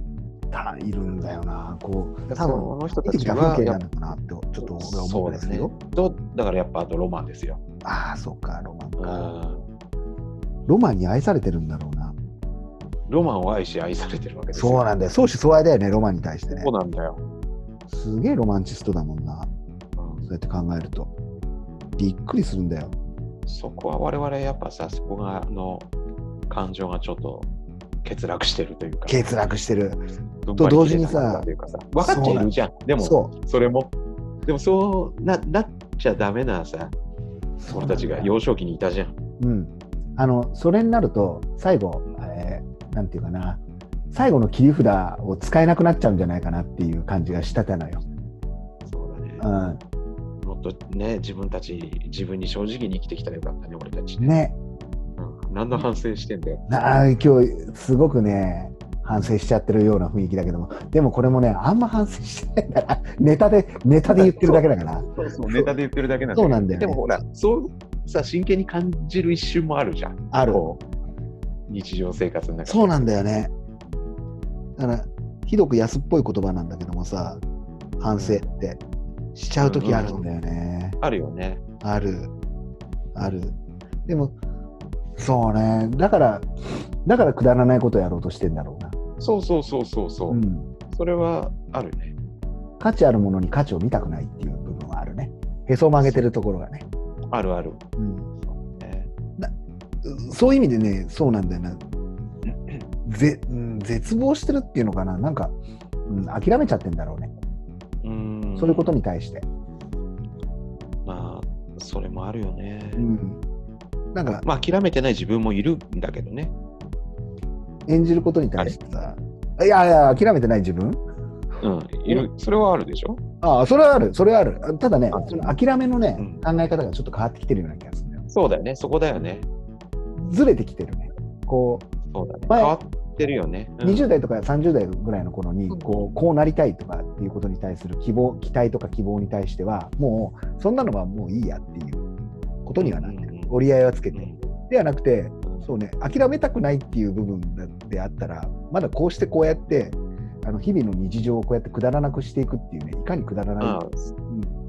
Speaker 1: たいるんだよなこう多
Speaker 2: そ
Speaker 1: 分
Speaker 2: の人
Speaker 1: 見
Speaker 2: た
Speaker 1: てき
Speaker 2: ち
Speaker 1: た風
Speaker 2: は、
Speaker 1: 景
Speaker 2: や
Speaker 1: な
Speaker 2: っ
Speaker 1: のかなってちょっと俺は思う
Speaker 2: そ
Speaker 1: ん
Speaker 2: う
Speaker 1: で
Speaker 2: ですす
Speaker 1: け
Speaker 2: ね
Speaker 1: ど、。
Speaker 2: とだからやっぱあとロマンですよ。
Speaker 1: ああそうかロマン
Speaker 2: う
Speaker 1: か
Speaker 2: ん。
Speaker 1: ロマンに愛されてるんだろうな
Speaker 2: ロマンを愛し愛されてるわけですよ。
Speaker 1: そうなんだよ相思相愛だよねロマンに対してね
Speaker 2: そうなんだよ。
Speaker 1: すげえロマンチストだもんな
Speaker 2: うん
Speaker 1: そうやって考えるとびっくりするんだよ
Speaker 2: そこは我々やっぱさ、そこが、あの、感情がちょっと欠落してるというか、
Speaker 1: 欠落してる
Speaker 2: と
Speaker 1: と同時にさ
Speaker 2: というかさ、分かっちゃいるじゃん。でも、そ
Speaker 1: そう
Speaker 2: れも。でも、そうななっちゃダメなさ、
Speaker 1: そうな
Speaker 2: 俺
Speaker 1: んだ
Speaker 2: たちが幼少期にいたじゃん。
Speaker 1: うんあのそれになると最後、えーなんていうかな最後の切り札を使えなくなっちゃうんじゃないかなっていう感じがしたたのよ、
Speaker 2: そうだね。
Speaker 1: うん、
Speaker 2: もっとね、自分たち、自分に正直に生きてきたらよかったね、俺たち。
Speaker 1: ね
Speaker 2: うん何の反省してんだよ。
Speaker 1: なあ今日すごくね反省しちゃってるような雰囲気だけどもでもこれもねあんま反省してないからネタでネタで言ってるだけだから
Speaker 2: そうそう、ネタで言ってるだけなんだ
Speaker 1: そうなんだよね
Speaker 2: でもほら、そうさ、真剣に感じる一瞬もあるじゃん。
Speaker 1: ある
Speaker 2: こう日常生活の中で
Speaker 1: そうなんだよねだからひどく安っぽい言葉なんだけどもさ反省ってしちゃう時あるんだよね、
Speaker 2: あるよね。
Speaker 1: あるあるでもそうねだからだからくだらないことやろうとしてんだろうな、
Speaker 2: そうそうそうそうそう。
Speaker 1: うん、
Speaker 2: それはあるね。
Speaker 1: 価値あるものに価値を見たくないっていう部分はあるねへそを曲げてるところがね、
Speaker 2: あるある。
Speaker 1: うん
Speaker 2: ね
Speaker 1: そういう意味でね、そうなんだよな。ぜうん絶望してるっていうのかな、なんか、うん、諦めちゃってんだろうね、
Speaker 2: うん
Speaker 1: そういうことに対して。
Speaker 2: まあ、それもあるよね。
Speaker 1: うん、なんか、
Speaker 2: まあ、諦めてない自分もいるんだけどね。
Speaker 1: 演じることに対してさ、いやいや、諦めてない自分
Speaker 2: うん、いる。それはあるでしょ。
Speaker 1: ああ、それはある、それはある。あただね
Speaker 2: あ、
Speaker 1: その諦めのね、
Speaker 2: うん
Speaker 1: 考え方がちょっと変わってきてるような気がするんだよ。
Speaker 2: そうだよね。そこだよね。
Speaker 1: ずれてきてるね。こ
Speaker 2: そうだね。
Speaker 1: 前
Speaker 2: 変わってるよね。
Speaker 1: う、
Speaker 2: うん
Speaker 1: 20代とか30代ぐらいの頃に
Speaker 2: うん
Speaker 1: こう、こうなりたいとかっていうことに対する希望、期待とか希望に対しては、もう、そんなのはもういいやっていうことにはなってる
Speaker 2: うんうんうん
Speaker 1: 折り合いはつけて、
Speaker 2: うん
Speaker 1: ではなくて
Speaker 2: うん
Speaker 1: そうね諦めたくないっていう部分であったらまだこうしてこうやってあの日々の日常をこうやってくだらなくしていくっていうねいかにくだらない、
Speaker 2: ああ
Speaker 1: ん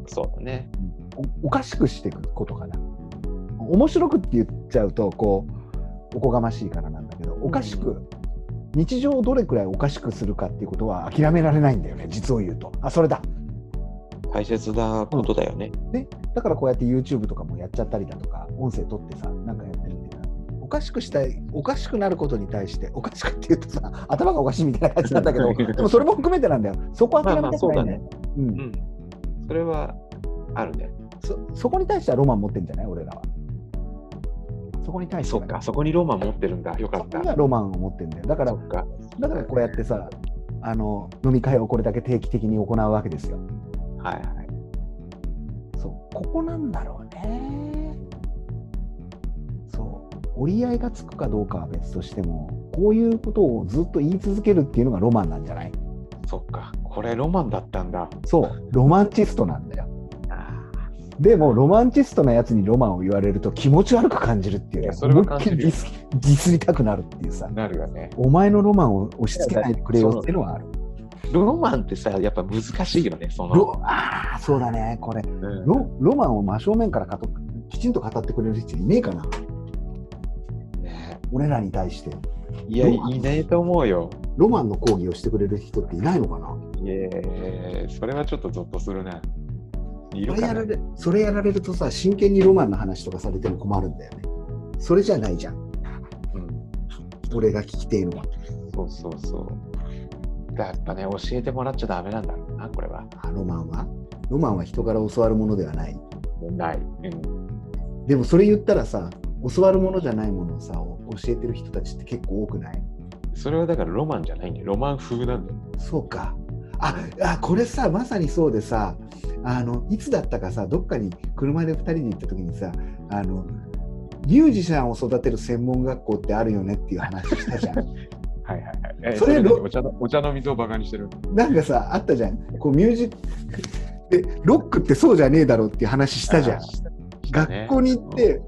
Speaker 2: そうだね。
Speaker 1: おおかしくしていくことかな面白くって言っちゃうとこうおこがましいからなんだけどおかしく、
Speaker 2: う
Speaker 1: 日常をどれくらいおかしくするかっていうことは諦められないんだよね実を言うとあそれだ
Speaker 2: 大切なことだよね。
Speaker 1: だからこうやって YouTube とかもやっちゃったりだとか音声取ってさなんかやってるんだよなおかしくしたいおかしくなることに対しておかしくって言うとさ頭がおかしいみたいな感じなんだけどでもそれも含めてなんだよそこは諦めたくないんだようん
Speaker 2: うん。それはあるね。
Speaker 1: そそこに対してはロマン持ってんじゃない俺らはそこに対して
Speaker 2: そ
Speaker 1: は
Speaker 2: っか、そこにロマン持ってるんだ。よか
Speaker 1: そ
Speaker 2: っ
Speaker 1: こ
Speaker 2: た。
Speaker 1: にはロマンを持ってんだよだから
Speaker 2: そっか。
Speaker 1: だからこうやってさあの飲み会をこれだけ定期的に行うわけですよ
Speaker 2: はいはい。
Speaker 1: そうここなんだろうねそう折り合いがつくかどうかは別としてもこういうことをずっと言い続けるっていうのがロマンなんじゃない
Speaker 2: そっか。これロマンだったんだ。
Speaker 1: そうロマンチストなんだよ
Speaker 2: あ
Speaker 1: でもロマンチストなやつにロマンを言われると気持ち悪く感じるっていうね
Speaker 2: いやそれは感じる
Speaker 1: 思
Speaker 2: よ
Speaker 1: いっきりディスディスりたくなるっていうさ
Speaker 2: ーなるよね。
Speaker 1: お前のロマンを押し付けないでくれよっていうのはある
Speaker 2: ロマンってさ、やっぱ難しいよね。その。
Speaker 1: ロああそうだねこれ
Speaker 2: うん
Speaker 1: ロロマンを真正面からかときちんと語ってくれる人いねえかな
Speaker 2: ね
Speaker 1: 俺らに対して
Speaker 2: いや、
Speaker 1: ロマン
Speaker 2: いないと思うよ。
Speaker 1: ロマンの講義をしてくれる人っていないのかない
Speaker 2: え、それはちょっとゾッとするな。い
Speaker 1: そ
Speaker 2: る
Speaker 1: れ
Speaker 2: か
Speaker 1: やら
Speaker 2: な
Speaker 1: れそれやられるとさ真剣にロマンの話とかされても困るんだよねそれじゃないじゃん
Speaker 2: うん。
Speaker 1: 俺が聞きてえのは
Speaker 2: そうそうそう。やっぱね、教えてもらっちゃダメなんだろうな、これは。
Speaker 1: あロマンはロマンは人から教わるものではない
Speaker 5: ない。うん、
Speaker 1: でもそれ言ったらさ教わるものじゃないものをさ教えてる人たちって結構多くない
Speaker 2: それはだからロマンじゃないんだよ。ロマン風なんだよ。
Speaker 1: そうかああこれさまさにそうでさあのいつだったかさどっかに車で2人で行った時にさあのミュージシャンを育てる専門学校ってあるよねっていう話したじゃん。
Speaker 5: はいはいはい。え
Speaker 1: それ
Speaker 5: で
Speaker 1: ロ
Speaker 5: お茶のお茶の水をバカにしてる。
Speaker 1: なんかさあったじゃんこうミュージックでロックってそうじゃねえだろうっていう話したじゃん、
Speaker 2: あーしたね
Speaker 1: 学校に行って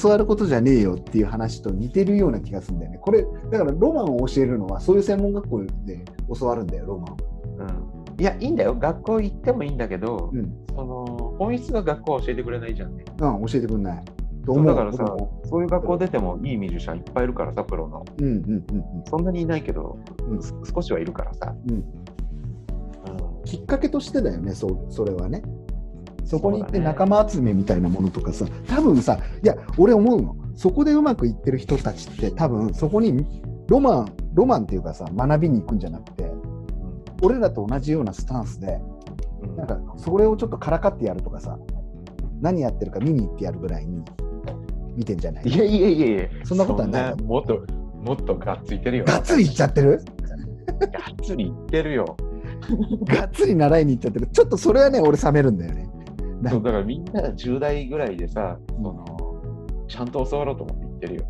Speaker 1: 教わることじゃねえよっていう話と似てるような気がするんだよねこれだからロマンを教えるのはそういう専門学校で教わるんだよロマンを
Speaker 2: うんいや、いいんだよ。学校行ってもいいんだけど、
Speaker 1: うん、
Speaker 2: その本質は学校は教えてくれないじゃんね。
Speaker 1: うん、教えてくんないと
Speaker 2: そう
Speaker 1: 思う
Speaker 2: だからさ
Speaker 1: 僕も、
Speaker 2: そういう学校出てもいいミュージシャンいっぱいいるからさ、プロの。
Speaker 1: うんうんうん
Speaker 2: そんなにいないけど、
Speaker 1: うん
Speaker 2: す少しはいるからさ。
Speaker 1: うんうんきっかけとしてだよねそうそれはねそこに行って仲間集めみたいなものとかさ、多分さ、いや、俺思うの、そこでうまくいってる人たちって、多分そこにロマン、ロマンっていうかさ、学びに行くんじゃなくて、俺らと同じようなスタンスで、
Speaker 2: うん
Speaker 1: なんか、それをちょっとからかってやるとかさ、何やってるか見に行ってやるぐらいに見てんじゃない
Speaker 2: いやいやいやいや、
Speaker 1: そんなことはない
Speaker 2: そんもっと、もっとがっついてるよ。
Speaker 1: がっつり行っちゃってる
Speaker 2: がっつりいってるよ。
Speaker 1: がっつり習いに行っちゃってる。ちょっとそれはね、俺冷めるんだよね。な
Speaker 2: そうだからみんな10代ぐらいでさ、そのちゃんと教わろうと思って行ってるよ。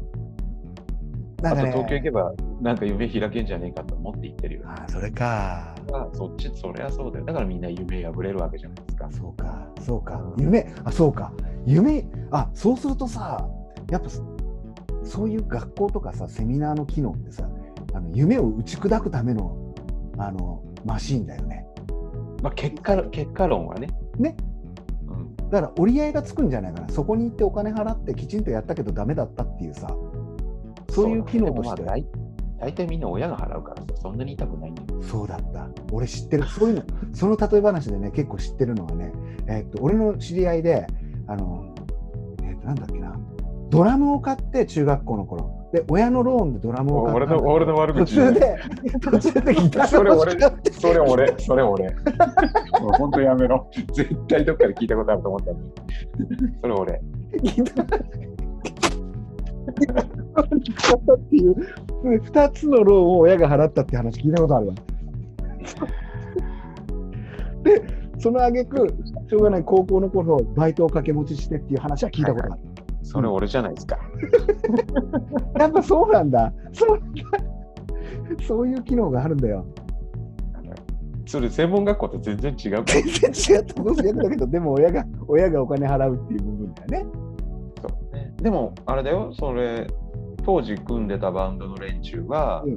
Speaker 1: な
Speaker 2: あ
Speaker 1: んか
Speaker 2: と
Speaker 1: ね、
Speaker 2: 東京行けばなんか夢開けんじゃねえかと思って行ってるよ。
Speaker 1: ああ、それか。
Speaker 2: まあそっち、そりゃそうだよ。だからみんな夢破れるわけじゃないですか。
Speaker 1: そうか、そうか、
Speaker 2: うん
Speaker 1: 夢、あ、そうか、夢、あ、そうするとさ、やっぱそそういう学校とかさ、セミナーの機能ってさ、あの夢を打ち砕くためのあのマシーンだよね。
Speaker 2: まあ結果結果論はね。
Speaker 1: ね
Speaker 2: うん。
Speaker 1: だから折り合いがつくんじゃないかな、そこに行ってお金払ってきちんとやったけどダメだったっていうさ、そういう機能として
Speaker 2: そうだねでもまあ大大体みんな親が払うからさ、そんなに痛くないんだよ。
Speaker 1: そうだった、俺知ってる、そういうの、その例え話でね、結構知ってるのはね、えーっと俺の知り合いで、あのえーっとなんだっけな、ドラムを買って、中学校の頃で、親のローンでドラムを買ったんだ
Speaker 2: 俺の悪
Speaker 1: 途中で、途中でギター
Speaker 5: それ
Speaker 1: が
Speaker 5: 俺
Speaker 1: 欲しくなって、
Speaker 5: それ俺、それ 俺。もう本当やめろ。絶対どっかで聞いたことあると思ったのに。
Speaker 2: それ俺。
Speaker 1: ギターが欲しくなったっていう、2つのローンを親が払ったって話、聞いたことあるわ。で、その挙句しょうがない高校の頃バイトを掛け持ちしてっていう話は聞いたことある。
Speaker 2: それ俺じゃないですか。
Speaker 1: やっぱそうなんだ。そうなんだ。そういう機能があるんだよ。
Speaker 2: それ専門学校と全然違うから。
Speaker 1: 全然違ったことやったけ ど、でも親が親がお金払うっていう部分だよね。
Speaker 2: そうね、でもあれだよそれ当時組んでたバンドの連中は、
Speaker 1: うん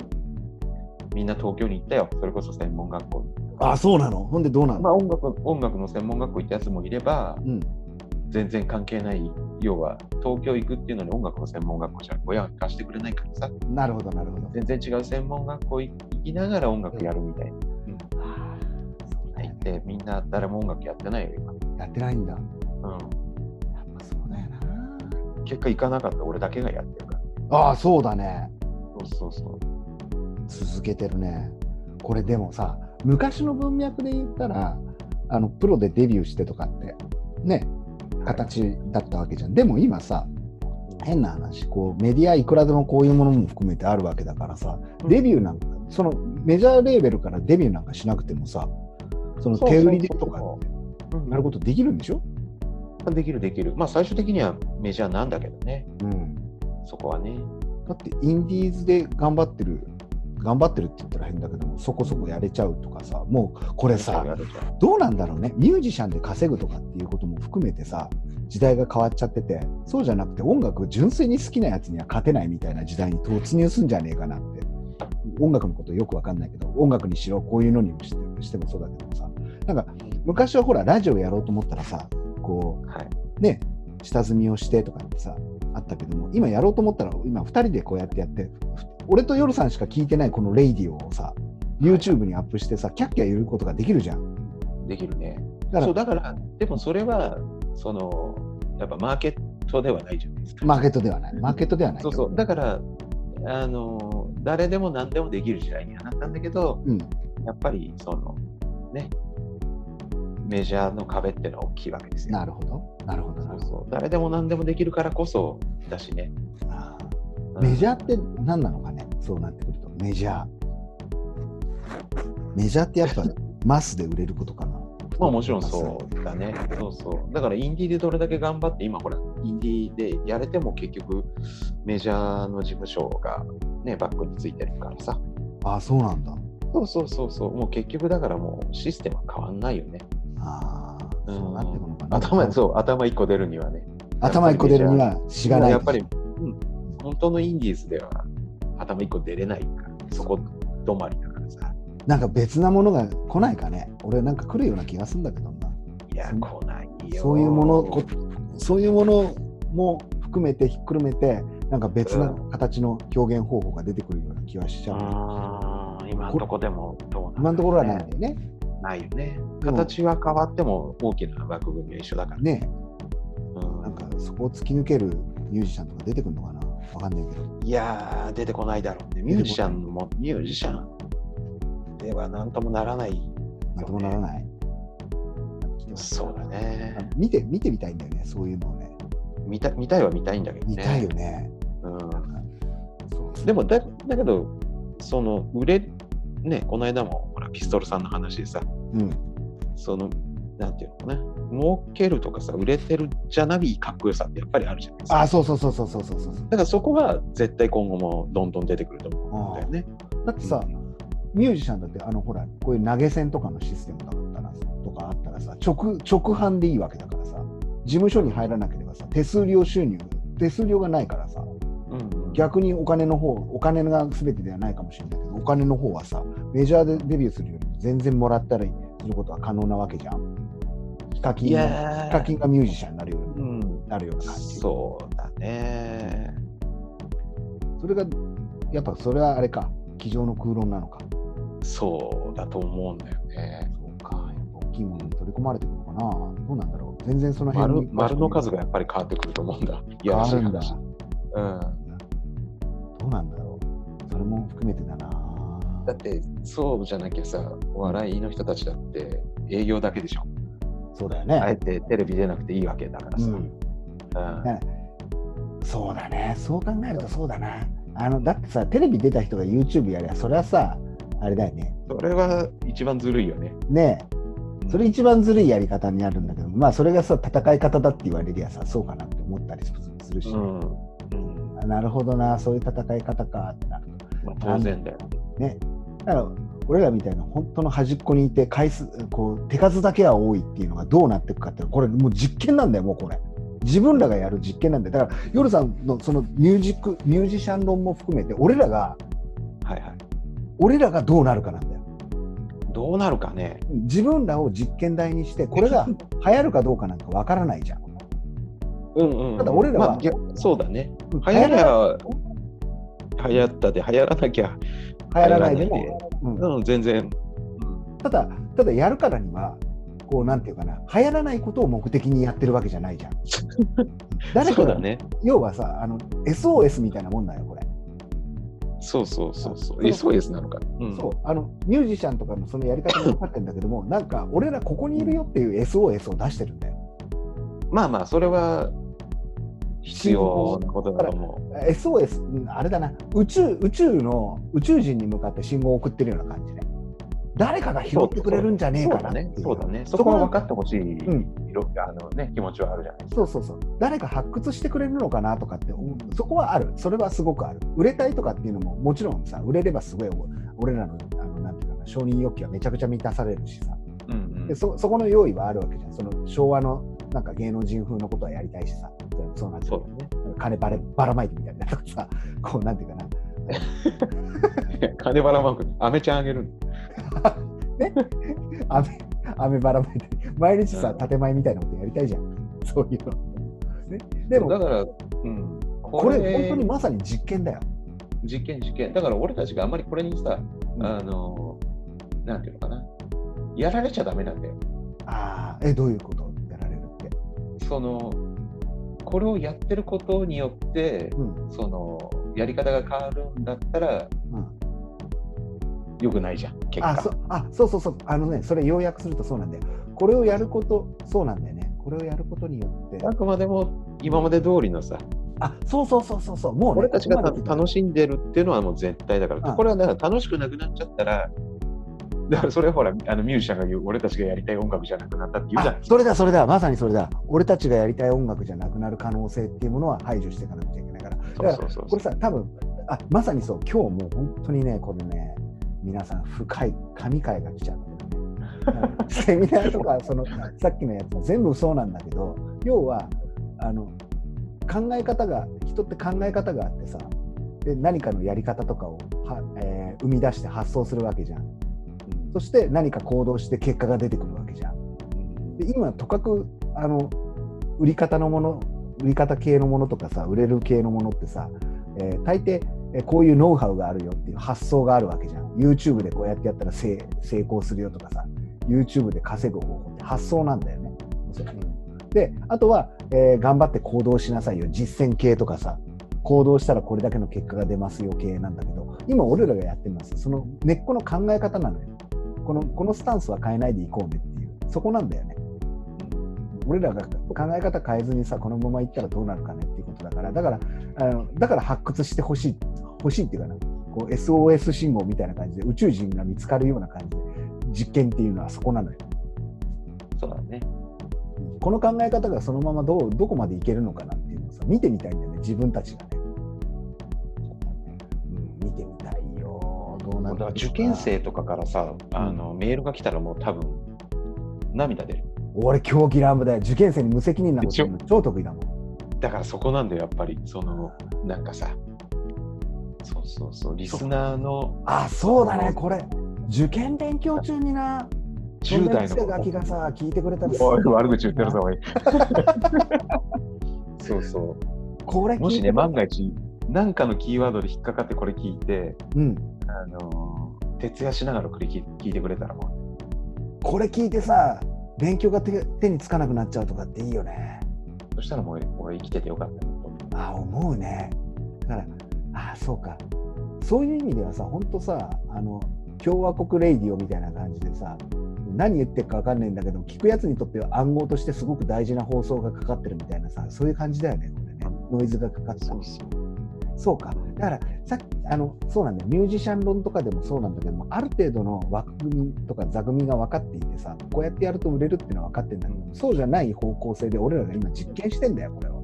Speaker 2: みんな東京に行ったよそれこそ専門学校
Speaker 1: あ、そうなの。ほんでどうな
Speaker 2: まあ音楽音楽の専門学校行ったやつもいれば
Speaker 1: うん。
Speaker 2: 全然関係ない要は東京行くっていうのに音楽の専門学校じゃ親が行かしてくれないからさ
Speaker 1: なるほどなるほど。
Speaker 2: 全然違う専門学校行きながら音楽やるみたいな、
Speaker 1: そうだよ
Speaker 2: 行っ
Speaker 1: ね
Speaker 2: てみんな誰も音楽やってないよ今、
Speaker 1: やってないんだ。や
Speaker 2: う
Speaker 1: っぱそうだよ
Speaker 2: ん、結果行かなかった俺だけがやってるから
Speaker 1: な。ああ、そうだね。
Speaker 2: そうそうそう
Speaker 1: 続けてるね。これでもさ、昔の文脈で言ったら、あのプロでデビューしてとかってね、形だったわけじゃん。でも今さ、変な話こうメディアいくらでもこういうものも含めてあるわけだからさ、
Speaker 2: うん
Speaker 1: デビューなんかそのメジャーレーベルからデビューなんかしなくてもさその手売りでとか
Speaker 2: そうん
Speaker 1: やることできるんでしょ、
Speaker 2: できるできる。まあ最終的にはメジャーなんだけどね、
Speaker 1: うん、だ
Speaker 2: そこはね。
Speaker 1: ってインディーズで頑張ってる頑張ってるって言ったら変だけどもそこそこやれちゃうとかさもうこれさ
Speaker 2: やると
Speaker 1: どうなんだろうねミュージシャンで稼ぐとかっていうことも含めてさ時代が変わっちゃっててそうじゃなくて音楽純粋に好きなやつには勝てないみたいな時代に突入すんじゃねえかなって音楽のことよくわかんないけど音楽にしろこういうのにもしてしてもそうだけどさなんか昔はほらラジオやろうと思ったらさこう、
Speaker 2: はい
Speaker 1: ね下積みをしてとかってさあったけども今やろうと思ったら今2人でこうやってやって俺と夜さんしか聞いてないこのレイディオをさ YouTube にアップしてさキャッキャ言うことができるじゃん。
Speaker 2: できるね。
Speaker 1: だから
Speaker 2: そうだから、でもそれは、その、やっぱマーケットではないじゃないですか。
Speaker 1: マーケットではない。マーケットではない。
Speaker 2: そうそう。だから、あの、誰でも何でもできる時代にはなったんだけど、
Speaker 1: うん。
Speaker 2: やっぱり、その、ね、メジャーの壁ってのは大きいわけですよ。
Speaker 1: なるほど。なるほど。なる
Speaker 2: そ
Speaker 1: ほ
Speaker 2: う
Speaker 1: ど
Speaker 2: そう誰でも何でもできるからこそだしね。
Speaker 1: あ
Speaker 2: う
Speaker 1: ー
Speaker 2: ん
Speaker 1: メジャーって何なのかね、そうなってくると。メジャー。メジャーってやっ ぱマスで売れることかな。
Speaker 2: まあもちろんそうだね。そうそう。だからインディーでどれだけ頑張って、今ほら、インディーでやれても結局メジャーの事務所がね、バックについてるからさ。
Speaker 1: ああ、そうなんだ。
Speaker 2: そうそうそうそう。もう結局だからもうシステムは変わんないよね。
Speaker 1: ああ、そうなってくるのかな。
Speaker 2: 頭、そう、頭一個出るにはね。
Speaker 1: 頭一個出るにはしがない。
Speaker 2: やっぱり、うん、本当のインディーズでは頭一個出れないから、そこ止まりだからさ。
Speaker 1: なんか別なものが来ないかね。俺なんか来るような気がするんだけどな。
Speaker 2: いや、
Speaker 1: そう
Speaker 2: 来ないよ。
Speaker 1: そういうものこ、そういうものも含めてひっくるめて、なんか別な形の表現方法が出てくるような気はしちゃう。
Speaker 2: あー今んとこでもどうなんだろうね
Speaker 1: 今のところはないんだよね。
Speaker 2: ないよね。
Speaker 1: でも
Speaker 2: 形は変わっても大きな枠組みは一緒だから。
Speaker 1: ね
Speaker 2: うん
Speaker 1: なんかそこを突き抜けるミュージシャンとか出てくるのかなわかんないけど。
Speaker 2: いやー、出てこないだろうね。ミュージシャンも、ミュージシャンでは何ともならない。
Speaker 1: なんともならない。
Speaker 2: そうだね
Speaker 1: あ。見て、見てみたいんだよね、そういうのをね。
Speaker 2: 見た見たいは見たいんだけどね。
Speaker 1: 見たいよね。
Speaker 2: うん、
Speaker 1: そう
Speaker 2: でもだ、だけど、その売れ、ね、この間もほらピストルさんの話でさ、
Speaker 1: うん。
Speaker 2: その、なんていうのかな、儲けるとかさ、売れてるじゃないかっこよさってやっぱりあるじゃないですか。
Speaker 1: あ、そうそうそうそうそうそうそう。
Speaker 2: だからそこは絶対今後もどんどん出てくると思うんだよね。
Speaker 1: だってさ、ミュージシャンだって、あの、ほら、こういう投げ銭とかのシステムだったらとかあったらさ、直、直販でいいわけだからさ、事務所に入らなければさ、手数料収入、手数料がないからさ、
Speaker 2: うんうん
Speaker 1: 逆にお金の方、お金が全てではないかもしれないけど、お金の方はさ、メジャーでデビューするよりも全然もらったりすることは可能なわけじゃん。ヒカキ
Speaker 2: い
Speaker 1: ンが、
Speaker 2: や
Speaker 1: ヒカ
Speaker 2: ー
Speaker 1: キンがミュージシャンになるよう
Speaker 2: う
Speaker 1: に
Speaker 2: ん、
Speaker 1: なるような感じ。
Speaker 2: そうだね。
Speaker 1: それが、やっぱそれはあれか、机上の空論なのか。
Speaker 2: そうだと思うんだよね。
Speaker 1: そうか、やっぱ大きいものに取り込まれていくのかな。どうなんだろう。全然その辺
Speaker 2: 丸
Speaker 1: に
Speaker 2: 丸の数がやっぱり変わってくると思うんだ。いやらしい
Speaker 1: 変わるんだ。
Speaker 2: 話うん、
Speaker 1: どうなんだろう。それも含めてだな。
Speaker 2: だってそうじゃなきゃさお笑いの人たちだって営業だけでしょ
Speaker 1: そうだよね。
Speaker 2: あえてテレビ出なくていいわけだから
Speaker 1: う
Speaker 2: さ、うん
Speaker 1: ん、そうだね。そう考えるとそうだな。あのだってさ、テレビ出た人が YouTube やりゃ、それはさ、あれだよね。
Speaker 2: それは一番ずるいよね
Speaker 1: ねえそれ
Speaker 2: うん
Speaker 1: 一番ずるいやり方になるんだけど、まあ、それがさ、戦い方だって言われりゃさ、そうかなって思ったりするし、
Speaker 2: うんうん
Speaker 1: あなるほどな、そういう戦い方かってなる。
Speaker 2: まあ、当然だよ
Speaker 1: ね、だから俺らみたいな本当の端っこにいて回数こう手数だけは多いっていうのがどうなっていくかってこれもう実験なんだよもうこれ自分らがやる実験なんだよだから夜さんのそのミュージックミュージシャン論も含めて俺らが
Speaker 2: はいはい
Speaker 1: 俺らがどうなるかなんだよ
Speaker 2: どうなるかね
Speaker 1: 自分らを実験台にしてこれが流行るかどうかなんかわからないじゃん
Speaker 2: うんうんうん
Speaker 1: ただ俺らは
Speaker 2: まあいやそうだね
Speaker 1: 流
Speaker 2: 流行りゃ 流行ったで流行らなきゃ、
Speaker 1: 流行らないで
Speaker 2: 流行ら
Speaker 1: も、うん
Speaker 2: うん、全然、
Speaker 1: ただただやるからにはこうなんていうかな流行らないことを目的にやってるわけじゃないじゃん誰
Speaker 2: そ
Speaker 1: か
Speaker 2: う
Speaker 1: が
Speaker 2: だね
Speaker 1: 要はさあの SOS みたいなもんだよこれ、
Speaker 2: そうそうそうそう
Speaker 1: あ
Speaker 2: SOS なのか、うん、
Speaker 1: そうあのミュージシャンとかのそのやり方も分かってんだけど もなんか俺らここにいるよっていう SOS を出してるんだよ
Speaker 2: まあまあそれは必要なことだと思う
Speaker 1: SOS うんあれだな宇宙宇宙の宇宙人に向かって信号を送ってるような感じね誰かが拾ってくれるんじゃねえかなっていう
Speaker 2: そうだね。そうだね
Speaker 1: そ
Speaker 2: そ
Speaker 1: こ
Speaker 2: こ
Speaker 1: は
Speaker 2: は分かってほしい、
Speaker 1: ん
Speaker 2: 色あのね、気持ちはあるじゃないですか。
Speaker 1: そうそうそう誰か発掘してくれるのかなとかって思うそこはあるそれはすごくある売れたいとかっていうのももちろんさ売れればすごい俺らのあのなんていうかな承認欲求はめちゃくちゃ満たされるしさ
Speaker 2: うん
Speaker 1: でそそこの用意はあるわけじゃん、その昭和のなんか芸能人風のことはやりたいしさ、そうそうなんていう
Speaker 2: そう
Speaker 1: の金ばればらまいてみたいなとかさ、 こうなんていうかな、
Speaker 2: だね。金ばらまく、アメちゃんあげる。
Speaker 1: 雨雨ばらまいて、毎日さ
Speaker 2: う、ん
Speaker 1: 建前みたいなことやりたいじゃん、 そういうの。ね、で
Speaker 2: だ
Speaker 1: も、
Speaker 2: から、うん、
Speaker 1: これ、本当にまさに実験だよ。
Speaker 2: 実験、実験。だから俺たちがあんまりこれにさ、
Speaker 1: うん
Speaker 2: あの、なんていうのかな、やられちゃダメなんだよ。
Speaker 1: ああ、え、どういうことやられるって。
Speaker 2: その、これをやってることによって、
Speaker 1: うん、
Speaker 2: その、やり方が変わるんだったら、
Speaker 1: うん、
Speaker 6: 良くないじゃん、結
Speaker 1: あそ
Speaker 6: 果。
Speaker 1: あそうそうそうあのねそれ要約するとそうなんだよこれをやることそうなんだよねこれをやることによって
Speaker 2: あくまでも今まで通りのさ、
Speaker 1: あそうそうそうそうそうもう、ね、
Speaker 2: 俺たちが
Speaker 1: ここまで来た
Speaker 2: 楽しんでるっていうのはもう絶対だから、
Speaker 1: うん
Speaker 2: これはだから楽しくなくなっちゃったら、だからそれはほら、あのミュージシャンが言う、俺たちがやりたい音楽じゃなくなったって言うじゃ
Speaker 1: あ
Speaker 2: ん。
Speaker 1: それだそれだまさにそれだ俺たちがやりたい音楽じゃなくなる可能性っていうものは排除していかなくちゃいけないから
Speaker 2: そうそうそう
Speaker 1: これさ多分あまさにそう今日もう本当にねこれね皆さん深い神回が来ちゃったねうんセミナーとかそのさっきのやつも全部そうなんだけど要はあの考え方が人って考え方があってさで何かのやり方とかをは、えー生み出して発想するわけじゃんそして何か行動して結果が出てくるわけじゃんで今とかくあの売り方のもの売り方系のものとかさ売れる系のものってさ、えー大抵えーこういうノウハウがあるよっていう発想があるわけじゃん YouTube でこうやってやったら成成功するよとかさ YouTube で稼ぐ方法って発想なんだよねおそらくであとは、えー頑張って行動しなさいよ実践系とかさ行動したらこれだけの結果が出ますよ系なんだけど今俺らがやってるのはさその根っこの考え方なのよこのこのスタンスは変えないでいこうねっていうそこなんだよね俺らが考え方変えずにさこのままいったらどうなるかねっていうことだからだからあのだから発掘してほしい欲しいっていうかなこう SOS 信号みたいな感じで宇宙人が見つかるような感じで実験っていうのはそこなのよ
Speaker 2: そうだね。
Speaker 1: この考え方がそのままどうどこまでいけるのかなっていうのをさ見てみたいんだよね自分たちがね、うん、見てみたいよどうな
Speaker 2: だ
Speaker 1: る
Speaker 2: から受験生とかからさ、あのメールが来たらもう多分涙出る。
Speaker 1: 俺狂気乱舞だよ受験生に無責任なこと
Speaker 2: でしょ
Speaker 1: 言うの超得意だもん
Speaker 2: だからそこなんだよ、やっぱり。その、なんかさ、そうそうそう、リスナーの
Speaker 1: あそうだねこれ受験勉強中になそん
Speaker 2: 10代
Speaker 1: なやつがガキ
Speaker 2: の
Speaker 1: がさ、聞いてくれたら
Speaker 2: おい、悪口言ってるぞ、おい。そうそう。
Speaker 1: これ聞いて
Speaker 2: もしね、万が一、なんかのキーワードで引っかかってこれ聞いて、
Speaker 1: うん。
Speaker 2: あのー徹夜しながらこれ聞い聞いてくれたらも
Speaker 1: これ聞いてさ、勉強が手手につかなくなっちゃうとかっていいよね。
Speaker 2: う、そしたらもう俺生きててよかったなと思う。
Speaker 1: あ、思うね。だから、あ、そうか。そういう意味ではさ、ほんとさ、あの、共和国レイディオみたいな感じでさ、何言ってるかわかんないんだけど、聞くやつにとっては暗号としてすごく大事な放送がかかってるみたいなさ、そういう感じだよね、これね。ノイズがかかってた。
Speaker 2: そう。
Speaker 1: そうか。だからさっきあのそうなんだよミュージシャン論とかでもそうなんだけどもある程度の枠組みとか座組が分かっていてさこうやってやると売れるっていうのは分かってるんだけどそうじゃない方向性で俺らが今実験してんだよこれを。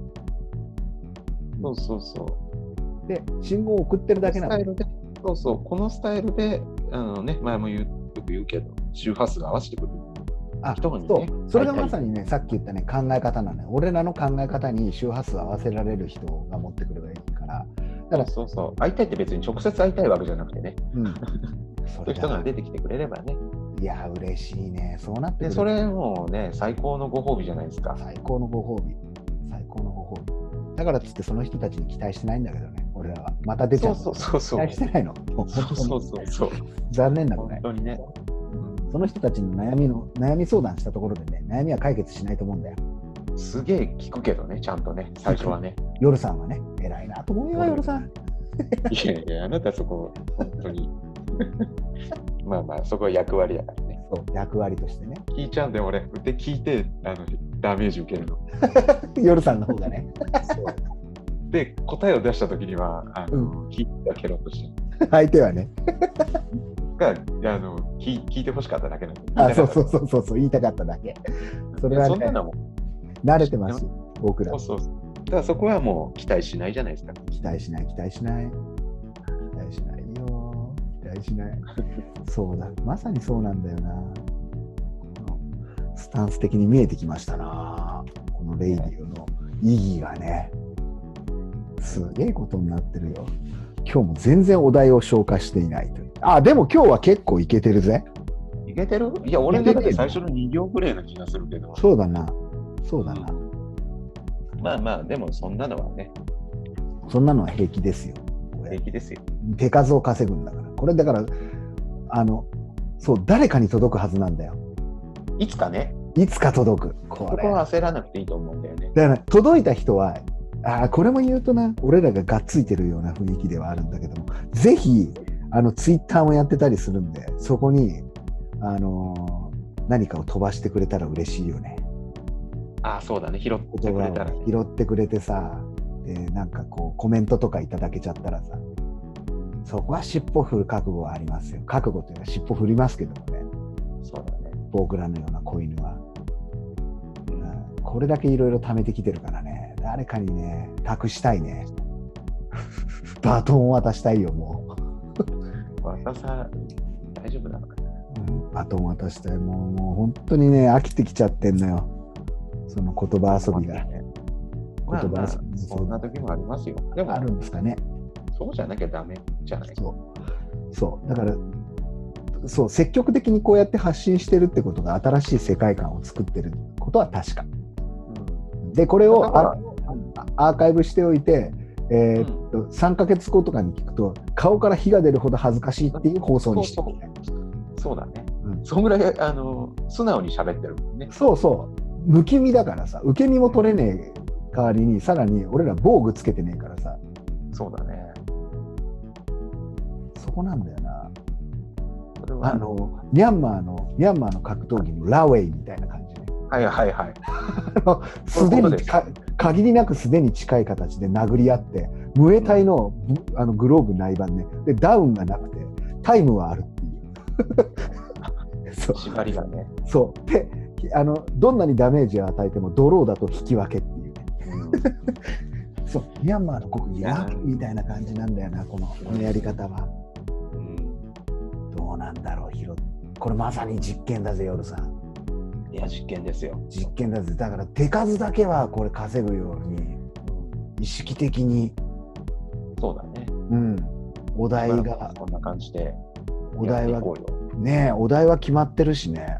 Speaker 2: そうそうそう。
Speaker 1: で信号を送ってるだけなんだ
Speaker 2: スタイ
Speaker 1: よ
Speaker 2: ルでそうそう、このスタイルで、あのね、前も言うよく言うけど、周波数合わせてくる。
Speaker 1: あ
Speaker 2: 人にね
Speaker 1: そうそれがまさにねさっき言ったね考え方なのよ俺らの考え方に周波数を合わせられる人が持ってくればいいから、だから
Speaker 2: そうそう。会いたいって別に直接会いたいわけじゃなくてね、
Speaker 1: うん、そ
Speaker 2: そういう
Speaker 1: れ
Speaker 2: 人が
Speaker 1: だ
Speaker 2: 出てきてくれればね。
Speaker 1: いや嬉しいねそうなってく
Speaker 2: で、
Speaker 1: る
Speaker 2: それもうね、最高のご褒美じゃないですか。
Speaker 1: 最高のご褒美最高のご褒美だからっつってその人たちに期待してないんだけどね俺らはまた出ちゃ
Speaker 2: そううそうそう
Speaker 1: 期
Speaker 2: そう
Speaker 1: 待。してないの
Speaker 2: そうそうそうそう。
Speaker 1: 残念なくない
Speaker 2: 本当にね。
Speaker 1: その人たちの悩みの悩み相談したところでね悩みは解決しないと思うんだよ
Speaker 2: すげえ聞くけどね、ちゃんとね、最初はね。
Speaker 1: 夜さんはね偉いなと思うよ
Speaker 2: うん
Speaker 1: 夜さん
Speaker 2: いやいや、あなたそこ、本当 に。まあまあ、そこは役割だからね。
Speaker 1: そう役割としてね
Speaker 2: 聞いちゃうんで、俺。で、聞いて、あの、ダメージ受けるの。
Speaker 1: 夜さんの方がね
Speaker 2: で、答えを出した時には、あの、
Speaker 1: う
Speaker 2: 聞いてけろとして
Speaker 1: 相手はね
Speaker 2: が、あの、聞聞いてほしかっただけなの。。
Speaker 1: あそうそううそうそうそう言いたかっただけそれ
Speaker 2: いや
Speaker 1: は
Speaker 2: そんな
Speaker 1: ね
Speaker 2: のも、
Speaker 1: 慣れてます僕ら
Speaker 2: そうそうそう。だからそこはもう期待しないじゃないですか。
Speaker 1: 期待しない期待しない期待しないよ期待しないそうだまさにそうなんだよなこのスタンス的に見えてきましたなこのレイディオの意義がねすげえことになってるよ今日も全然お題を消化していないというあでも今日は結構いけてるぜ
Speaker 2: いけてるいや、俺の中で最初の2行ぐらいな気がするけど。
Speaker 1: そうだなそうだな、
Speaker 2: まあまあ、でもそんなのはね、
Speaker 1: そんなのは平気ですよ
Speaker 2: 平気ですよ。
Speaker 1: 手数を稼ぐんだからこれだからあのそう誰かに届くはずなんだよ
Speaker 2: いつかね、
Speaker 1: いつか届くこ
Speaker 2: こ
Speaker 1: れ
Speaker 2: こは焦らなくていいと思うんだよね。
Speaker 1: だから届いた人はあーこれも言うとな俺らががっついてるような雰囲気ではあるんだけどもぜひあのツイッターもやってたりするんで、そこに、あのー何かを飛ばしてくれたら嬉しいよね。
Speaker 2: ああ、そうだね。拾って
Speaker 1: 言
Speaker 2: く
Speaker 1: 葉
Speaker 2: れたら
Speaker 1: を
Speaker 2: ね。
Speaker 1: 拾ってくれてさ、でなんかこう、コメントとかいただけちゃったらさ、そこは尻尾振る覚悟はありますよ。覚悟というか、尻尾振りますけどもね、
Speaker 2: そうだね。
Speaker 1: 僕らのような子犬は。
Speaker 2: うん
Speaker 1: うんこれだけいろいろ貯めてきてるからね、誰かにね、託したいね。 バトンを渡したいよ、もう。
Speaker 2: 渡さ、大丈夫なのかな。
Speaker 1: うんバトン渡したいもうもう本当にね飽きてきちゃってんのよその言葉遊びが
Speaker 2: まあ
Speaker 1: 言
Speaker 2: ま
Speaker 1: 葉
Speaker 2: あ、
Speaker 1: 遊び
Speaker 2: そんな時もありますよ。でも
Speaker 1: あ、るんですかね
Speaker 2: そうじゃなきゃダメじゃない。
Speaker 1: そうそうだからそう積極的にこうやって発信してるってことが新しい世界観を作ってることは確かでこれを
Speaker 2: だから
Speaker 1: あアーカイブしておいて、えー
Speaker 2: う
Speaker 1: っ
Speaker 2: ん
Speaker 1: と3ヶ月後とかに聞くと顔から火が出るほど恥ずかしいっていう放送にしてる
Speaker 2: そうだね。
Speaker 1: うん
Speaker 2: そんぐらい、あの、素直に喋ってるもんね。
Speaker 1: そうそう、むき身だからさ、受け身も取れねえ代わりに、さらに俺ら防具つけてねえからさ、
Speaker 2: そうだね。
Speaker 1: そこなんだよな。
Speaker 2: それ
Speaker 1: あ
Speaker 2: は
Speaker 1: の、ミャンマーの、ミャンマーの格闘技のラウェイみたいな感じね。
Speaker 2: はいはいはい。
Speaker 1: すで
Speaker 2: そういうこと
Speaker 1: に
Speaker 2: です
Speaker 1: か、限りなくすでに近い形で殴り合って、ムエタイの,ぶ、あのグローブ内盤ね、で、ダウンがなくて、タイムはあるっていう。 そう
Speaker 2: 縛りがね。
Speaker 1: そうであのどんなにダメージを与えてもドローだと引き分けっていうねそう、ミャンマーの国技ラーみたいな感じなんだよな、このこのやり方は。
Speaker 2: うん
Speaker 1: どうなんだろう、ヒロ。これまさに実験だぜ、夜さん。
Speaker 2: いや、実験ですよ。
Speaker 1: 実験だぜ。だから手数だけはこれ稼ぐように、意識的に、
Speaker 2: そうだね。
Speaker 1: うん、お題
Speaker 2: まあ
Speaker 1: が、
Speaker 2: こんな感じで。
Speaker 1: お題は
Speaker 2: やっていこうよ。
Speaker 1: ねえ、お題は決まってるしね。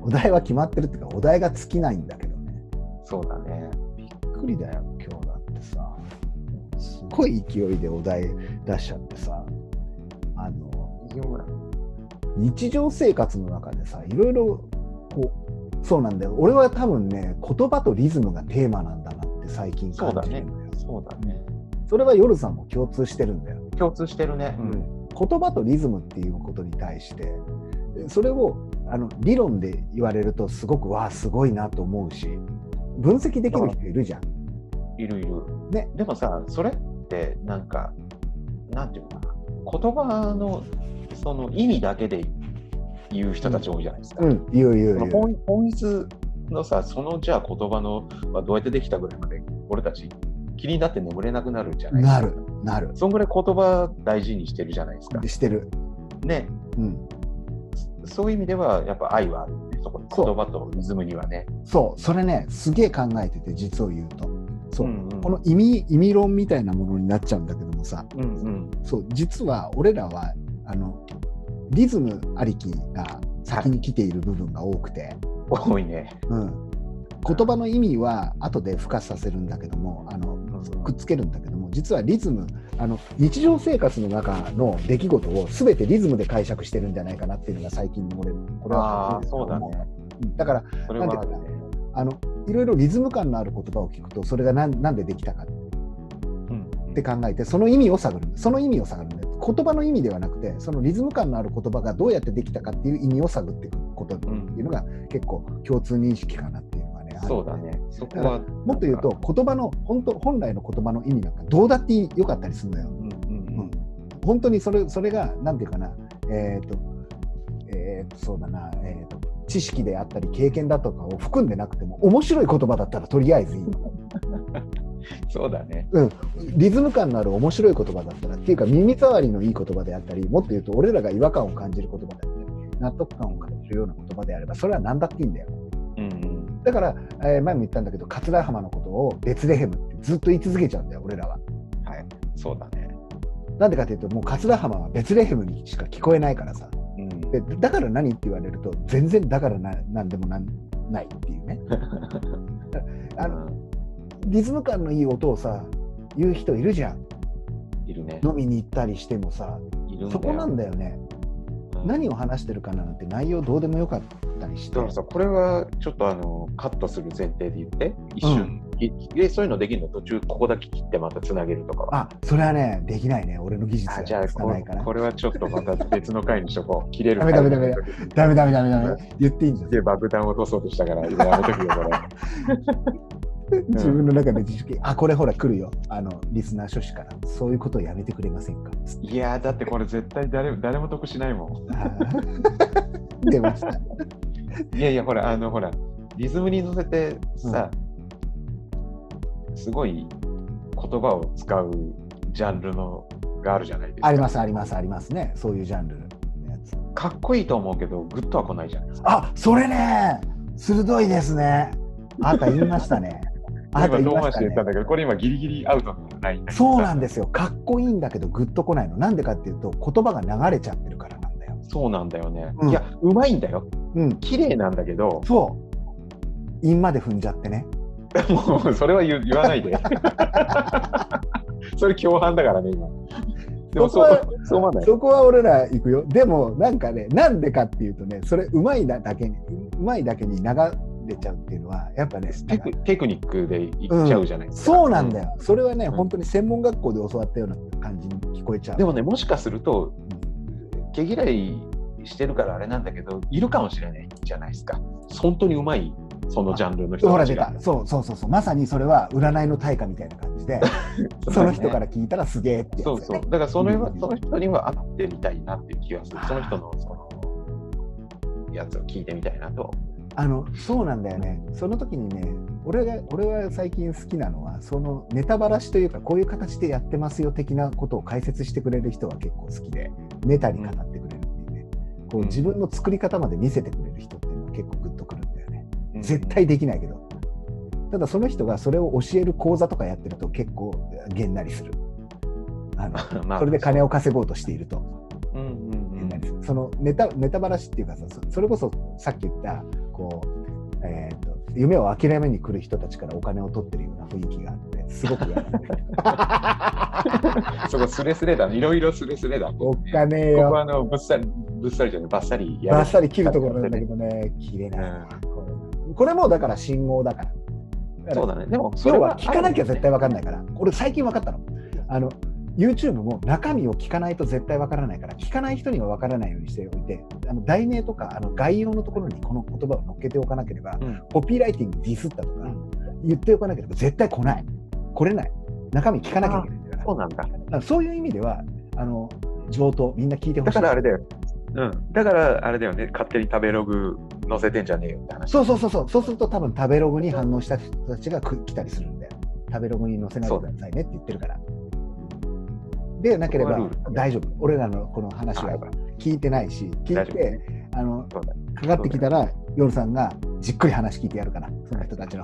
Speaker 1: お題は決まってるっていうか、お題が尽きないんだけどね。
Speaker 2: そうだね。
Speaker 1: びっくりだよ、今日だってさ。すごい勢いでお題出しちゃってさ。あの、日常生活の中でさいろいろこうそうなんだよ俺は多分ね言葉とリズムがテーマなんだなって最近
Speaker 2: そ
Speaker 1: 感
Speaker 2: うだ
Speaker 1: じて
Speaker 2: ね
Speaker 1: るんだよ。
Speaker 2: そうだね。
Speaker 1: それは夜さんも共通してるんだよ、
Speaker 2: 共通してるね。うん。
Speaker 1: 言葉とリズムっていうことに対してでそれをあの理論で言われるとすごくわあすごいなと思うし分析できる人いるじゃん
Speaker 2: いるいる。
Speaker 1: ね。
Speaker 2: でもさ、それって、なんか、なんていうのかな。言葉の、その意味だけで言う人たち多いじゃないですか。
Speaker 1: うん言う言う
Speaker 2: その
Speaker 1: 言う
Speaker 2: 本本質のさ、そのじゃあ言葉のはどうやってできたぐらいまで、俺たち気になって眠れなくなるじゃないです
Speaker 1: な
Speaker 2: か。
Speaker 1: るなる
Speaker 2: そんぐらい言葉大事にしてるじゃないですか。
Speaker 1: してる
Speaker 2: ね。
Speaker 1: うん
Speaker 2: そういう意味では、やっぱ愛はあるよね。そこに
Speaker 1: そう
Speaker 2: 言葉とリズムにはね。
Speaker 1: そうそれねすげえ考えてて実を言うとそう、
Speaker 2: んうん
Speaker 1: この意味意味論みたいなものになっちゃうんだけどもさ
Speaker 2: うんうん。
Speaker 1: そう実は俺らはあのリズムありきが先に来ている部分が多くて、
Speaker 2: 多いね。
Speaker 1: うん、言葉の意味は後で付加させるんだけどもあのくっつけるんだけども実はリズムあの日常生活の中の出来事を全てリズムで解釈してるんじゃないかなっていうのが最近の俺のこれは
Speaker 2: ああ、そうだね。
Speaker 1: うんだから
Speaker 2: それはあるね
Speaker 1: なん。あのいろいろリズム感のある言葉を聞くとそれが何なんでできたか
Speaker 2: うん
Speaker 1: って考えてその意味を探るその意味を探るんだよ言葉の意味ではなくてそのリズム感のある言葉がどうやってできたかっていう意味を探っていくことって
Speaker 2: うん
Speaker 1: いうのが結構共通認識かなっていうのがねある
Speaker 2: そうだね。そこは。
Speaker 1: もっと言うと言葉の本当本来の言葉の意味なんかどうだってよかったりするのよ
Speaker 2: うんうんうん、
Speaker 1: 本当にそれそれが何て言うかなえっ、とえーとそうだなえっ、と知識であったり経験だとかを含んでなくても面白い言葉だったらとりあえずいいの
Speaker 2: そうだね。
Speaker 1: リズム感のある面白い言葉だったらっていうか耳障りのいい言葉であったりもっと言うと俺らが違和感を感じる言葉であったり納得感を感じるような言葉であればそれは何だっていいんだよ
Speaker 2: うんうん。
Speaker 1: だから、えー前も言ったんだけど桂浜のことをベツレヘムってずっと言い続けちゃうんだよ俺らは
Speaker 2: そうだね。
Speaker 1: なんでかっていうともう桂浜はベツレヘムにしか聞こえないからさ
Speaker 2: うん。
Speaker 1: でだから何って言われると全然だからな何でもなんないっていうねあのリズム感のいい音をさ言う人いるじゃん
Speaker 2: いるね。
Speaker 1: 飲みに行ったりしてもさ
Speaker 2: いるんだよ。
Speaker 1: そこなんだよね
Speaker 2: うん
Speaker 1: 何を話してるかなんて内容どうでもよかったりして
Speaker 2: だからさ、これはちょっとあのカットする前提で言って、一瞬、いでそういうのできるの途中、ここだけ切ってまたつなげるとかは。
Speaker 1: あそれはねできないね俺の技術
Speaker 2: あ
Speaker 1: は
Speaker 2: じゃあ
Speaker 1: 拙
Speaker 2: こ
Speaker 1: いから、
Speaker 2: これはちょっとまた別の回にしとこう。切れる
Speaker 1: ダメダメダメ
Speaker 2: ダメ。
Speaker 1: ダメダメダメダメ言っていいんだよ
Speaker 2: で爆弾を落とそうとしたから、今やめとくよ、これ。
Speaker 1: 自分の中で自主的にあこれほら来るよあのリスナー諸氏からそういうことをやめてくれませんか
Speaker 2: いやーだってこれ絶対誰も誰も得しないもん。
Speaker 1: あー 出ました
Speaker 2: いやいやほらあのほらリズムに乗せてさ、すごい言葉を使うジャンルのがあるじゃないですか。
Speaker 1: ありますありますありますねそういうジャンルのやつ
Speaker 2: かっこいいと思うけどグッとは来ないじゃないですか。
Speaker 1: あそれね鋭いですねあなた言いましたねあなた
Speaker 2: 今
Speaker 1: 言い
Speaker 2: 遠
Speaker 1: ま
Speaker 2: 回
Speaker 1: し
Speaker 2: したで言
Speaker 1: ね
Speaker 2: ったんだけどこれ今ギリギリアウトのラインだけどさ
Speaker 1: そうなんですよかっこいいんだけどグッとこないのなんでかっていうと言葉が流れちゃってるからなんだよ
Speaker 2: そうなんだよね。
Speaker 1: うん
Speaker 2: いやうまいんだよ
Speaker 1: うん
Speaker 2: 綺麗なんだけど
Speaker 1: そう韻まで踏んじゃってね
Speaker 2: もうそれは言う言わな いで。それ共犯だからね今。でも
Speaker 1: そ
Speaker 2: そ
Speaker 1: こは
Speaker 2: うそう思わない。
Speaker 1: そこは俺ら行くよ。でも、なんかね、なんでかっていうとね、それ、うまいなだけに、うまいだけに流れちゃうっていうのは、やっぱね、
Speaker 2: テクテクニックでいっちゃうじゃないですか。
Speaker 1: そうなんだ
Speaker 2: よ。
Speaker 1: よ。それはね、
Speaker 2: うん
Speaker 1: 本当に専門学校で教わったような感じに聞こえちゃう。
Speaker 2: で
Speaker 1: も、
Speaker 2: もね、もしかすると、毛嫌いしてるからあれなんだけど、いるかもしれないじゃないですか。本当にうまい、そのジャンルの人
Speaker 1: ほら
Speaker 2: たち
Speaker 1: 出
Speaker 2: が
Speaker 1: た。。そうそうそうそう。まさにそれは占いの対価みたいな感じ で、その人から聞いたらすげえってやつ
Speaker 2: そ
Speaker 1: よ
Speaker 2: う
Speaker 1: ね、
Speaker 2: そう。だからその
Speaker 1: うん
Speaker 2: その人には会ってみたいなっていう気がする。その人のそのやつを聞いてみたいなと。
Speaker 1: あのそうなんだよね、その時にね俺が俺は最近好きなのはそのネタばらしというかこういう形でやってますよ的なことを解説してくれる人が結構好きでネタに語ってくれるっていうね、こう
Speaker 2: うん
Speaker 1: 自分の作り方まで見せてくれる人っていうのは結構グッとくるんだよね、
Speaker 2: うん
Speaker 1: 絶対できないけどただその人がそれを教える講座とかやってると結構げんなりするあの
Speaker 2: まあ
Speaker 1: それで金を稼ごうとしていると。
Speaker 2: うんうんうん
Speaker 1: そのネタネタばらしっていうかさそそれこそさっき言ったこう、えー、と夢を諦めに来る人たちからお金を取ってるような雰囲気があってすごく嫌なん だよ
Speaker 2: そこスレスレだね。いろいろスレスレだ。こ
Speaker 1: お金
Speaker 2: こ
Speaker 1: よ
Speaker 2: はあのぶっさりぶっさりじゃないバッサリやる
Speaker 1: ばっさり切るところなんだけどね切れないな、これもだから信号だからだ
Speaker 2: そう
Speaker 1: か
Speaker 2: だね。でも
Speaker 1: ら要は聞かなきゃ絶対
Speaker 2: わ
Speaker 1: 分かんないから俺最近分かったのあの YouTube も中身を聞かないと絶対分からないから聞かない人には分からないようにしておいてあの題名とかあの概要のところにこの言葉を載っけておかなければ
Speaker 2: うん
Speaker 1: コピーライティングディスったとか、
Speaker 2: うん
Speaker 1: 言っておかなければ絶対来ない来れない中身聞かなきゃいけないんだから
Speaker 2: そうなんだ。
Speaker 1: だからそういう意味ではあの上等みんな聞いてほ
Speaker 2: だ
Speaker 1: しい
Speaker 2: からあれだよ。うん。だからあれだよね。勝手に食べログ載せてんじゃねえよって話。
Speaker 1: そうそうそうそうそうすると多分食べログに反応した人たちがく来たりするんで食べログに載せないでくださいねって言ってるからでなければ
Speaker 2: そこがルール
Speaker 1: 大丈夫俺らのこの話は聞いてないし聞
Speaker 2: 大
Speaker 1: い
Speaker 2: 丈夫ね
Speaker 1: てあの
Speaker 2: そうだ
Speaker 1: かかってきたら夜さんがじっくり話聞いてやるからその人たちの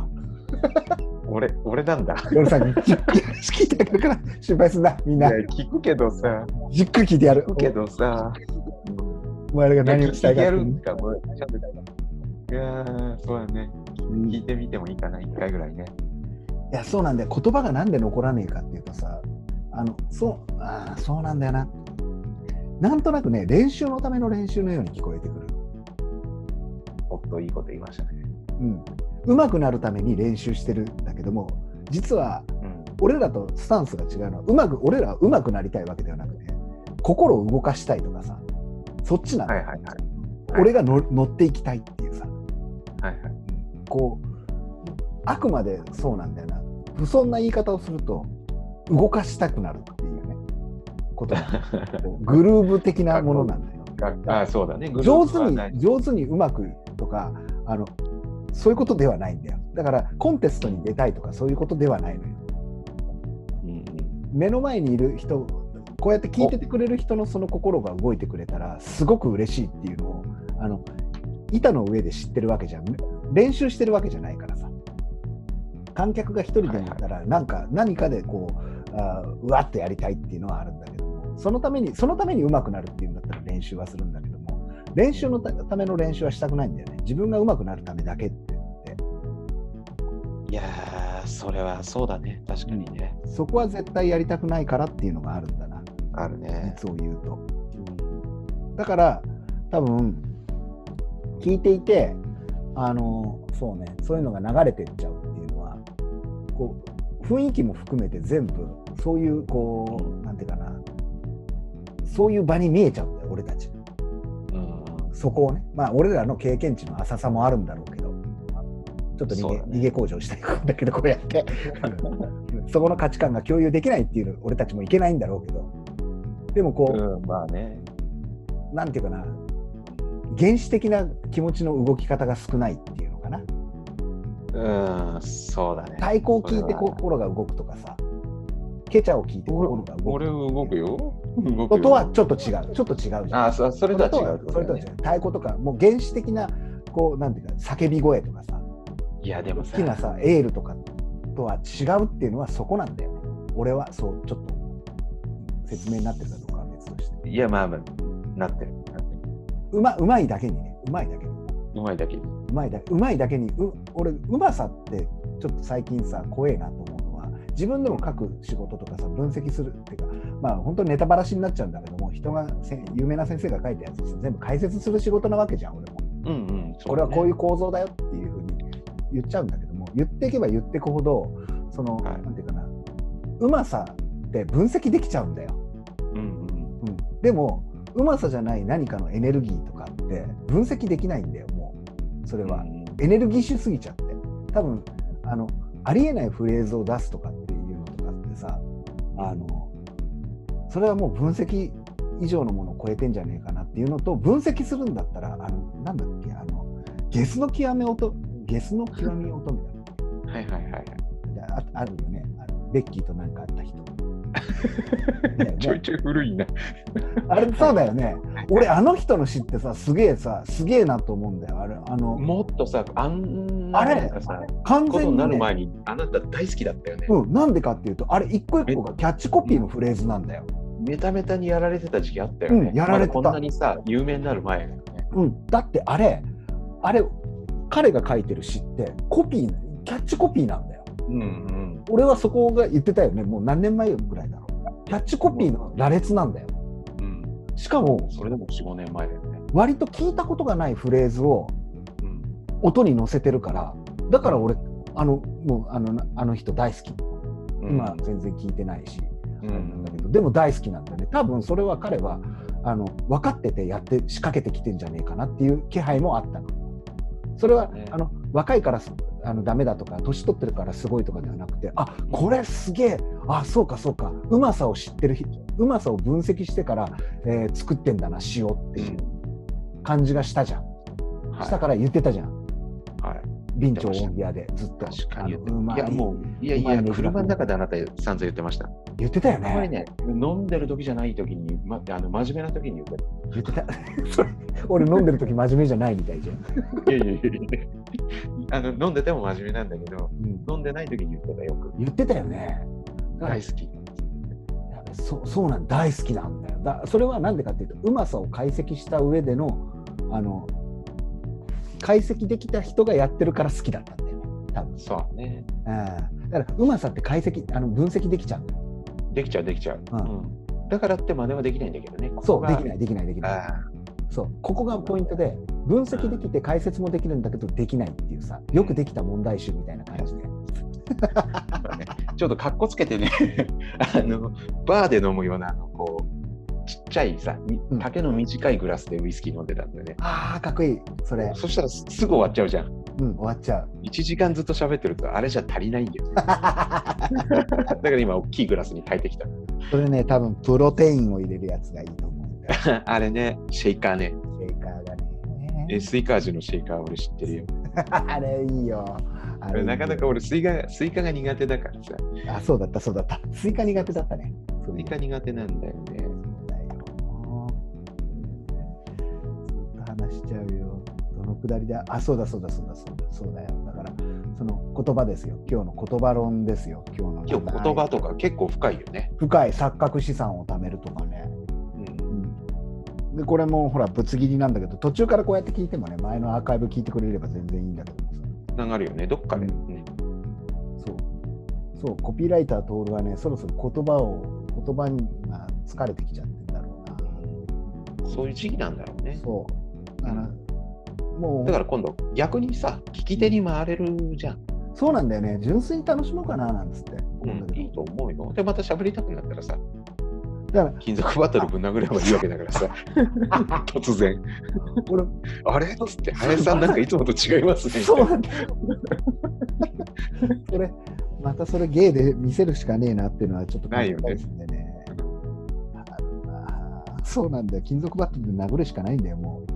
Speaker 2: 俺、俺なんだ。
Speaker 1: 夜さんにじっくり話聞いてやるから心配すんなみん
Speaker 2: い
Speaker 1: な
Speaker 2: や、聞くけどさ、
Speaker 1: じっくり聞いてやる
Speaker 2: 聞くけどさ、
Speaker 1: お前らが
Speaker 2: い
Speaker 1: 何
Speaker 2: や聞
Speaker 1: を
Speaker 2: い
Speaker 1: した
Speaker 2: て
Speaker 1: いかっ
Speaker 2: や
Speaker 1: て
Speaker 2: るんか、もうちょっといやー、そうだね。
Speaker 1: うん
Speaker 2: 聞
Speaker 1: い
Speaker 2: いてみてもいいかな、一回ぐらいね。
Speaker 1: やそうなんだよ言葉がなんで残らねえかっていうとさあのそうあーそうなんだよななんとなくね練習のための練習のように聞こえてくるの
Speaker 2: おっと、いいこと言いましたね。
Speaker 1: うん上手くなるために練習してるんだけども実は
Speaker 2: うん。
Speaker 1: 俺らとスタンスが違うのはうまく俺らは上手くなりたいわけではなくて心を動かしたいとかさそっちなんだ
Speaker 2: はい
Speaker 1: よ、
Speaker 2: はいはい。
Speaker 1: 俺がの乗っていきたいっていうさ
Speaker 2: はいはい。
Speaker 1: こうあくまでそうなんだよなそんな言い方をすると動かしたくなるっていうねことなんだよこ うグルーブ的なものなんだよ
Speaker 2: あ、そうだね。グル
Speaker 1: 上
Speaker 2: ー
Speaker 1: 手
Speaker 2: プは大
Speaker 1: に
Speaker 2: 事
Speaker 1: 上手にうまくとかあのそういうことではないんだよだからコンテストに出たいとかそういうことではないのよ
Speaker 2: うんうん
Speaker 1: 目の前にいる人こうやって聞いててくれる人のその心が動いてくれたらすごく嬉しいっていうのをあの板の上で知ってるわけじゃん練習してるわけじゃないからさ観客が一人でもいたらなんか何かでこうあーうわっとやりたいっていうのはあるんだけどもそのためにそのために上手くなるっていうんだったら練習はするんだけども練習のたための練習はしたくないんだよね自分が上手くなるためだけって
Speaker 2: いやー、それはそうだね。確かにね。
Speaker 1: そこは絶対やりたくないからっていうのがあるんだな
Speaker 2: あるね。
Speaker 1: 実を言うと。
Speaker 2: うん
Speaker 1: だから多分聞いていてあのそうねそういうのが流れてっちゃうっていうのはこう雰囲気も含めて全部そういうこうなんていうかなそういう場に見えちゃうんだよ俺たち
Speaker 7: うん
Speaker 1: そこをねまあ俺らの経験値の浅さもあるんだろうけどちょっと逃
Speaker 7: そう
Speaker 1: げ,、
Speaker 7: だね
Speaker 1: 逃げ向上していくんだけどこうやって そこの価値観が共有できないっていう俺たちもいけないんだろうけどでもこう、
Speaker 7: うん、まあね。
Speaker 1: なんていうかな原始的な気持ちの動き方が少ないっていうのかな
Speaker 7: うん、そうだね。
Speaker 1: 太鼓を聞いて
Speaker 7: それは
Speaker 1: 心が動くとかさケチャを聞いて心が動
Speaker 2: 俺
Speaker 1: く
Speaker 2: 動くよ。動く
Speaker 1: の
Speaker 2: よ
Speaker 1: とはちょっと違うちょっと違うじゃん
Speaker 7: あそそれとは違うってこ
Speaker 1: そ
Speaker 7: と
Speaker 1: れと
Speaker 7: だよ
Speaker 1: は違う
Speaker 7: ね。
Speaker 1: 太鼓とかもう原始的なこうなんていうか叫び声とかさ
Speaker 7: いや、で
Speaker 1: 好
Speaker 7: もさ
Speaker 1: き、なさエールとかとは違うっていうのはそこなんだよね俺はそうちょっと説明になってるかどうかは別として
Speaker 7: いや、まあまあ、なってる。なってる
Speaker 1: うまうまいだけにねうまいだけに
Speaker 2: うまいだけ。
Speaker 1: うまいだうまいだけにう俺うまさってちょっと最近さ怖えなと思うのは自分でも書く仕事とかさ分析するっていうかまあ本当にネタばらしになっちゃうんだけども人がせ有名な先生が書いたやつをさ全部解説する仕事なわけじゃん俺も
Speaker 7: うんうん。。
Speaker 1: これはこういうう構造だよっていうふうに言っちゃうんだけども言っていけば言っていくほどその、
Speaker 2: はい
Speaker 1: なんていうかなうまさって分析できちゃうんだよ
Speaker 2: うんうん。
Speaker 1: うん、でもうまさじゃない何かのエネルギーとかって分析できないんだよもうそれは、エネルギッシュすぎちゃって多分あのありえないフレーズを出すとかっていうのとかってさあのそれはもう分析以上のものを超えてんじゃねえかなっていうのと分析するんだったらあのなんだっけあのゲスの極め音ゲスの極み乙女だっ
Speaker 2: はいはいはいはい。
Speaker 1: けああるよねあのベッキーと何かあ った人だよね
Speaker 2: ちょいちょい古いな。
Speaker 1: あれそうだよね。俺あの人の詩ってさすげえさすげえなと思うんだよ。あれあの
Speaker 2: もっとさ、あん
Speaker 1: あ
Speaker 2: な
Speaker 1: れ
Speaker 2: なんかさ、
Speaker 1: 完
Speaker 2: こと
Speaker 1: 全
Speaker 2: に
Speaker 1: に、
Speaker 2: なる
Speaker 1: ね
Speaker 2: 前に、あなた大好きだったよね。
Speaker 1: うん、なんでかっていうとあれ一個一個がキャッチコピーのフレーズなんだよ。
Speaker 2: メタメタにやられてた時期あったよね。
Speaker 1: うんやられてた
Speaker 2: まだこんなにさ、有名になる前だよね。
Speaker 1: うん、だってあれあれ彼が書いてる詩ってコピーキャッチコピーなんだよ。
Speaker 2: うんうん。
Speaker 1: 俺はそこが言ってたよねもう何年前ぐらいだろう。キャッチコピーの羅列なんだよ。
Speaker 2: うん、
Speaker 1: しかも
Speaker 2: それでも4、5年前だよね。
Speaker 1: 割と聞いたことがないフレーズを
Speaker 2: うん。
Speaker 1: 音に乗せてるからだから俺あのもうあのあの人大好き。今全然聞いてないし、
Speaker 2: う
Speaker 1: あれなん
Speaker 2: ん
Speaker 1: だけどでも大好きなんだよね多分それは彼はあの分かっててやって仕掛けてきてんじゃねえかなっていう気配もあったのそれは、
Speaker 2: ね
Speaker 1: あの若いからすあのダメだとか年取ってるからすごいとかではなくてあこれすげえあそうかそうかうまさを知ってる人うまさを分析してから、えー作ってんだな塩っていう感じがしたじゃん、
Speaker 2: はい
Speaker 1: したから言ってたじゃん
Speaker 2: はい
Speaker 1: 備長温ギアでずっと
Speaker 2: 確か
Speaker 1: あ
Speaker 2: に
Speaker 1: の
Speaker 2: 言ってた
Speaker 1: うま
Speaker 2: いや、もう、いやいう
Speaker 1: まい
Speaker 2: や、
Speaker 1: ね
Speaker 2: 車の中であなた、散々言ってました。
Speaker 1: 言ってたよ
Speaker 2: やっぱり
Speaker 1: ね
Speaker 2: ね、飲んでる時じゃない時に、ま、あの真面目な時に言っ
Speaker 1: 言ってた それ俺飲んでる時真面目じゃないみたいじゃん
Speaker 2: てる。いやいやいやいや あの飲んでても真面目なんだけど、
Speaker 1: うん
Speaker 2: 飲んでない時に言ってたよく。
Speaker 1: 言ってたよね。
Speaker 2: 大好き。
Speaker 1: やべそうそうなん大好きなんだよ。だそれはなんでかっていうとうまさを解析した上でのあの解析できた人がやってるから好きだったんだよね。多分。
Speaker 2: そうね。
Speaker 1: うん、だからうまさって解析あの分析できちゃうんだよ。
Speaker 2: できちゃう、できちゃう。
Speaker 1: う
Speaker 2: うんんだからって真似はできないんだけどね。
Speaker 1: そうでき
Speaker 2: い。
Speaker 1: ないできないできない。
Speaker 2: あ
Speaker 1: そうここがポイントで分析できて解説もできるんだけどできないっていうさよくできた問題集みたいな感じで。
Speaker 2: あちょっとかっこつけてね、 あの、バーで飲むような、あのこう、ちっちゃいさ、み
Speaker 1: うん
Speaker 2: 竹の短いグラスでウイスキー飲んでたんだよね。
Speaker 1: ああかっこいいそれ。
Speaker 2: そしたらすすぐ終わっちゃうじゃん。
Speaker 1: うん終わっちゃう。
Speaker 2: 1時間ずっと喋ってると、あれじゃ足りないんだよ。だから今、大きいグラスに変えてきた。
Speaker 1: それね多分プロテインを入れるやつがいいと思 うんだよ。
Speaker 2: あれね、シェイカーね。
Speaker 1: シェイカーがね。
Speaker 2: えスイカ味のシェイカー俺知ってるよ。
Speaker 1: あれいいよ。あ
Speaker 2: あれなかなか俺スイカ、スイカが苦手だからさ。
Speaker 1: あ、そうだった、そうだった。スイカ苦手だったね。
Speaker 2: スイカ苦手なんだよね。
Speaker 1: そうだよ。ずっと話しちゃうよ。どのくだりだあ、そうだ、そうだ、そうだ、そうだ、そうだよ。だから、その言葉ですよ。今日の言葉論ですよ。今日
Speaker 2: 今
Speaker 1: の。
Speaker 2: 日言葉とか結構深いよね。
Speaker 1: 深い錯覚資産を貯めるとかね。
Speaker 2: うん
Speaker 1: でこれもほらぶつ切りなんだけど途中からこうやって聞いてもね前のアーカイブ聞いてくれれば全然いいんだけどもさ
Speaker 2: 流るよね、どっかで、ね。
Speaker 1: そう。そう、コピーライター徹はね、そろそろ言葉を、言葉にまあ疲れてきちゃってんだろうな。
Speaker 2: そういう時期なんだろうね。
Speaker 1: そう。あのも
Speaker 2: だから今度、逆にさ、聞き手に回れるじゃん。
Speaker 1: うそうなんだよね純粋に楽しもうかななんつって思うんだけ
Speaker 2: いいと思うよ。で、また喋りたくなったらさ、
Speaker 1: ど、だか
Speaker 2: 金属バットルぶん殴ればいいわけだからさ、 突然、
Speaker 1: ら俺
Speaker 2: あれっつって、林さんなんかいつもと違いますね。
Speaker 1: そうなんだよそれまたそれゲイで見せるしかねえなっていうのはちょっと
Speaker 2: ないよね
Speaker 1: 感じたりするんでねあのあーそうなんだよ金属バットで殴るしかないんだよもう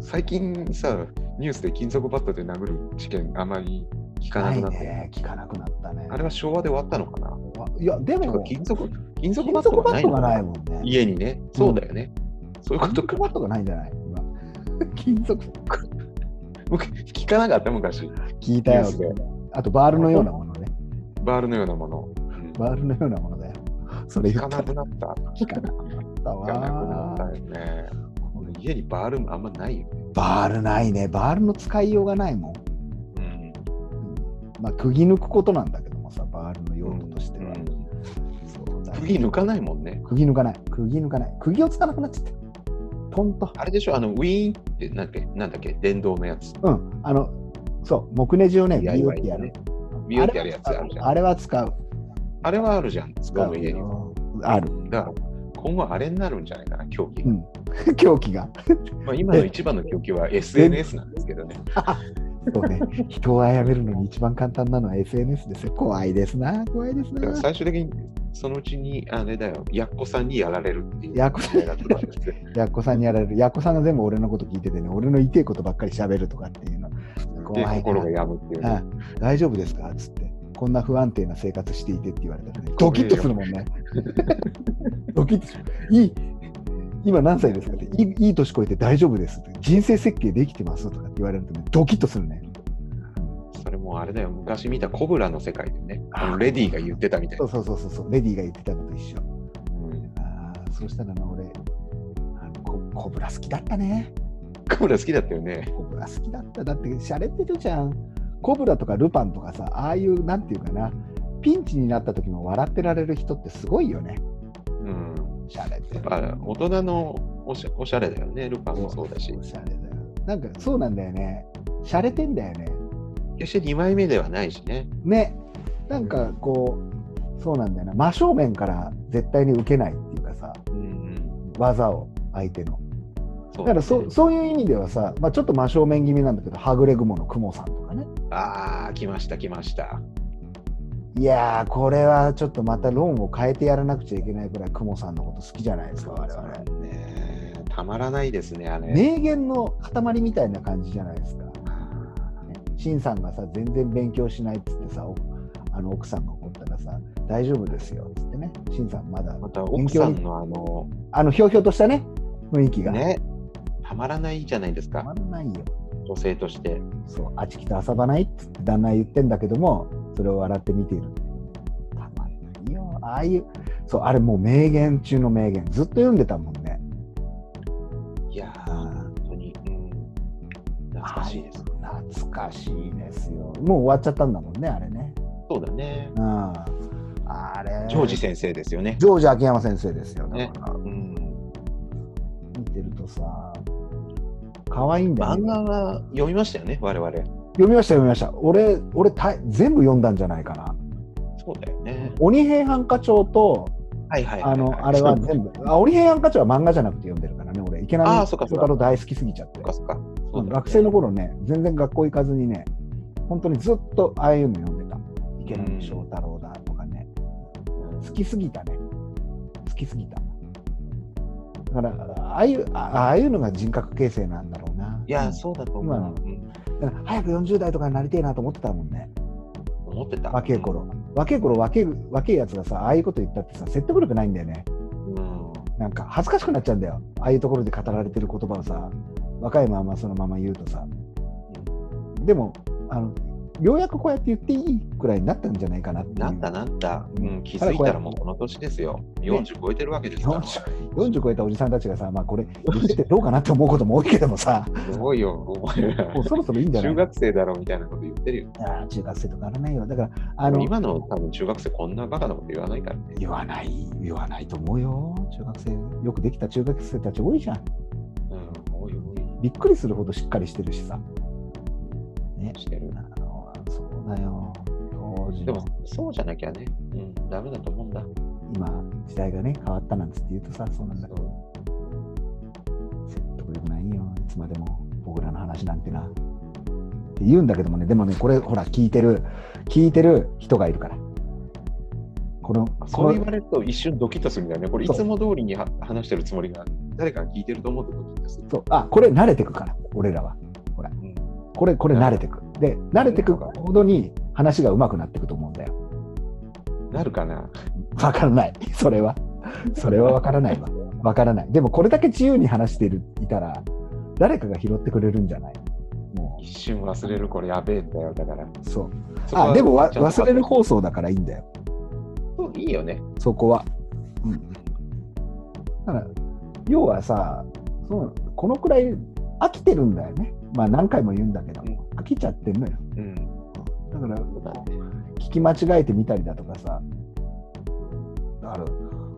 Speaker 2: 最近さ、ニュースで金属バットで殴る事件、あまり聞かなくなって、
Speaker 1: ね聞かなくなったね
Speaker 2: あれは昭和で終わったのかな。
Speaker 1: いやで
Speaker 2: てか
Speaker 1: も
Speaker 2: 金属金属
Speaker 1: 金
Speaker 2: バット
Speaker 1: 属
Speaker 2: が
Speaker 1: バ
Speaker 2: な
Speaker 1: ッ
Speaker 2: い
Speaker 1: ト
Speaker 2: の
Speaker 1: が
Speaker 2: か
Speaker 1: な
Speaker 2: ない
Speaker 1: もんね
Speaker 2: 家にね、そうだよね。そういうこ
Speaker 1: 金
Speaker 2: とか
Speaker 1: 属。バットがないんじゃない今 金属
Speaker 2: 僕聞かなかった昔。
Speaker 1: 聞いたよ
Speaker 2: ニュースで
Speaker 1: あとバールのようなものね
Speaker 2: バールのようなもの。
Speaker 1: バールのようなものだよそれ
Speaker 2: 聞
Speaker 1: 言
Speaker 2: か
Speaker 1: った
Speaker 2: な
Speaker 1: ら
Speaker 2: くなった。
Speaker 1: 聞かなくなった
Speaker 2: 聞かなくな
Speaker 1: わ
Speaker 2: ったよね。俺家にバールもあんまないよね。
Speaker 1: バールないねバールの使いようがないもん
Speaker 2: うん。
Speaker 1: まあ、釘抜くことなんだけどもさ、バールの用途としては。
Speaker 2: うん
Speaker 1: そうだね
Speaker 2: 釘抜かないもんね。
Speaker 1: 釘抜かない、釘抜かない、釘をつかなくなっちゃった。ポンと。
Speaker 2: あれでしょあのウィーンってなんだっけなんだっけ電動のやつ。
Speaker 1: うん、あの、そう、木ネジをね、ビューっ
Speaker 2: DIY
Speaker 1: てや
Speaker 2: で
Speaker 1: る
Speaker 2: ね。。ビューってやるやつあるじゃん
Speaker 1: あれは使う。
Speaker 2: あれはあるじゃん。使
Speaker 1: 使
Speaker 2: の
Speaker 1: う
Speaker 2: 家には。
Speaker 1: よある。
Speaker 2: だから今後あれになるんじゃないかな、競技
Speaker 1: う。ん。 狂気が。
Speaker 2: まあ今の一番の競技は SNS なんですけどね。
Speaker 1: そうね、人を殺めるのに一番簡単なのは SNS ですよ。怖いですな、怖いです
Speaker 2: だから
Speaker 1: な。
Speaker 2: 最終的にそのうちにあれだよ、やっこさんにやられるっていう。
Speaker 1: やっこさん
Speaker 2: 時代が来るわけ ですよ
Speaker 1: やっこさんにやられる。やっこさんが全部俺のこと聞いててね、俺の痛いことばっかり喋るとかっていうの。怖い
Speaker 2: で、
Speaker 1: な
Speaker 2: 心が病むっていうね、
Speaker 1: あ大丈夫ですかつって、こんな不安定な生活していてって言われたらね、ドキッとするも んね。ドキッとする。いい、今何歳ですかって、いいいい年越えて大丈夫ですって、人生設計できてますとかって言われるとね、ドキッとするね。
Speaker 2: それもあれだよ、昔見たコブラの世界だよね。あのレディーが言ってたみたい
Speaker 1: そ
Speaker 2: な
Speaker 1: う。そうそうそうそう、レディーが言ってたのと一緒。
Speaker 2: うん
Speaker 1: ああ、そうしたらな、俺、あのココブラ好きだったね。
Speaker 2: コブラ好きだったよね。
Speaker 1: コブラ好きだった。だって、洒落てるじゃん。コブラとかルパンとかさ、ああいう、なんていうかな、ピンチになった時も笑ってられる人ってすごいよね。
Speaker 2: うん。
Speaker 1: 洒落て
Speaker 2: や
Speaker 1: る。
Speaker 2: っぱ大人のおしゃおしゃれだよね、ルパンもそうだし
Speaker 1: お。しゃれだよ。なんかそうなんだよね。しゃれてんだよね。
Speaker 2: 決して2枚目ではないしね。
Speaker 1: ね。なんかこう、そうなんだよな。真正面から絶対に受けないっていうかさ、
Speaker 2: うんうん。
Speaker 1: 技を相手の。
Speaker 2: そ
Speaker 1: だか
Speaker 2: うだね
Speaker 1: らそそういう意味ではさ、まあ、ちょっと真正面気味なんだけど、はぐれ雲の雲さんとかね。
Speaker 2: ああ、来ました、来ました。
Speaker 1: いやー、これはちょっとまた論を変えてやらなくちゃいけないくらい雲さんのこと好きじゃないですか、我々。
Speaker 2: ねえたまらないですね、あれ。
Speaker 1: 名言の塊みたいな感じじゃないですか。シンさんがさ全然勉強しないっつってさおあの奥さんが怒ったらさ大丈夫ですよっつってねシンさんまだ
Speaker 2: また奥さんのあの、
Speaker 1: あのひょうひょうとしたね雰囲気が、
Speaker 2: ね、たまらないじゃないです
Speaker 1: たま
Speaker 2: か、
Speaker 1: んないよ
Speaker 2: 女性として。
Speaker 1: そうあっち来て遊ばないっつって旦那言ってんだけどもそれを笑って見ているたまんないよああいうそうあれもう名言中の名言ずっと読んでたもんね
Speaker 2: いやー、本当に、うん、懐かしいです。
Speaker 1: 懐かしいですよもう終わっちゃったんだもんねあれね
Speaker 2: そうだね。
Speaker 1: うんあれ
Speaker 2: ジョージ先生ですよね。
Speaker 1: ジョージ秋山先生ですよだ
Speaker 2: ね
Speaker 1: から、
Speaker 2: うん、
Speaker 1: 見てるとさ、可愛いんだよ、
Speaker 2: 漫
Speaker 1: ね。
Speaker 2: 画は読みましたよね、我々。
Speaker 1: 読みました、読みました。俺、俺たい、全部読んだんじゃないかな。
Speaker 2: そうだよね。
Speaker 1: 鬼平犯科帳と、
Speaker 2: はいはいはい、
Speaker 1: あの、あれは
Speaker 2: そう
Speaker 1: 全部。あ、鬼平犯科帳は漫画じゃなくて読んでるからね、俺。池波
Speaker 2: あーそっかそっか
Speaker 1: 太郎大好きすぎちゃって。
Speaker 2: か、そうか。そうだよね
Speaker 1: 学生の頃ね、全然学校行かずにね、本当にずっとああいうの読んでた。池波正太郎だとかね。
Speaker 2: うん
Speaker 1: 好きすぎたね。好きすぎた。だから、ああいう、あああいうのが人格形成なんだろうな。
Speaker 2: いや、そうだと思
Speaker 1: 今
Speaker 2: う
Speaker 1: の。
Speaker 2: うん
Speaker 1: だから早く40代とかになりてえなと思ってたもんね
Speaker 2: 思ってた。
Speaker 1: 若い頃若い頃若い若いやつがさああいうこと言ったってさ説得力ないんだよね
Speaker 2: うん。
Speaker 1: なんか恥ずかしくなっちゃうんだよああいうところで語られてる言葉をさ若いままそのまま言うとさでもあのようやくこうやって言っていいくらいになったんじゃないかなっていう
Speaker 2: なったなった、うん、気づいたらもうこの年ですよ。40超えてるわけですから。す
Speaker 1: 40超えたおじさんたちがさまあこれ言っててどうかなって思うことも多いけどもさ
Speaker 2: ごいよ、お前 ら
Speaker 1: もうそろそろいいんじゃない
Speaker 2: 中学生だろみたいなこと言ってるよ。
Speaker 1: ああ中学生とかあらないよだからあの
Speaker 2: 今の多分中学生こんなバカなこと言わないからね。
Speaker 1: 言わない言わないと思うよ中学生よくできた中学生たち多いじゃん
Speaker 2: うん
Speaker 1: びっくりするほどしっかりしてるしさ。ね。
Speaker 2: してる。
Speaker 1: あのそうだよ。当時
Speaker 2: で
Speaker 1: の
Speaker 2: も、そうじゃなきゃね、うん、ダメだと思うんだ。
Speaker 1: 今、時代がね、変わったなんつって言うとさ、そうなんだけど、説得力ないよ。いつまでも、僕らの話なんてな。って言うんだけどもね、でもね、これ、ほら、聞いてる、聞いてる人がいるから。この、
Speaker 2: そう
Speaker 1: こ
Speaker 2: 言
Speaker 1: の
Speaker 2: われると一瞬ドキッとするんだよね。これ、い
Speaker 1: そう
Speaker 2: つも通りには話してるつもりが、誰かが聞いてると思うとドキッとする。
Speaker 1: そうあ、これ慣れてくから、俺らは。
Speaker 2: うん
Speaker 1: これ、これ慣れてく。で、慣れてくほどに話が上手くなってくと思うんだよ。
Speaker 2: なるかな。
Speaker 1: わからない。それは。それはわからないわ。わからない。でもこれだけ自由に話しているいたら、誰かが拾ってくれるんじゃないも
Speaker 2: 一瞬忘れる、これやべえんだよ。だから。
Speaker 1: う、そう。
Speaker 2: そこは
Speaker 1: あ、でもわ
Speaker 2: ちゃんと
Speaker 1: 忘れる放送だからいいんだよ。
Speaker 2: そういいよね。
Speaker 1: そこは。うん。だから、要はさ、そうこのくらい飽きてるんだよね。まあ何回も言うんだけど、
Speaker 2: うん
Speaker 1: 飽きちゃってんのよ。
Speaker 2: うん。
Speaker 1: だから、
Speaker 2: そうだね
Speaker 1: 聞き間違えてみたりだとかさ、だから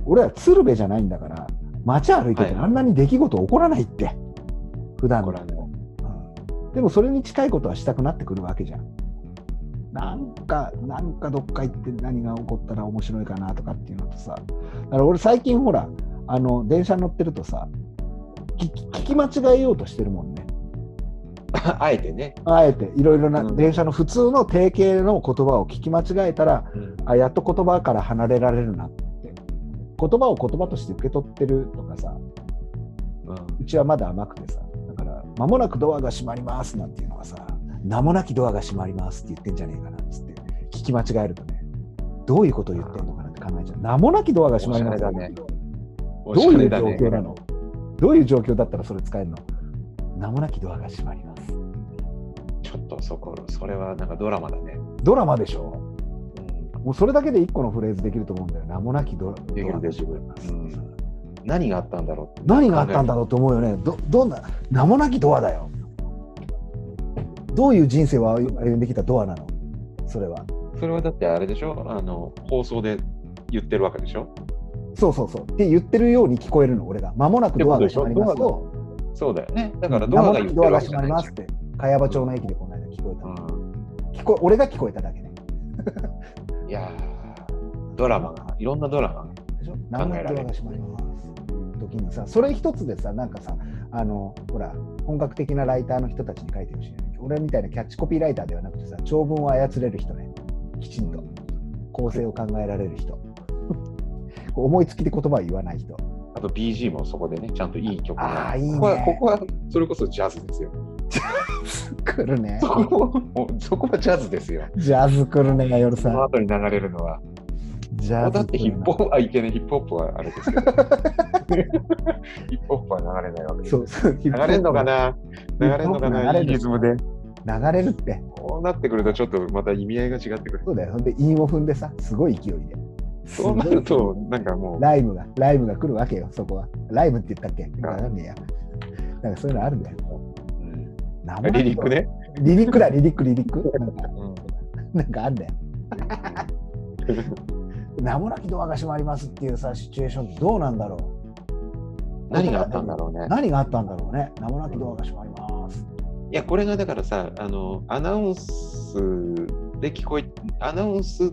Speaker 1: 俺は鶴瓶じゃないんだから、街歩いてて
Speaker 2: はい
Speaker 1: あんなに出来事起こらないって、普段
Speaker 2: 怒らない
Speaker 1: うんでもそれに近いことはしたくなってくるわけじゃん。なんか、なんかどっか行って何が起こったら面白いかなとかっていうのとさ、だから俺最近ほら、あの電車に乗ってるとさ、聞き聞き間違えようとしてるもんね。
Speaker 2: あえてね。
Speaker 1: あえていろいろな
Speaker 2: うん
Speaker 1: 電車の普通の定型の言葉を聞き間違えたら、
Speaker 2: うん
Speaker 1: あやっと言葉から離れられるなって言葉を言葉として受け取ってるとかさうちはまだ甘くてさだから「間もなくドアが閉まります」なんていうのはさ「名もなきドアが閉まります」って言ってんじゃねえかなっつって聞き間違えるとねどういうことを言ってんのかなって考えちゃう名もなきドアが閉まります
Speaker 2: おしゃれだね
Speaker 1: どういう状
Speaker 2: おしゃれ
Speaker 1: 況なのどういう状況だったらそれ使えるの名もなきドアが閉まります
Speaker 2: ちょっとそこ、それはなんかドラマだね。
Speaker 1: ドラマでしょ
Speaker 2: うん
Speaker 1: もうそれだけで一個のフレーズできると思うんだよ名もなきドラ
Speaker 2: できるできる
Speaker 1: ドアが閉まります
Speaker 2: うん何があったんだろう
Speaker 1: 何があったんだろうと思うよね。どどんな名もなきドアだよ。どういう人生を歩歩んできたドアなのそれは。
Speaker 2: それはだってあれでしょあの放送で言ってるわけでしょ
Speaker 1: そうそうそう。って言ってるように聞こえるの、俺が。間もなくドアが閉まります
Speaker 2: ってこと
Speaker 1: と。
Speaker 2: そうだよね。だからド
Speaker 1: 間
Speaker 2: ア
Speaker 1: もな
Speaker 2: が言っ
Speaker 1: く
Speaker 2: て
Speaker 1: ドア
Speaker 2: る
Speaker 1: が
Speaker 2: わけ
Speaker 1: 閉
Speaker 2: じゃ
Speaker 1: まり
Speaker 2: ない
Speaker 1: ま
Speaker 2: じ
Speaker 1: すって。茅場町の駅でこの間聞こえ
Speaker 2: ゃ
Speaker 1: た
Speaker 2: ん
Speaker 1: の。
Speaker 2: うん
Speaker 1: 聞こえ俺が聞こえただけね。
Speaker 2: いやードラマが、いろんなドラマが。
Speaker 1: でしょ名もなくドアが閉まります。時にさ、それ一つでさ、なんかさ、あの、ほら、本格的なライターの人たちに書いてほしいよね。俺みたいなキャッチコピーライターではなくてさ、長文を操れる人ね。きちんと。構成を考えられる人 こう思いつきで言葉を言わない人
Speaker 2: あと BG もそこでね、ちゃんといい曲
Speaker 1: あ
Speaker 2: が。
Speaker 1: ーいいね
Speaker 2: ここは、ここはそれこそジャズですよ。
Speaker 1: 来るね
Speaker 2: そこは、もう そこはジャズですよ。
Speaker 1: ジャズ来るね夜
Speaker 2: そ
Speaker 1: さ
Speaker 2: の
Speaker 1: ん
Speaker 2: 後に流れるのは。
Speaker 1: ジャズ
Speaker 2: だって
Speaker 1: 来
Speaker 2: ヒ
Speaker 1: る
Speaker 2: ッ
Speaker 1: な
Speaker 2: プホップ、あ、いけない、ヒップホップはあれですけ ど。ヒップホップは流れないわけです。
Speaker 1: そうそう流
Speaker 2: 流れるのかな流れるのかな
Speaker 1: 流
Speaker 2: い
Speaker 1: れ
Speaker 2: いリ
Speaker 1: る
Speaker 2: ズムで。
Speaker 1: 流れるって
Speaker 2: こうなってくると、ちょっとまた意味合いが違ってくる。
Speaker 1: そうだよほんで韻を踏んでさすごい勢いで
Speaker 2: そうなると、なんかもう、
Speaker 1: ライムがライムが来るわけよそこはライムって言ったっけわかんねえやなんかそういうのあるんだよ
Speaker 2: うん
Speaker 1: 名
Speaker 2: あ
Speaker 1: もなく
Speaker 2: リリックね。
Speaker 1: リリックだリリックリリックなんか
Speaker 2: うん
Speaker 1: なんかあん だよ名もなきドアが閉まりますっていうさシチュエーションってどうなんだろう
Speaker 2: 何があったんだろうね。
Speaker 1: 何があったんだろうね。名もなきドアが閉まります。
Speaker 2: いや、これがだからさ、あの、アナウンスで聞こえ、アナウンス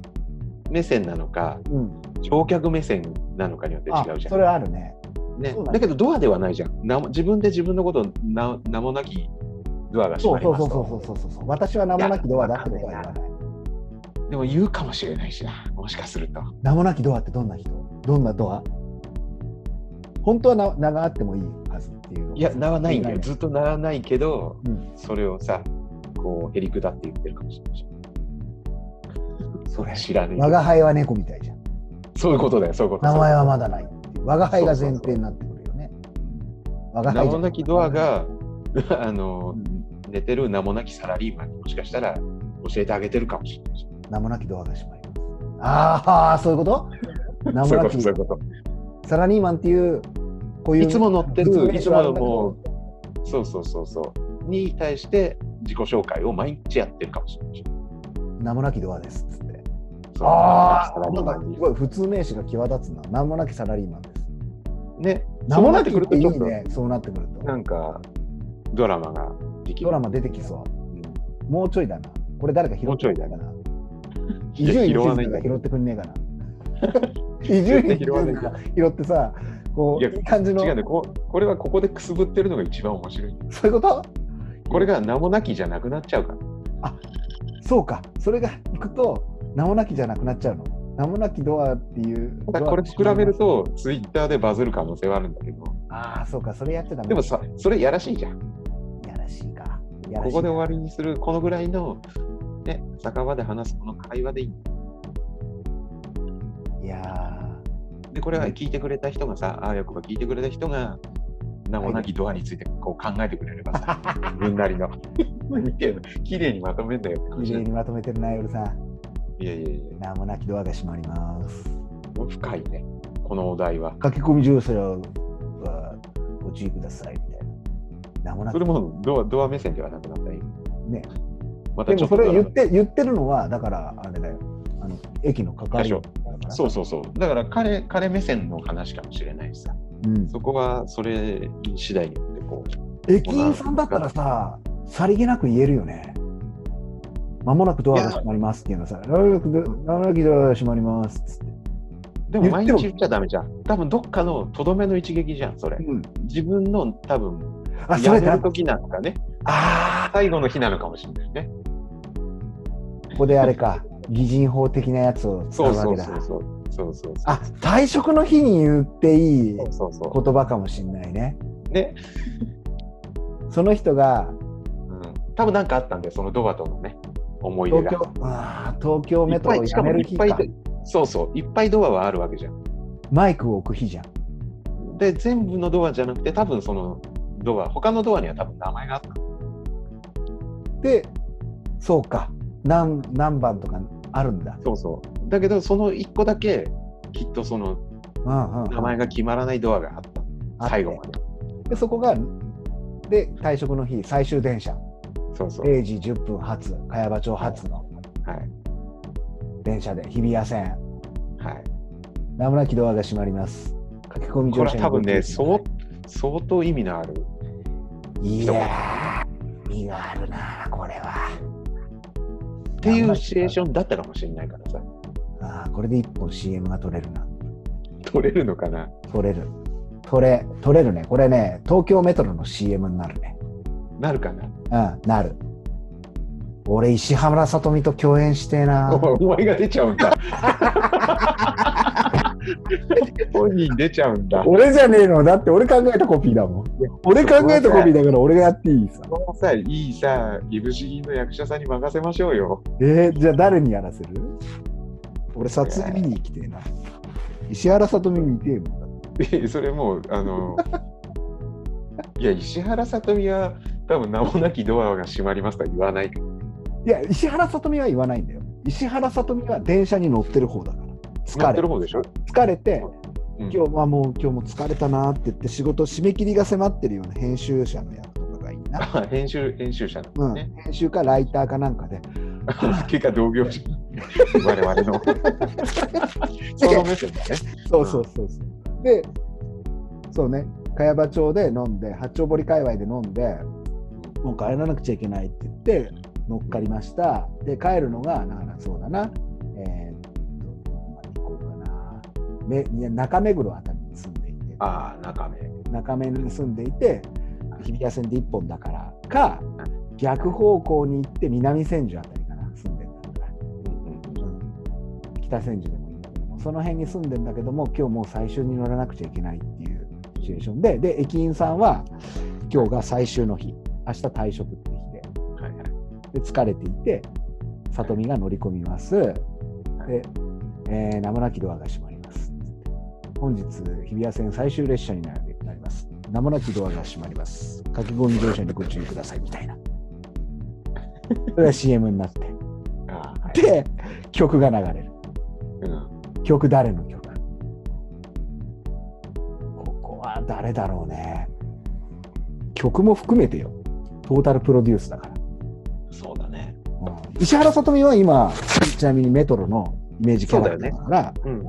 Speaker 2: 目線なのか、
Speaker 1: うん。
Speaker 2: 乗客目線なのかによって違
Speaker 1: あ
Speaker 2: うじゃん。
Speaker 1: それはあるね。
Speaker 2: ね
Speaker 1: そう、だね
Speaker 2: だけどドアではないじゃん。なも自分で自分のことをな名もなきドアが閉
Speaker 1: そ
Speaker 2: ま
Speaker 1: う
Speaker 2: り
Speaker 1: そう
Speaker 2: ます
Speaker 1: そ
Speaker 2: と
Speaker 1: うそうそうそうそう。私は名もなきドアだってことは言わない。
Speaker 2: でも言うかもしれないしな、もしかすると。
Speaker 1: 名もなきドアってどんな人どんなドア本当はな名があってもいいはずっていう。
Speaker 2: いや、ならないんだよ。
Speaker 1: ね
Speaker 2: ずっとならないけど、
Speaker 1: うん
Speaker 2: それをさ、こう、へりくだって言ってるかもしれないし。それ知らねえ
Speaker 1: 我
Speaker 2: けど。
Speaker 1: が輩は猫みたいじゃん。
Speaker 2: そういうことだよ、そういうこと。
Speaker 1: 名前はまだないっていう。我が輩が前提になってくるよね。我が
Speaker 2: 名
Speaker 1: 輩じ
Speaker 2: も
Speaker 1: ゃ
Speaker 2: なきドアが、 あの、
Speaker 1: うん
Speaker 2: 寝てる名もなきサラリーマンにもしかしたら教えてあげてるかもしれないし。
Speaker 1: 名もなきドアが閉まります。ああ、そういうこと名も
Speaker 2: そうい
Speaker 1: な
Speaker 2: うこと、
Speaker 1: き
Speaker 2: そういうこと。
Speaker 1: サラリーマンっていう、こういう。
Speaker 2: いつも乗って
Speaker 1: 普通の
Speaker 2: る、いつももう、そうそうそうそう。に対して自己紹介を毎日やってるかもしれないし。
Speaker 1: 名もなきドアですっつって。
Speaker 2: そう
Speaker 1: あ
Speaker 2: サ
Speaker 1: あ、
Speaker 2: ラリ
Speaker 1: な
Speaker 2: ー
Speaker 1: ん
Speaker 2: マ
Speaker 1: か
Speaker 2: ン
Speaker 1: すごい普通名詞が際立つな。名もなきサラリーマンです。
Speaker 2: にね、
Speaker 1: 名もなきっていい
Speaker 2: そうなっ
Speaker 1: ね、そうなってくると。
Speaker 2: なんか、ドラマができる。
Speaker 1: ドラマ出てきそう。もうちょいだな。これ誰か拾ってくれないかな。伊
Speaker 2: いや
Speaker 1: 集院
Speaker 2: 拾わない
Speaker 1: 静
Speaker 2: んだ
Speaker 1: 香
Speaker 2: けど
Speaker 1: 拾ってくんねえかな。 伊集院
Speaker 2: 拾わない
Speaker 1: 静香拾ってさ、こう、
Speaker 2: いや
Speaker 1: いい感じの。
Speaker 2: 違うねこ、これはここでくすぶってるのが一番面白い。
Speaker 1: そういうこと
Speaker 2: これが名もなきじゃなくなっちゃうから。
Speaker 1: そうか。それが行くと、名もなきじゃなくなっちゃうの。名もなきドアっていう。
Speaker 2: だからこれ膨らめると、ツイッターでバズる可能性はあるんだけど、
Speaker 1: ああ、そうか。それやっちゃダメ。
Speaker 2: でもさ、それやらしいじゃ
Speaker 1: い
Speaker 2: ん。
Speaker 1: やらしいか。いやらし
Speaker 2: こ
Speaker 1: い
Speaker 2: こで終わりにする、このぐらいの、ね、酒場で話すこの会話でいい。
Speaker 1: いや
Speaker 2: で、これは聞いてくれた人がさ、ああよくば聞いてくれた人が、名もなきドアについてこう考えてくれれば さ、自分なりの。 見てよ綺麗にまとめんだよって
Speaker 1: ー、綺
Speaker 2: 話
Speaker 1: 麗
Speaker 2: だよ
Speaker 1: にまとめてるな、夜さん。
Speaker 2: いやいやいや、
Speaker 1: 名もなきドアが閉まります。
Speaker 2: もう深いね、このお題は。
Speaker 1: 書き込み住所はご注意くださいみたいな。名もな
Speaker 2: そ
Speaker 1: く
Speaker 2: れもドアドア目線ではなくなった今。
Speaker 1: ね。
Speaker 2: また
Speaker 1: で
Speaker 2: ちょ
Speaker 1: も
Speaker 2: っ
Speaker 1: そ
Speaker 2: とド
Speaker 1: れ
Speaker 2: ラマ
Speaker 1: 言って言ってるのは、だからあれだよ。あの駅の係員だから。
Speaker 2: そうそうそう。だから彼彼目線の話かもしれないしさ。
Speaker 1: うん
Speaker 2: そこはそれ次第によってこう。
Speaker 1: 駅員さんだったらさ、さりげなく言えるよね。まもなくドアが閉まりますっていうのさ、まもなくド間もなくドアが閉まりますっつって。
Speaker 2: でも毎日言っちゃダメじゃん。多分どっかのとどめの一撃じゃん、それ。
Speaker 1: うん、
Speaker 2: 自分の多分、
Speaker 1: あ、そ
Speaker 2: や
Speaker 1: れ
Speaker 2: め
Speaker 1: だ
Speaker 2: る。時なんかね、
Speaker 1: あ
Speaker 2: 最後の日なのかもしれないね。
Speaker 1: ーここであれか、擬人法的なやつを使
Speaker 2: そうう
Speaker 1: わ
Speaker 2: そ
Speaker 1: け
Speaker 2: う
Speaker 1: だ。
Speaker 2: そうそう。そうそうそう。
Speaker 1: あ、退職の日に言っていい
Speaker 2: そうそうそ
Speaker 1: 言葉かもしんないね。
Speaker 2: う。ね。
Speaker 1: その人が
Speaker 2: うん。多分なんかあったんだよ、そのドアとのね、思い出
Speaker 1: 東
Speaker 2: が。
Speaker 1: 京あー東京
Speaker 2: い
Speaker 1: メ
Speaker 2: っ
Speaker 1: ト
Speaker 2: ぱ
Speaker 1: ロを
Speaker 2: い、し
Speaker 1: や
Speaker 2: か
Speaker 1: め
Speaker 2: も
Speaker 1: る
Speaker 2: い
Speaker 1: 日
Speaker 2: っぱい
Speaker 1: か
Speaker 2: で、そうそう、いっぱいドアはあるわけじゃん。
Speaker 1: マイクを置く日じゃん。
Speaker 2: で全部のドアじゃなくて多分そのドア他のドアには多分名前があった
Speaker 1: で、そうか、何何番とかあるんだ。
Speaker 2: そうそうだけどその1個だけきっとその
Speaker 1: うんうん、
Speaker 2: 名前が決まらないドアがあった、
Speaker 1: あって
Speaker 2: 最後まで
Speaker 1: で、そこが、で、退職の日、最終電車、
Speaker 2: そうそう、
Speaker 1: 0時10分発、茅場町発の
Speaker 2: はい
Speaker 1: 電車で、日比谷線、
Speaker 2: はい
Speaker 1: 名村木ドアが閉まります。書き込み乗
Speaker 2: これは
Speaker 1: 車に
Speaker 2: 多
Speaker 1: ご
Speaker 2: 分
Speaker 1: 注
Speaker 2: ね
Speaker 1: 意ください
Speaker 2: 相相当意味のある
Speaker 1: いやー、意味があるな、これは。
Speaker 2: っていうシチュエーションだったかもしれないからさ
Speaker 1: あーこれで一本 CM が取れるな。
Speaker 2: 取れるのかな
Speaker 1: 取れる。取れ、取れるね。これね、東京メトロの CM になるね。
Speaker 2: なるかな
Speaker 1: うん、なる。俺、石原さとみと共演してえな。
Speaker 2: お前が出ちゃう んだ本人出ちゃうんだ
Speaker 1: 俺じゃねえの。だって俺考えたコピーだもん。俺考えたコピーだから俺がやっていいさ。
Speaker 2: このさいいさいぶし銀の役者さんに任せましょうよ
Speaker 1: えー、じゃあ誰にやらせる俺、撮影見に行きてえな。石原さとみ見てえもん。
Speaker 2: でそれもうあの いや石原さとみは多分名もなきドアが閉まりますとは言わない
Speaker 1: いや、石原さとみは言わないんだよ。石原さとみは電車に乗ってる方だから。
Speaker 2: 乗
Speaker 1: 疲
Speaker 2: って
Speaker 1: れ
Speaker 2: る方でしょ、
Speaker 1: 疲れて、
Speaker 2: う
Speaker 1: 今
Speaker 2: ん
Speaker 1: 日はもう今日も疲れたなって言って仕事締め切りが迫ってるような編集者の役とかがいいな。
Speaker 2: あ編集編集者なんで
Speaker 1: う
Speaker 2: す
Speaker 1: ん、
Speaker 2: ね、
Speaker 1: 編集かライターかなんかで、
Speaker 2: 結果同 業者我々のその目線だね
Speaker 1: そうそうそうそう。で、そうね、茅場町で飲んで、八丁堀界隈で飲んで、もう帰らなくちゃいけないって言って、乗っかりました。で、帰るのが、だからそうだな、えーっと、どこまで行こうかな、めいや中目黒あたりに住んでいて、
Speaker 2: ああ中目
Speaker 1: 中目に住んでいて、日比谷線で1本だからか、逆方向に行って南千住あたりかな、住んでんだったら。
Speaker 2: うんうんうん
Speaker 1: うん北千住でもいいんだけどもその辺に住んでんだけども今日もう最終に乗らなくちゃいけないっていうシチュエーションでで駅員さんは今日が最終の日明日退職って日で
Speaker 2: はいはい
Speaker 1: で疲れていて里美が乗り込みますで、えー名もなきドアが閉まります本日日比谷線最終列車になります名もなきドアが閉まりますかき込み乗車にご注意くださいみたいなそれが CM になって
Speaker 2: ああはい
Speaker 1: で曲が流れる
Speaker 2: うん
Speaker 1: 曲誰の曲ここは誰だろうね曲も含めてよトータルプロデュースだから、
Speaker 2: そうだね
Speaker 1: うん石原さとみは今ちなみにメトロのイメージキャラクターだから
Speaker 2: うん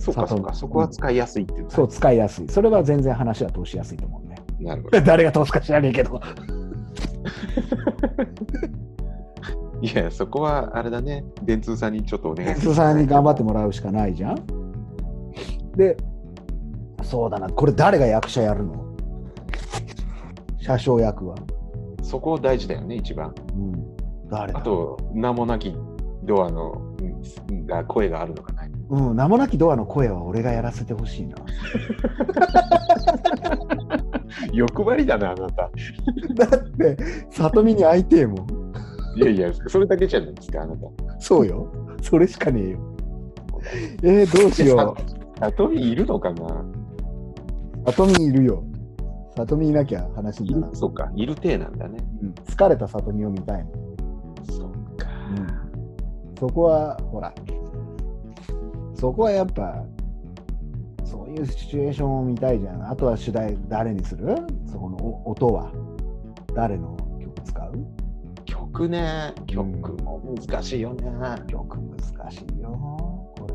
Speaker 2: そうかそうかそこは使いやすいっていう
Speaker 1: そう,、
Speaker 2: か
Speaker 1: 使いやすいそれは全然話は通しやすいと思うんだよ
Speaker 2: なるほど。
Speaker 1: 誰が通すか知らねえけど。
Speaker 2: いや、そこはあれだね、電通さんにちょっとお願い
Speaker 1: 電通さんに頑張っても
Speaker 2: ら
Speaker 1: らうしかないじゃん。で、そうだな、これ誰が役者やるの車掌役は。
Speaker 2: う。そこ大事だよね、一番。
Speaker 1: うん、誰だ
Speaker 2: あと、名もなきドアのうんが声があるのかない。
Speaker 1: うん、名もなきドアの声は俺がやらせてほしいな。
Speaker 2: 欲張りだな、あなた。
Speaker 1: だって、里見に会いてえもん。
Speaker 2: いやいや、それだけじゃないですか、あなた。
Speaker 1: そうよ。それしかねえよ。えー、どうしよう。
Speaker 2: あといるのかな
Speaker 1: 里見いるよ。里見いなきゃ話
Speaker 2: い
Speaker 1: に
Speaker 2: る
Speaker 1: ならん。
Speaker 2: そうか、いる体なんだね。
Speaker 1: うん、疲れた里見を見たいもん。
Speaker 2: そうか。
Speaker 1: そこは、ほら、そこはやっぱ、そういうシチュエーションを見たいじゃん。あとは主題、誰にするそこのお音は。誰の曲使う
Speaker 2: 曲ね、曲も難しいよね。
Speaker 1: 曲難しいよこれ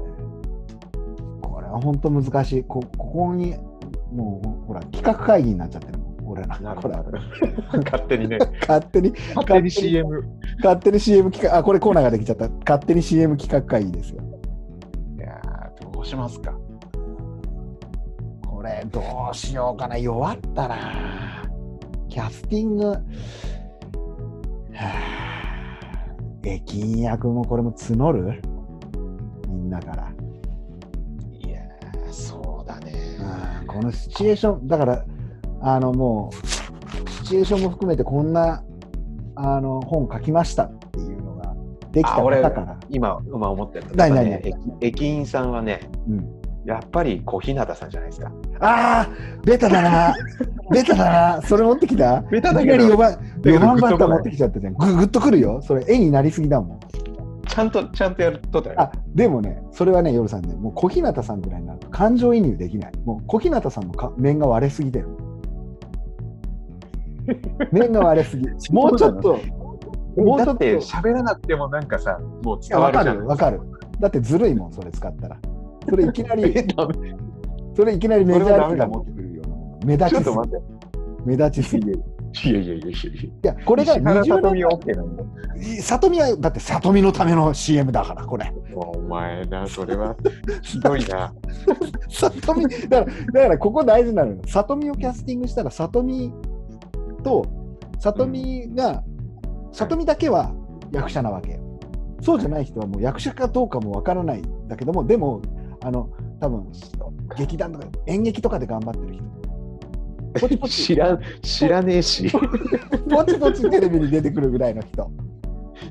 Speaker 1: これは本当難しいこここにもうほら企画会議になっちゃってるもん俺ら
Speaker 2: な
Speaker 1: こ
Speaker 2: るほ
Speaker 1: れ
Speaker 2: ど。 勝手にね、
Speaker 1: 勝手に
Speaker 2: 勝手に CM。
Speaker 1: 勝手に CM 企画あこれコーナーができちゃった勝手に CM 企画会議ですよ
Speaker 2: いやーどうしますか
Speaker 1: これどうしようかな弱ったなキャスティングは あ駅員役もこれも募るみんなから
Speaker 2: いやーそうだね。
Speaker 1: うんこのシチュエーション、だから、あのもう、シチュエーションも含めて、こんなあの本書きましたっていうのができた
Speaker 2: あ俺
Speaker 1: 方から、
Speaker 2: 今、今思ってる
Speaker 1: 何何
Speaker 2: やっぱね駅駅員さんはね、
Speaker 1: うん、
Speaker 2: やっぱり小日向さんじゃないですか。
Speaker 1: ああ、ベタだな、ベタだな、それ持ってきた
Speaker 2: ベタ
Speaker 1: い
Speaker 2: だ
Speaker 1: きな
Speaker 2: け
Speaker 1: り
Speaker 2: ど
Speaker 1: 4番
Speaker 2: けど
Speaker 1: 4番
Speaker 2: グッ
Speaker 1: バ
Speaker 2: と
Speaker 1: ッター
Speaker 2: こない
Speaker 1: 持ってきちゃったじゃん、ぐぐっとくるよ、それ、絵になりすぎだもん。
Speaker 2: ちゃんと、ちゃんとやるとだよ
Speaker 1: あ。でもね、それはね、夜さんね、もう小日向さんぐらいになると感情移入できない。もう小日向さんのか面が割れすぎだ よ。面が割れすぎ。もうちょっと、もうち
Speaker 2: だ
Speaker 1: ょ
Speaker 2: っ
Speaker 1: ってと。
Speaker 2: 喋らなくてもなんかさ、もう
Speaker 1: い
Speaker 2: 伝
Speaker 1: や、
Speaker 2: わ
Speaker 1: わ
Speaker 2: る
Speaker 1: か
Speaker 2: じゃ
Speaker 1: る
Speaker 2: ん。
Speaker 1: よ、わかる。だってずるいもん、それ使ったら。それいきな
Speaker 2: え
Speaker 1: り、
Speaker 2: ダメ
Speaker 1: それいきなりメジャ
Speaker 2: それは
Speaker 1: ーリ
Speaker 2: ダメ
Speaker 1: ーガ
Speaker 2: だ
Speaker 1: ー持ってくるようなもの。目立
Speaker 2: ちょ
Speaker 1: ち
Speaker 2: っ
Speaker 1: す
Speaker 2: と
Speaker 1: ぎ。
Speaker 2: 待って。
Speaker 1: 目立ちすぎ。い
Speaker 2: いやいやいやいやい
Speaker 1: や、こ
Speaker 2: こ
Speaker 1: れが
Speaker 2: 20
Speaker 1: 20年
Speaker 2: は OK なんだよ。
Speaker 1: 前。里見は、だって里見のための CM だから、これ。
Speaker 2: お前な、それはひどいな。
Speaker 1: 里見だからだからここ大事なのよ里見をキャスティングしたら里見と里見が、里見だけは役者なわけよそうじゃない人はもう役者かどうかもわからないんだけどもでもあの多分劇団とか演劇とかで頑張ってる人ポチポチ
Speaker 2: 知らん、知らねえし。
Speaker 1: ポチポチテレビに出てくるぐらいの人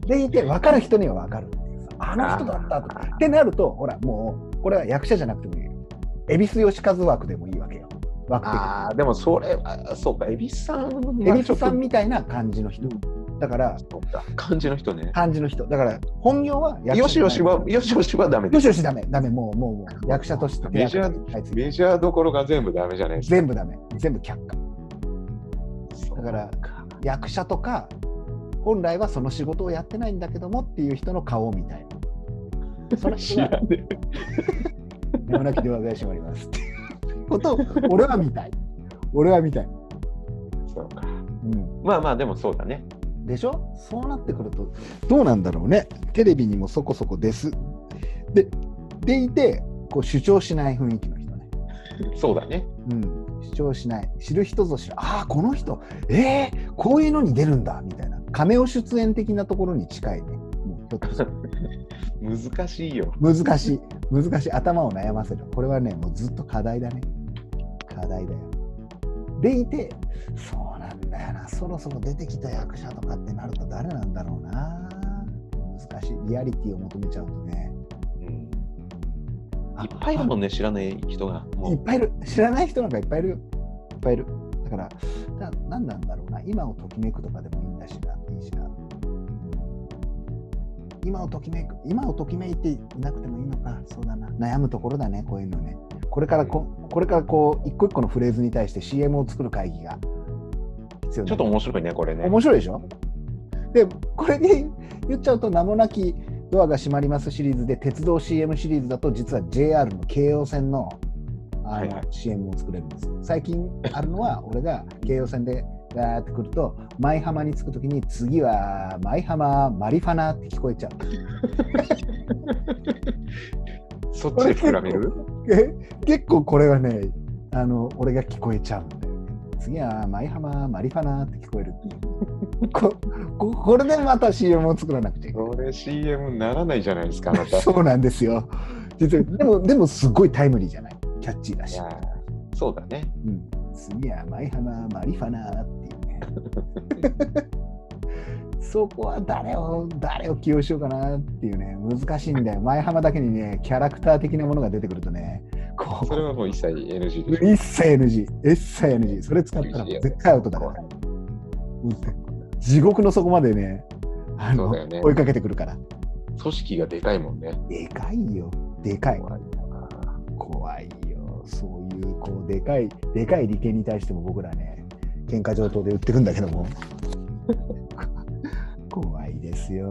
Speaker 1: でいて分かる人には分かるっていうさあの人だったとかってなるとほらもうこれは役者じゃなくてもいいよ恵比寿義和枠でもいいわけよ枠的に
Speaker 2: ああ、でもそれは、そうか、エビさん
Speaker 1: エ
Speaker 2: は
Speaker 1: ビ
Speaker 2: ちょ
Speaker 1: ス
Speaker 2: っ
Speaker 1: さ
Speaker 2: と
Speaker 1: んみたいな感じの人。だから、
Speaker 2: 感じの人ね。
Speaker 1: 感じの人。だから、本業は役者じゃない
Speaker 2: よしよしは、よしよしはダメで
Speaker 1: よし
Speaker 2: す。
Speaker 1: よしダメ、ダメ、もう、もう、もう役者として
Speaker 2: メジャー
Speaker 1: 手当たりはい次
Speaker 2: メジャーどころが全部ダメじゃないですか。
Speaker 1: 全部ダメ、全部却下。だから、役者とか、本来はその仕事をやってないんだけどもっていう人の顔み たいな。その
Speaker 2: 知
Speaker 1: 人
Speaker 2: ら
Speaker 1: は、
Speaker 2: ねえ。
Speaker 1: やむなきで技が閉まりますっていう ことを、俺は見たい。俺は見たい。
Speaker 2: そうか
Speaker 1: うん
Speaker 2: まあまあ、でもそうだね。
Speaker 1: でしょそうなってくるとどうなんだろうねテレビにもそこそこですででいてこう主張しない雰囲気の人ね、
Speaker 2: そうだね。
Speaker 1: うん、主張しない知る人ぞ知るああこの人えー、こういうのに出るんだみたいな亀尾出演的なところに近いねもうひょっとしたら
Speaker 2: 難しいよ。
Speaker 1: 難しい難しい頭を悩ませるこれはねもうずっと課題だね課題だよでいてそうなんだよなそろそろ出てきた役者とかってなると誰なんだろうな難しいリアリティを求めちゃうとね
Speaker 2: うん
Speaker 1: あ
Speaker 2: いっぱいいるもんね、知らない人が。
Speaker 1: あ
Speaker 2: も
Speaker 1: いうっぱいいる知らない人なんかいっぱいいるよいっぱいいるだからだ何なんだろうな今をときめくとかでもいいんだしないいしな、うん今をときめく今をときめいていなくてもいいのかそうだな悩むところだねこういうのねこれからここれからこう一個一個のフレーズに対して CM を作る会議が必要になる
Speaker 2: ちょっと面白いね、これね。
Speaker 1: 面白いでしょでこれで 言っちゃうと名もなきドアが閉まりますシリーズで鉄道 CM シリーズだと実は JR の京葉線のあ
Speaker 2: はい
Speaker 1: の
Speaker 2: はい
Speaker 1: CM を作れるんですよ最近あるのは俺が京葉線でガーってくると舞浜に着くときに次は舞浜マリファナって聞こえちゃう
Speaker 2: そっちで膨らめる
Speaker 1: え結構これはねあの俺が聞こえちゃうんだよね次は舞浜マリファナって聞こえるっていう こここれでまた CM を作らなくちゃいけない
Speaker 2: それ CM にならないじゃないですか、あなた。い
Speaker 1: そうなんですよ実はでもでもすごいタイムリーじゃないキャッチーだし
Speaker 2: や、ーそうだね。
Speaker 1: うん、次は舞浜マリファナっていうね そこは誰を誰を起用しようかなっていうね難しいんだよ舞浜だけにねキャラクター的なものが出てくるとねこう
Speaker 2: それはもう一切 NG でしょ。
Speaker 1: 一切 NG、一切 NG、それ使ったら絶対アウトだから。うん地獄の底までね、あ
Speaker 2: そ
Speaker 1: の
Speaker 2: うだよね
Speaker 1: 追いかけてくるから。
Speaker 2: 組織がでかいもんね。
Speaker 1: でかいよ、でかい。
Speaker 2: 怖いな
Speaker 1: 怖いよ、そういうこうでかい、でかい利権に対しても僕らね、喧嘩上等で売ってくんだけども。 怖いですよ、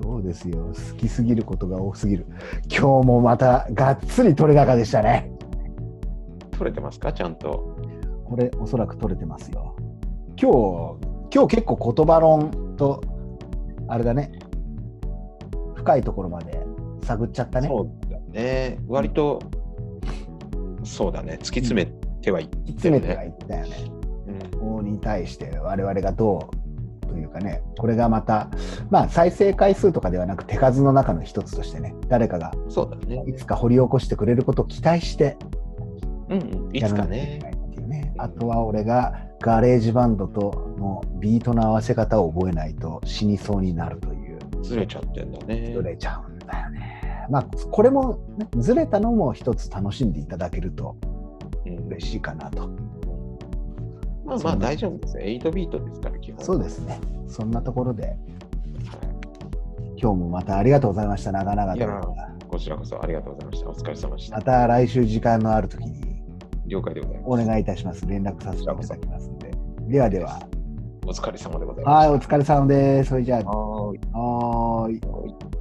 Speaker 1: そうですよ、好きすぎることが多すぎる。今日もまたがっつり取れ高でしたね。
Speaker 2: 取れてますか、ちゃんと。
Speaker 1: これおそらく取れてますよ今日今日結構言葉論とあれだね深いところまで探っちゃったね
Speaker 2: そうだね。割と、そうだね。突き詰めてはい
Speaker 1: 突き詰めてはいったよねここに対して我々がどうというかねこれがまたまあ再生回数とかではなく手数の中の一つとしてね誰かが
Speaker 2: そうだね。
Speaker 1: いつか掘り起こしてくれることを期待して
Speaker 2: うんうん。い
Speaker 1: や
Speaker 2: つ
Speaker 1: ら
Speaker 2: か
Speaker 1: なきゃい
Speaker 2: ね
Speaker 1: け。ないっていうねあとは俺がガレージバンドとのビートの合わせ方を覚えないと死にそうになるという
Speaker 2: ずれちゃってんだね
Speaker 1: ず。れちゃうんだよね。まあこれも、ね、ずれたのも一つ楽しんでいただけると
Speaker 2: うん
Speaker 1: 嬉しいかなと。
Speaker 2: まあまあ大丈夫ですよ。8ビートですから、基本。
Speaker 1: そうですね。そんなところで今日もまたありがとうございました長々
Speaker 2: い
Speaker 1: と
Speaker 2: や。こちらこそありがとうございました。お疲れ様でした
Speaker 1: ま。た来週時間のある時に
Speaker 2: 了解でございます。
Speaker 1: お願いいたします。連絡させていただきますので。ではでは。
Speaker 2: お疲れ様でございま
Speaker 1: はい、
Speaker 2: す。
Speaker 1: お疲れ様です。それじゃ
Speaker 2: はーい。
Speaker 1: あ、はーい。